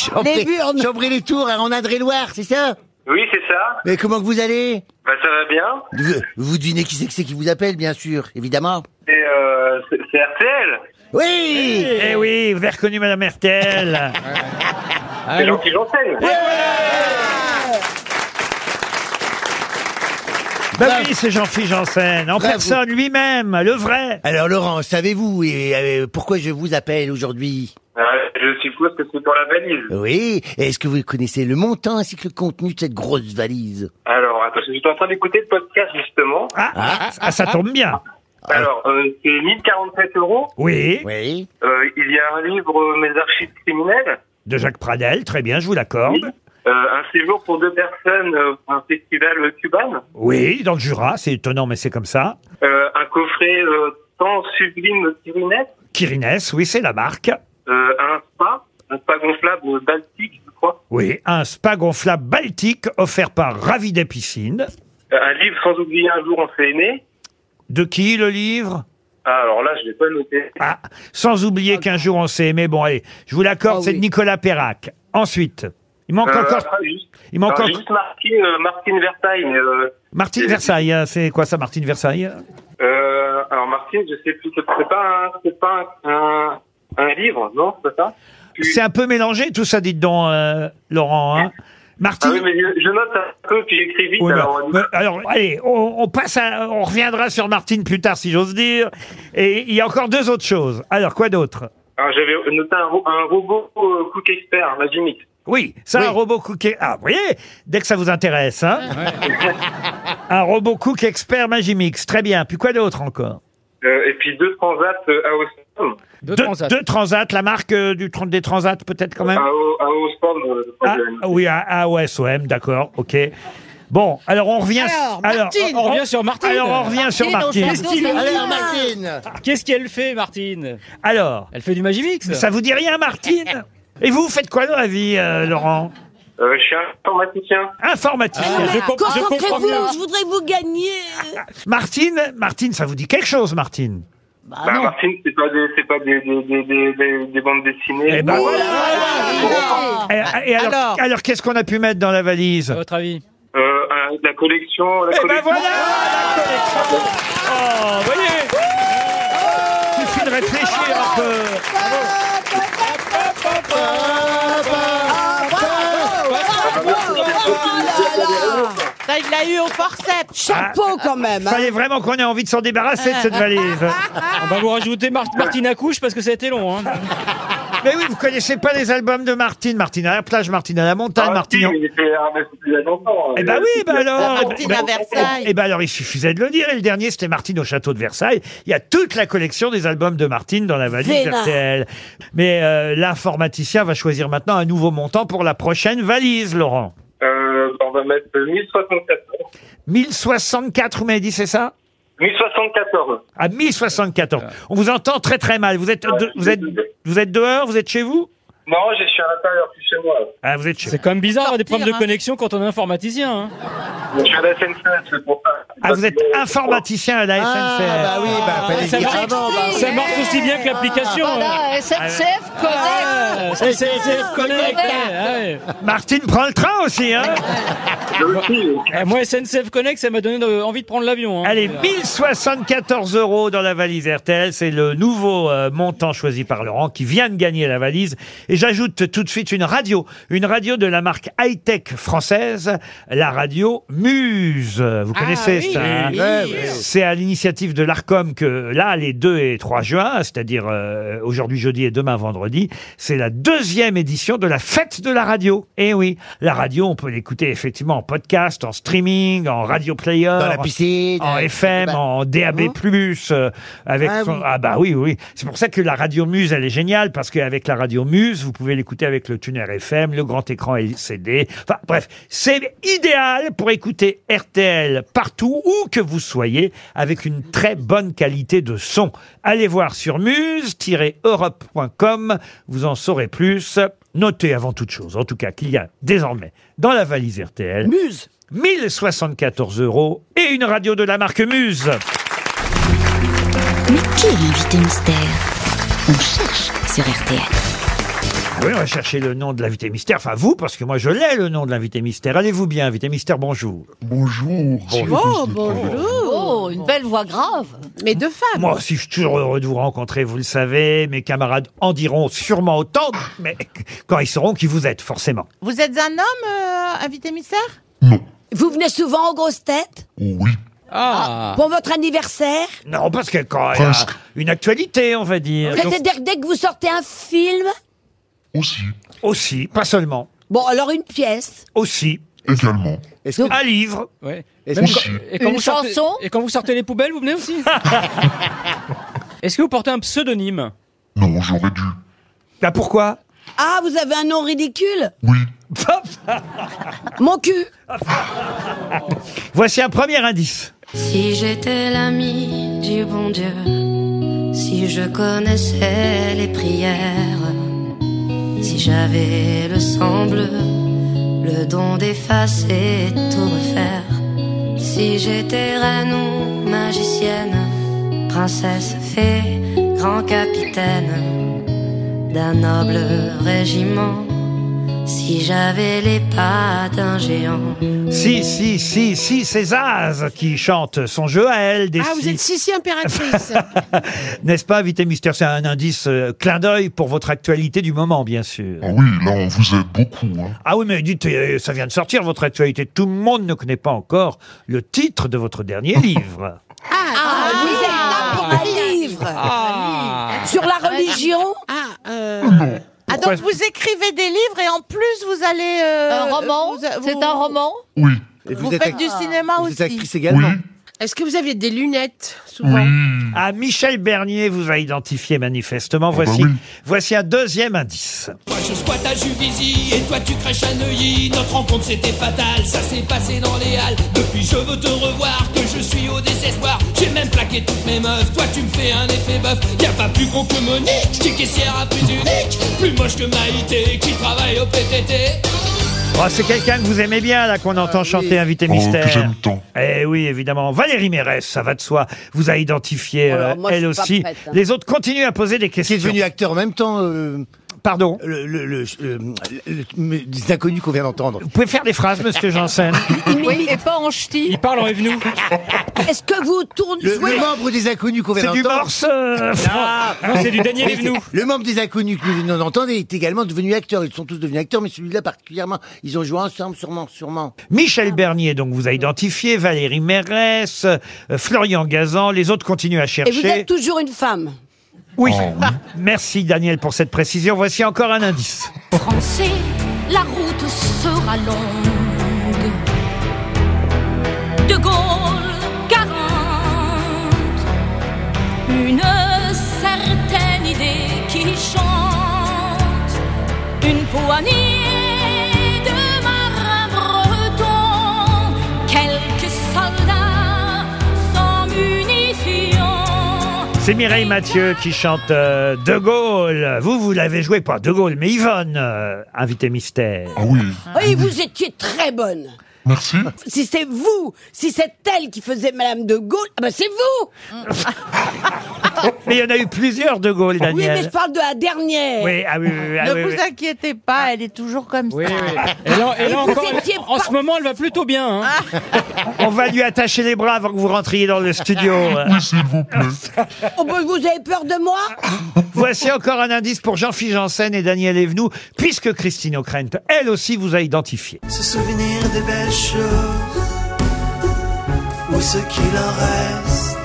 E: Chambrer les, tours hein, en Indre-et-Loire, c'est ça
L: Oui, c'est ça.
E: Mais comment que vous allez
L: Bah, ça va bien.
E: vous, vous devinez qui c'est que c'est qui vous appelle, bien sûr, évidemment.
L: Et euh, c'est c'est RTL.
E: Oui
B: Eh oui, vous avez reconnu Madame Hertel.
L: C'est gentil, j'enseigne.
B: Bah oui, c'est Jean-Philippe Janssen. En
E: Bravo.
B: personne, lui-même, le vrai.
E: Alors Laurent, savez-vous et, euh, pourquoi je vous appelle aujourd'hui
L: Euh, je suppose que c'est pour la valise.
E: Oui, est-ce que vous connaissez le montant ainsi que le contenu de cette grosse valise
L: Alors, attends, je suis en train d'écouter le podcast justement.
B: Ah, ah, ça tombe bien.
L: Alors, euh, c'est 1047 euros.
B: Oui.
E: Oui.
L: Euh, il y a un livre, euh, Mes archives criminelles.
B: De Jacques Pradel, très bien, je vous l'accorde.
L: Euh, un séjour pour deux personnes euh, pour un festival cubain.
B: Oui, dans le Jura, c'est étonnant, mais c'est comme ça.
L: Euh, un coffret euh, temps sublime Pyrénées.
B: Kirinès, oui, c'est la marque.
L: Euh, un spa. Un spa gonflable baltique, je crois.
B: Oui, un spa gonflable baltique offert par Ravi des Piscines.
L: Euh, un livre sans oublier un jour on s'est aimé.
B: De qui le livre
L: Euh, Ah, alors là, je l'ai pas noté.
B: Ah, sans oublier qu'un jour on s'est aimé. Bon, allez, je vous l'accorde, c'est de Nicolas Perrac. Ensuite, il manque
L: Euh,
B: encore.
L: après, juste-
B: Il manque
L: alors,
B: encore-
L: juste Martine, euh, Martine Vertaille. mais, euh,
B: Martine
L: c'est-
B: Versailles, hein, c'est quoi ça, Martine Versailles hein
L: Euh, alors Martine, je sais plus, c'est c'est pas, un, c'est pas un, un, un livre, non, c'est pas ça
B: C'est un peu mélangé tout ça, dites donc, euh, Laurent. hein. Martine
L: Ah oui, mais je, je note un peu puis j'écris vite.
B: Oui,
L: alors,
B: mais- mais alors, allez, on, on passe à- on reviendra sur Martine plus tard, si j'ose dire. Et il y a encore deux autres choses. Alors, quoi d'autre
L: Alors, j'avais noté un, ro- un robot euh, cook expert, la gimmick.
B: Oui, c'est un robot cook. Ah, vous voyez, dès que ça vous intéresse, hein Un robot cook expert Magimix, très bien. Puis quoi d'autre encore
L: Euh, et puis deux transats euh, à Ostrom.
B: deux, transats. deux transats, la marque euh, du, tran- des transats peut-être quand même
L: À, O- à Ostrom. euh,
B: Ah, oui, à, à OSOM, d'accord, ok. Bon, alors on revient.
L: Alors, Martine.
C: on revient sur Martine.
B: Alors on revient sur Martine.
C: Qu'est-ce qu'elle fait, Martine
B: Alors
C: Elle fait du Magimix.
B: Ça vous dit rien, Martine Et vous, vous faites quoi dans la vie, euh, Laurent
L: Euh, je suis informaticien.
B: Informaticien.
D: Ah Concentrez-vous, je voudrais que vous gagner.
B: Martine, Martine, ça vous dit quelque chose, Martine
L: Bah, Martine, c'est pas des, c'est pas des, des, des, des, des- des bandes dessinées.
B: Eh ben,
L: Oh.
B: voilà, Et, et alors, alors, qu'est-ce qu'on a pu mettre dans la valise À
C: votre avis
L: Euh, euh, la collection. La
B: Eh ben,
L: collection.
B: Oh, voyez Suffit de réfléchir un peu.
H: Ça, il l'a eu au forceps.
D: Chapeau quand même. hein.
B: Fallait vraiment qu'on ait envie de s'en débarrasser de cette valise.
C: On va vous rajouter Mar- Martine à couche parce que ça a été long. Hein.
B: Mais oui, vous connaissez pas les albums de Martine. Martine à la plage, Martine à la montagne,
L: Ah,
B: Martine. en-
L: Il était investi il y a longtemps. hein.
B: Eh ben oui, ben alors.
L: Euh, Martine à Versailles.
B: Eh ben alors, il suffisait de le dire. Et le dernier, c'était Martine au château de Versailles. Il y a toute la collection des albums de Martine dans la valise
D: Vénard.
B: RTL. Mais euh, l'informaticien va choisir maintenant un nouveau montant pour la prochaine valise, Laurent.
L: Euh, on va mettre 1074.
B: 1064, vous m'avez dit, c'est ça Ah,
L: 1074.
B: À 1074. On vous entend très très mal. Vous êtes, de- vous êtes, vous êtes dehors, vous êtes chez vous
L: Non, je suis à l'intérieur, je suis chez moi.
B: Ah, vous êtes chez
C: C'est quand même bizarre d'avoir des problèmes de
L: hein.
C: connexion quand on est informaticien. hein.
L: Je suis à la SNCF, c'est pour ça.
B: Ah, vous êtes informaticien à la SNCF. Ah, bah oui, bah,
C: fallait Ça le dire marche- avant, bah. ça marche aussi bien que l'application,
I: Ah,
B: Ah,
G: Voilà, SNCF Connect.
C: SNCF Connect.
B: Ah, Martine prend le train aussi, hein
C: Eh, Moi, SNCF Connect, ça m'a donné euh, envie de prendre l'avion. hein.
B: Allez,
C: Voilà.
B: 1074 euros dans la valise RTL. C'est le nouveau euh, montant choisi par Laurent qui vient de gagner la valise. Et j'ajoute tout de suite une radio. Une radio de la marque high-tech française, la radio Muse. Vous connaissez
E: Ah oui,
B: ça hein
E: oui, oui.
B: C'est à l'initiative de l'ARCOM que là, les 2 et 3 juin, c'est-à-dire euh, aujourd'hui jeudi et demain vendredi, c'est la deuxième édition de la fête de la radio. Et oui, la radio, on peut l'écouter effectivement en podcast, en streaming, en radio player,
E: Dans la piscine,
B: en
E: euh,
B: FM,
E: bah,
B: en DAB+, euh, avec
E: Ah
B: son-
E: oui.
B: ah bah oui oui, c'est pour ça que la radio Muse elle est géniale parce qu'avec la radio Muse, vous pouvez l'écouter avec le tuner FM, le grand écran LCD. Enfin bref, c'est idéal pour écouter RTL partout où que vous soyez avec une très bonne qualité de son. Allez voir sur muse-europe.com, vous en saurez plus. Notez avant toute chose, en tout cas, qu'il y a désormais dans la valise RTL Muse 1074 euros et une radio de la marque Muse.
M: Mais qui est l'invité mystère On cherche sur RTL.
B: Ah Oui, on va chercher le nom de l'invité mystère. Enfin, vous, parce que moi, je l'ai, le nom de l'invité mystère. Allez-vous bien, invité mystère, bonjour. Bonjour.
F: Oh, bonjour.
G: Oh, une belle voix grave.
F: Mais de femme.
B: Moi aussi, je suis toujours heureux de vous rencontrer, vous le savez. Mes camarades en diront sûrement autant, mais quand ils sauront qui vous êtes, forcément.
H: Vous êtes un homme, euh, invité mystère
D: Vous venez souvent aux grosses têtes
B: Oui.
D: Ah, Pour votre anniversaire
B: Non, parce que quand il y a une actualité, on va dire.
D: C'est-à-dire que dès que vous sortez un film
B: Aussi. Aussi, pas seulement.
D: Bon, alors une
C: hein.
D: pièce.
B: Aussi.
O: Également.
B: Un livre.
C: Ouais.
B: Est-ce
C: Même
B: que-
C: quand- et quand
B: Une
C: vous sortez-
B: chanson
C: Et quand vous sortez les poubelles, vous venez aussi Est-ce que vous portez un pseudonyme
O: Non, j'aurais dû.
B: Là, pourquoi
D: Ah, vous avez un nom ridicule
O: Oui.
D: Mon cul
B: Voici un premier indice.
Q: Si j'étais l'ami du bon Dieu, si je connaissais les prières, si j'avais le sang bleu, le don d'effacer tout refaire, si j'étais reine ou magicienne, princesse, fait grand capitaine d'un noble régiment si j'avais les pas d'un géant.
B: Si, si, si, si, c'est Zaz qui chante son jeu à elle. Des
F: Ah, vous
B: si.
F: êtes Sissi impératrice.
B: N'est-ce pas, invité mystère C'est un indice euh, clin d'œil pour votre actualité du moment, bien sûr.
O: Oui, là, on vous aide beaucoup. hein.
B: Ah oui, mais dites, euh, ça vient de sortir, votre actualité. Tout le monde ne connaît pas encore le titre de votre dernier livre.
D: Ah, vous êtes là pour un livre Sur la religion
F: Ah,
G: euh,
H: Ah,
B: Pourquoi-
H: donc vous écrivez des livres et en plus vous allez... euh,
G: Un roman C'est un roman
O: Oui.
H: vous Vous êtes faites act- du cinéma vous êtes aussi. actrice
B: également.
F: Est-ce que vous aviez des lunettes, souvent
B: Ah, Michel Bernier vous a identifié manifestement. Voici, voici un deuxième indice.
R: Moi je squatte à Juvisy et toi tu craches à Neuilly. Notre rencontre c'était fatal, ça s'est passé dans les halles. Depuis je veux te revoir, que je suis au désespoir. J'ai même plaqué toutes mes meufs, toi tu me fais un effet bœuf. Y'a pas plus con que Monique, t'es caissière à plus unique. Plus moche que Maïté qui travaille au PTT.
B: Oh, c'est quelqu'un que vous aimez bien, là, qu'on entend chanter Invité
O: Oh,
B: Mystère.
O: que j'aime tant.
B: Eh oui, évidemment. Valérie Mérès, ça va de soi, vous a identifié,
E: Oh, Alors,
B: euh,
E: moi, je
B: elle
E: suis pas
B: aussi.
E: prête, hein.
B: Les autres continuent à poser des questions.
E: Qui est devenu acteur en même temps. euh,
B: Pardon
E: le, le, le, le- le- le- Les inconnus qu'on vient d'entendre. Vous
B: pouvez faire des phrases, monsieur Janssen.
G: Oui, et pas en ch'ti.
E: Il parle en Evenou.
D: Est-ce que vous tournez
E: Le, le membre des inconnus qu'on vient
B: C'est du
E: d'entendre.
B: Morse, euh,
E: Non,
B: Non, c'est du Daniel
E: Mais
B: Evenou.
E: c'est- Le membre des inconnus que nous venons d'entendre est également devenu acteur. Ils sont tous devenus acteurs, mais celui-là particulièrement. Ils ont joué ensemble, sûrement, sûrement. Ah.
B: Michel Bernier, donc, vous a identifié, Valérie Mérès, euh, Florian Gazan, les autres continuent à
D: Et
B: chercher.
D: vous êtes toujours une femme
B: Oui.
O: Oh,
B: Merci Daniel pour cette précision. Voici encore un indice.
I: Français, la route sera longue. De Gaulle, 40. Une certaine idée qui chante. Une poignée de marins bretons. Quelques soldats sans munitions.
B: C'est Mireille Mathieu qui chante euh, De Gaulle. Vous, vous l'avez joué, pas De Gaulle, mais Yvonne, euh, invité mystère.
O: Ah
B: oui.
D: Oui, vous étiez très bonne.
B: Merci.
D: Si c'est vous, si c'est elle qui faisait Madame de Gaulle, ah ben c'est vous
B: Mais il y en a eu plusieurs De Gaulle,
D: Oui,
B: Daniel.
D: mais je parle de la dernière.
B: Oui, ah oui, oui, oui, ah
H: ne
B: oui,
H: vous
B: oui. Ah.
H: inquiétez pas, elle est toujours comme ça.
C: Et là, et là
H: Vous
C: encore,
H: étiez Ah.
C: en ce moment, elle va plutôt bien. hein.
B: On va lui attacher les bras avant que vous rentriez dans le studio.
O: Oui, s'il vous plaît.
D: Oh, ben, vous avez peur de moi
B: Voici encore un indice pour Jean-Philippe Janssen et Daniel Evenou, puisque Christine O'Krent, elle aussi, vous a identifié.
S: se souvenir des belles choses ou ce qu'il en reste.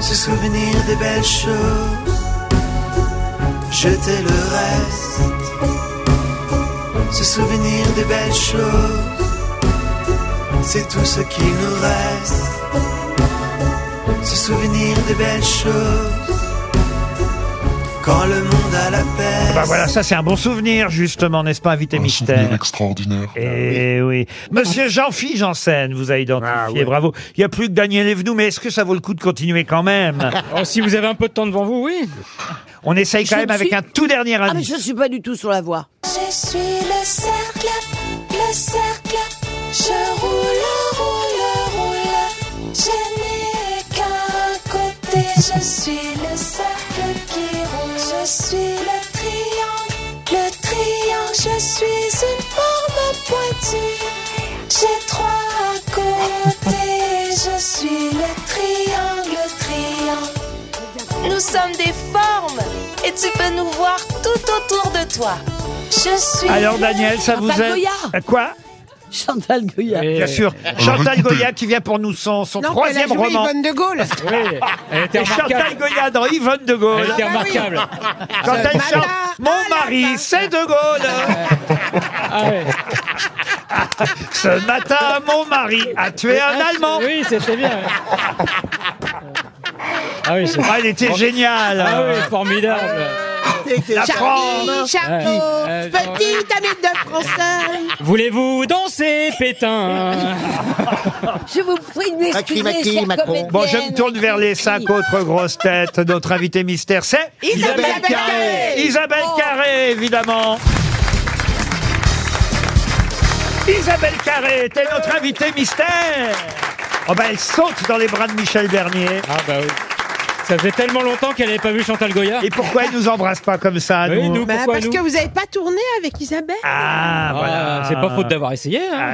S: Se souvenir des belles choses, jeter le reste. Se souvenir des belles choses, c'est tout ce qui nous reste. Se souvenir des belles choses, quand le monde a la paix.
B: Ah Bah voilà, ça c'est un bon souvenir justement, n'est-ce pas, invité mystère extraordinaire. Eh oui. Monsieur Jean-Philippe Janssen vous a identifié,
C: Ah,
B: bravo. Il n'y a plus que Daniel Evenou, mais est-ce que ça vaut le coup de continuer quand même
C: Oh, si vous avez un peu de temps devant vous, oui.
B: On essaye quand
D: Je
B: même
D: ne
B: avec
D: suis-
B: un tout dernier
D: Ah, mais
B: indice.
D: je suis pas du tout sur la voie.
I: Je suis le cercle, le cercle, je roule, roule, roule, je n'ai qu'un côté, je suis le cercle qui roule, je suis le triangle, le triangle, je suis une forme pointue, j'ai trois côtés, je suis le triangle, le triangle. Nous sommes des formes et tu peux nous voir tout autour de toi. Je suis.
B: Alors Daniel,
H: Ah,
B: ça
H: bah,
B: vous aide Euh, Quoi
D: Chantal Goya.
B: Bien sûr,
C: Alors,
B: Chantal
C: écoutez.
B: Goya qui vient pour nous son, son
F: Non,
B: troisième
F: elle a joué
B: roman.
F: Yvonne de Gaulle.
C: Oui, elle était
B: Et Chantal
C: remarquable.
B: Goya dans Yvonne de Gaulle.
C: Elle était
B: Ah bah oui.
C: remarquable.
B: Quand
C: Ah,
B: elle
C: bah
B: chante Mon mari, c'est de Gaulle.
C: Ah,
B: Ce matin, mon mari a tué un Allemand.
C: Oui, c'était bien. Ah oui, c'est-
B: Ah, elle était géniale.
C: Ah oui, formidable.
B: La
F: Charlie,
B: France.
F: Charlie,
C: Ouais.
F: petite amie de français.
C: Voulez-vous danser, pétain
D: Je vous prie de m'excuser, chère comédienne.
B: Bon, je me tourne vers les cinq autres grosses têtes. Notre invité mystère, c'est
D: Isabelle Isabelle Carré. Carré.
B: Isabelle
D: Oh.
B: Carré, évidemment. Isabelle Carré était notre invitée mystère. Oh ben, elle saute dans les bras de Michel Bernier. Ah bah oui.
C: Ça faisait tellement longtemps qu'elle n'avait pas vu Chantal Goya.
B: Et pourquoi elle nous embrasse pas comme ça,
C: Oui, nous,
F: Bah,
C: pourquoi
F: parce
C: nous
F: que vous n'avez pas tourné avec Isabelle.
B: Ah, voilà. Ah
C: c'est pas faute d'avoir essayé. hein.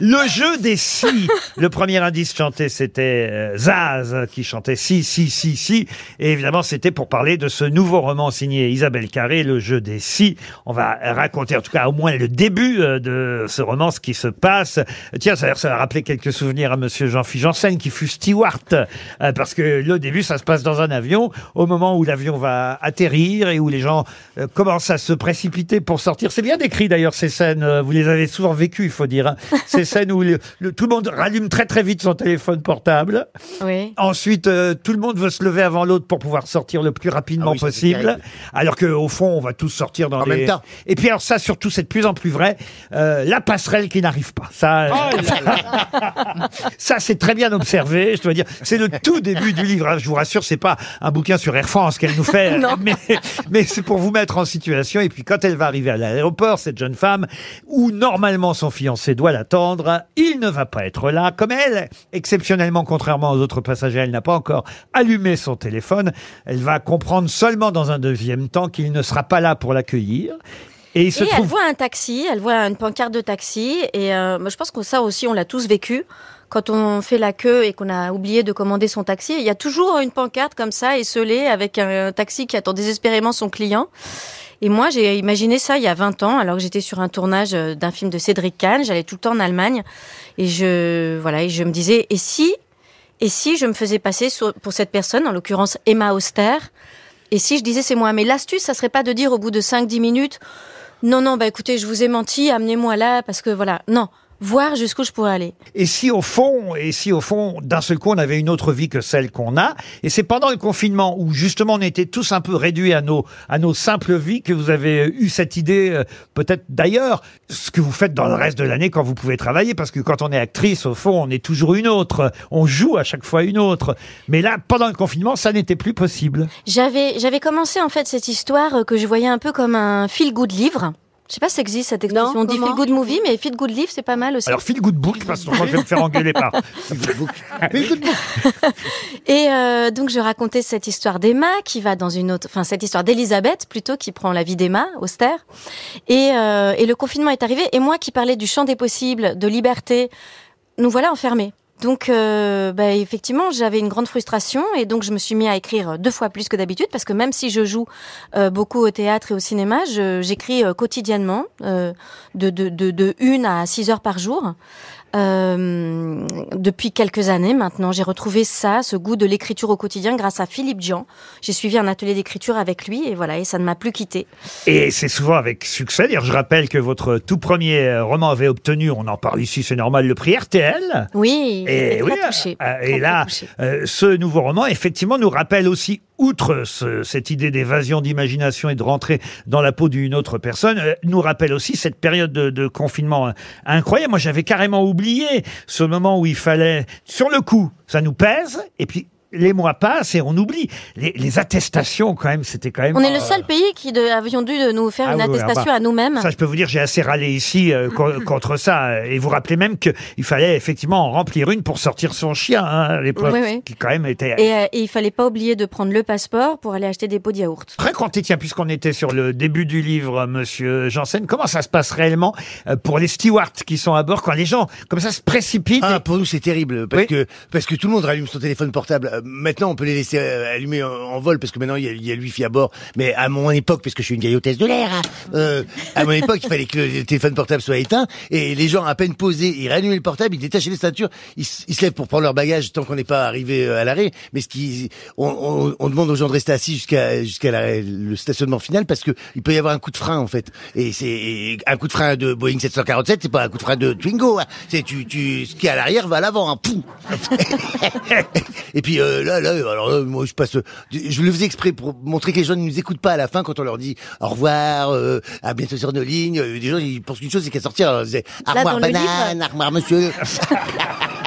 B: Le jeu des si. le premier indice chanté, c'était euh, Zaz qui chantait si, si, si, si. Et évidemment, c'était pour parler de ce nouveau roman signé Isabelle Carré, Le jeu des si. On va raconter, en tout cas, au moins le début euh, de ce roman, ce qui se passe. Tiens, ça, ça a rappelé quelques souvenirs à monsieur Jean-Philippe Janssen, qui fut steward. euh, parce que le début, ça se passe dans un avion. Au moment où l'avion va atterrir et où les gens euh, commencent à se précipiter pour sortir. C'est bien décrit d'ailleurs ces scènes. euh, Vous les avez souvent vécues, il faut dire. hein. ces scènes où le- le- tout le monde rallume très très vite son téléphone portable.
T: Oui.
B: Ensuite, euh, tout le monde veut se lever avant l'autre pour pouvoir sortir le plus rapidement
E: Ah oui, ça, c'est
B: possible.
E: terrible.
B: Alors que au fond, on va tous sortir dans
E: En
B: des-
E: même temps.
B: Et puis alors ça, surtout, c'est de plus en plus vrai. euh, la passerelle qui n'arrive pas. Ça, euh,
E: Oh
B: ça c'est très bien observé. Je dois dire, c'est le tout début du livre. hein. Je vous rassure, c'est pas un bouquin sur Air France qu'elle nous fait,
T: Non.
B: mais, mais c'est pour vous mettre en situation. Et puis quand elle va arriver à l'aéroport, cette jeune femme, où normalement son fiancé doit l'attendre, il ne va pas être là. Comme elle, exceptionnellement, contrairement aux autres passagers, elle n'a pas encore allumé son téléphone. Elle va comprendre seulement dans un deuxième temps qu'il ne sera pas là pour l'accueillir. Et il se
T: et elle
B: trouve.
T: voit un taxi, elle voit une pancarte de taxi, et euh, moi, je pense que ça aussi, on l'a tous vécu. Quand on fait la queue et qu'on a oublié de commander son taxi, il y a toujours une pancarte comme ça, esselée, avec un taxi qui attend désespérément son client. Et moi, j'ai imaginé ça il y a 20 ans, alors que j'étais sur un tournage euh, d'un film de Cédric Kahn, j'allais tout le temps en Allemagne, et je, voilà, et je me disais, et si, et si je me faisais passer sur- pour cette personne, en l'occurrence Emma Auster, et si je disais c'est moi, mais l'astuce, ça serait pas de dire au bout de 5-10 minutes, non, non, bah écoutez, je vous ai menti, amenez-moi là, parce que voilà. Non, voir jusqu'où je pourrais aller.
B: Et si au fond, et si au fond, d'un seul coup, on avait une autre vie que celle qu'on a. Et c'est pendant le confinement où justement on était tous un peu réduits à nos à nos simples vies que vous avez eu cette idée, euh, peut-être d'ailleurs, ce que vous faites dans le reste de l'année quand vous pouvez travailler, parce que quand on est actrice, au fond, on est toujours une autre. On joue à chaque fois une autre. Mais là, pendant le confinement, ça n'était plus possible.
T: J'avais, j'avais commencé en fait cette histoire euh, que je voyais un peu comme un feel-good livre. Je sais pas si ça existe cette expression. On dit
B: comment
T: feel-good movie, mais feel-good livre, c'est pas mal aussi.
B: Alors feel good book, parce que moi je vais me faire engueuler par.
T: Et euh, donc je racontais cette histoire d'Emma qui va dans une autre, enfin cette histoire d'Elisabeth plutôt qui prend la vie d'Emma austère. Et, euh, et le confinement est arrivé et moi qui parlais du champ des possibles, de liberté, nous voilà enfermés. Donc euh, bah, effectivement j'avais une grande frustration et donc je me suis mis à écrire deux fois plus que d'habitude parce que même si je joue euh, beaucoup au théâtre et au cinéma, je- j'écris euh, quotidiennement euh, de, de, de, de une à six heures par jour. Euh, depuis quelques années maintenant, j'ai retrouvé ça, ce goût de l'écriture au quotidien grâce à Philippe Dian. J'ai suivi un atelier d'écriture avec lui et voilà, et ça ne m'a plus quitté.
B: Et c'est souvent avec succès. D'ailleurs, je rappelle que votre tout premier euh, roman avait obtenu, on en parle ici, c'est normal, le prix RTL.
T: Oui, j'étais
B: Et, oui,
T: très touchée.
B: euh,
T: Très,
B: et là, euh, ce nouveau roman, effectivement, nous rappelle aussi, outre ce- cette idée d'évasion d'imagination et de rentrer dans la peau d'une autre personne, euh, nous rappelle aussi cette période de, de confinement euh, incroyable. Moi, j'avais carrément oublié ce moment où il fallait, sur le coup, ça nous pèse, et puis les mois passent et on oublie. Les, les attestations, quand même, c'était quand même...
T: On est le
B: euh,
T: seul pays qui de- avions dû de nous faire
B: ah
T: une
B: oui, oui,
T: attestation
B: ah bah,
T: à nous-mêmes.
B: Ça, je peux vous dire, j'ai assez râlé ici euh, co- contre ça. Et vous rappelez même qu'il fallait effectivement en remplir une pour sortir son chien, hein, à l'époque,
T: Oui, oui.
B: qui quand même était
T: Et, euh, et il fallait pas oublier de prendre le passeport pour aller acheter des pots de yaourt.
B: très compté. Tiens, puisqu'on était sur le début du livre, euh, Monsieur Janssen, comment ça se passe réellement euh, pour les stewards qui sont à bord quand les gens comme ça se précipitent
E: Ah, pour nous, c'est terrible parce que parce que tout le monde rallume son téléphone portable. Euh, Maintenant, on peut les laisser euh, allumer en, en vol parce que maintenant il y a, il y a le wifi à bord. Mais à mon époque, parce que je suis une vieille hôtesse de l'air, hein, euh, à mon époque, il fallait que le téléphone portable soit éteint et les gens à peine posés, ils rallumaient le portable, ils détachaient les ceintures, ils, s- ils se lèvent pour prendre leur bagage tant qu'on n'est pas arrivé euh, à l'arrêt. Mais ce qui, on, on- on demande aux gens de rester assis jusqu'à jusqu'à la- le stationnement final parce que il peut y avoir un coup de frein en fait. Et c'est et un coup de frein de Boeing 747, c'est pas un coup de frein de Twingo. hein. C'est tu, tu, ce qui est à l'arrière va à l'avant. Hein. Poum et puis euh, là, là, alors là, moi je passe, euh, je le faisais exprès pour montrer que les gens ne nous écoutent pas à la fin quand on leur dit au revoir, euh, à bientôt sur nos lignes. Euh, Des gens ils pensent qu'une chose c'est qu'à sortir, alors, ils disaient, armoire
T: dans le livre-
E: banane, armoire monsieur.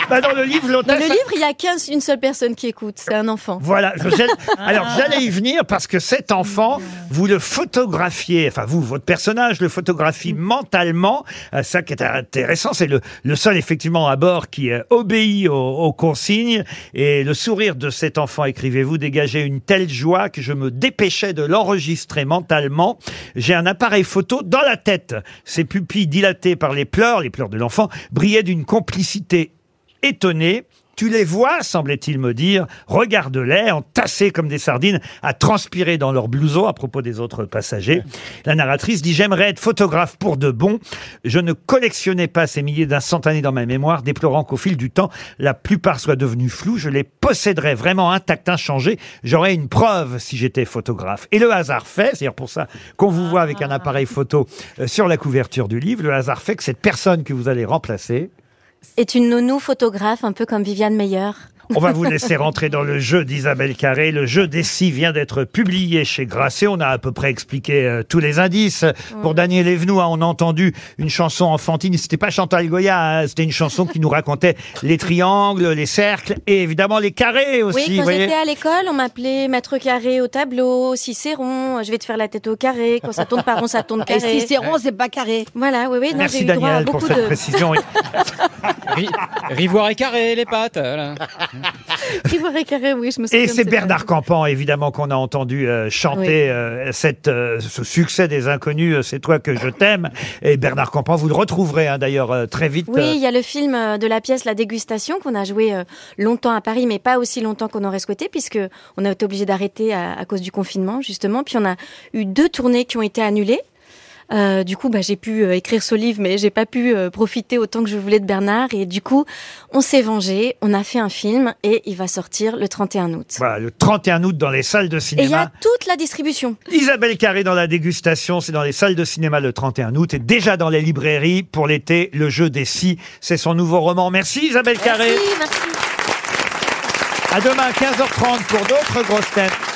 B: Bah, dans le livre,
T: Dans le livre, il y a qu'une seule personne qui écoute, c'est un enfant.
B: Hein. Voilà. je- j'allais- alors j'allais y venir parce que cet enfant, vous le photographiez, enfin vous, votre personnage le photographie mentalement. Euh, ça qui est intéressant, c'est le, le seul effectivement à bord qui euh, obéit aux, aux consignes et le sourire rire de cet enfant, écrivez-vous, dégageait une telle joie que je me dépêchais de l'enregistrer mentalement. J'ai un appareil photo dans la tête. Ses pupilles dilatées par les pleurs, les pleurs de l'enfant, brillaient d'une complicité étonnée. Tu les vois, semblait-il me dire, regarde-les, entassés comme des sardines, à transpirer dans leur blouson à propos des autres passagers. La narratrice dit J'aimerais être photographe pour de bon. Je ne collectionnais pas ces milliers d'instantanés dans ma mémoire, déplorant qu'au fil du temps, la plupart soient devenus flous. Je les posséderais vraiment intacts, inchangés. J'aurais une preuve si j'étais photographe. Et le hasard fait, c'est-à-dire pour ça qu'on vous voit avec un appareil photo euh, sur la couverture du livre, le hasard fait que cette personne que vous allez remplacer,
T: Est une nounou photographe, un peu comme Viviane Meyer.
B: on va vous laisser rentrer dans le jeu d'Isabelle Carré. Le jeu des six vient d'être publié chez Grasset. On a à peu près expliqué euh, tous les indices. Pour Daniel Evnoux, hein, on a entendu une chanson enfantine. C'était pas Chantal Goya, hein, c'était une chanson qui nous racontait les triangles, les cercles et évidemment les carrés aussi.
T: oui,
B: vous
T: quand
B: voyez.
T: j'étais à l'école, on m'appelait maître carré au tableau, Cicéron, je vais te faire la tête au carré, quand ça tourne par rond, ça tourne
D: Et
T: carré.
D: Cicéron,
T: c'est pas carré. Voilà, oui, oui, non, j'ai
C: Merci
T: eu droit à
C: Daniel pour
T: beaucoup
C: cette
T: de...
C: précision. Ri- Rivoire et carré, les pattes. voilà.
T: Rivoire et carré, oui, je me souviens.
B: Et
T: de
B: c'est
T: cette-
B: Bernard Campan, évidemment, qu'on a entendu euh, chanter
T: Oui.
B: euh, cette, euh, ce succès des inconnus, euh, c'est toi que je t'aime. Et Bernard Campan, vous le retrouverez hein, d'ailleurs euh, très vite.
T: Oui,
B: euh,
T: il y a le film euh, de la pièce La Dégustation qu'on a joué euh, longtemps à Paris, mais pas aussi longtemps qu'on aurait souhaité, puisque on a été obligé d'arrêter à, à cause du confinement justement. Puis on a eu deux tournées qui ont été annulées. Euh, du coup, bah, j'ai pu euh, écrire ce livre, mais j'ai pas pu euh, profiter autant que je voulais de Bernard. Et du coup, on s'est vengé, on a fait un film et il va sortir le 31 août.
B: Voilà, le 31 août dans les salles de
T: Et il y a
B: cinéma.
T: toute la distribution.
B: Isabelle Carré dans la dégustation, c'est dans les salles de cinéma le 31 août et déjà dans les librairies pour l'été, Le jeu des six, c'est son nouveau roman. Merci Isabelle Carré.
T: merci.
B: À demain 15h30 pour d'autres grosses têtes.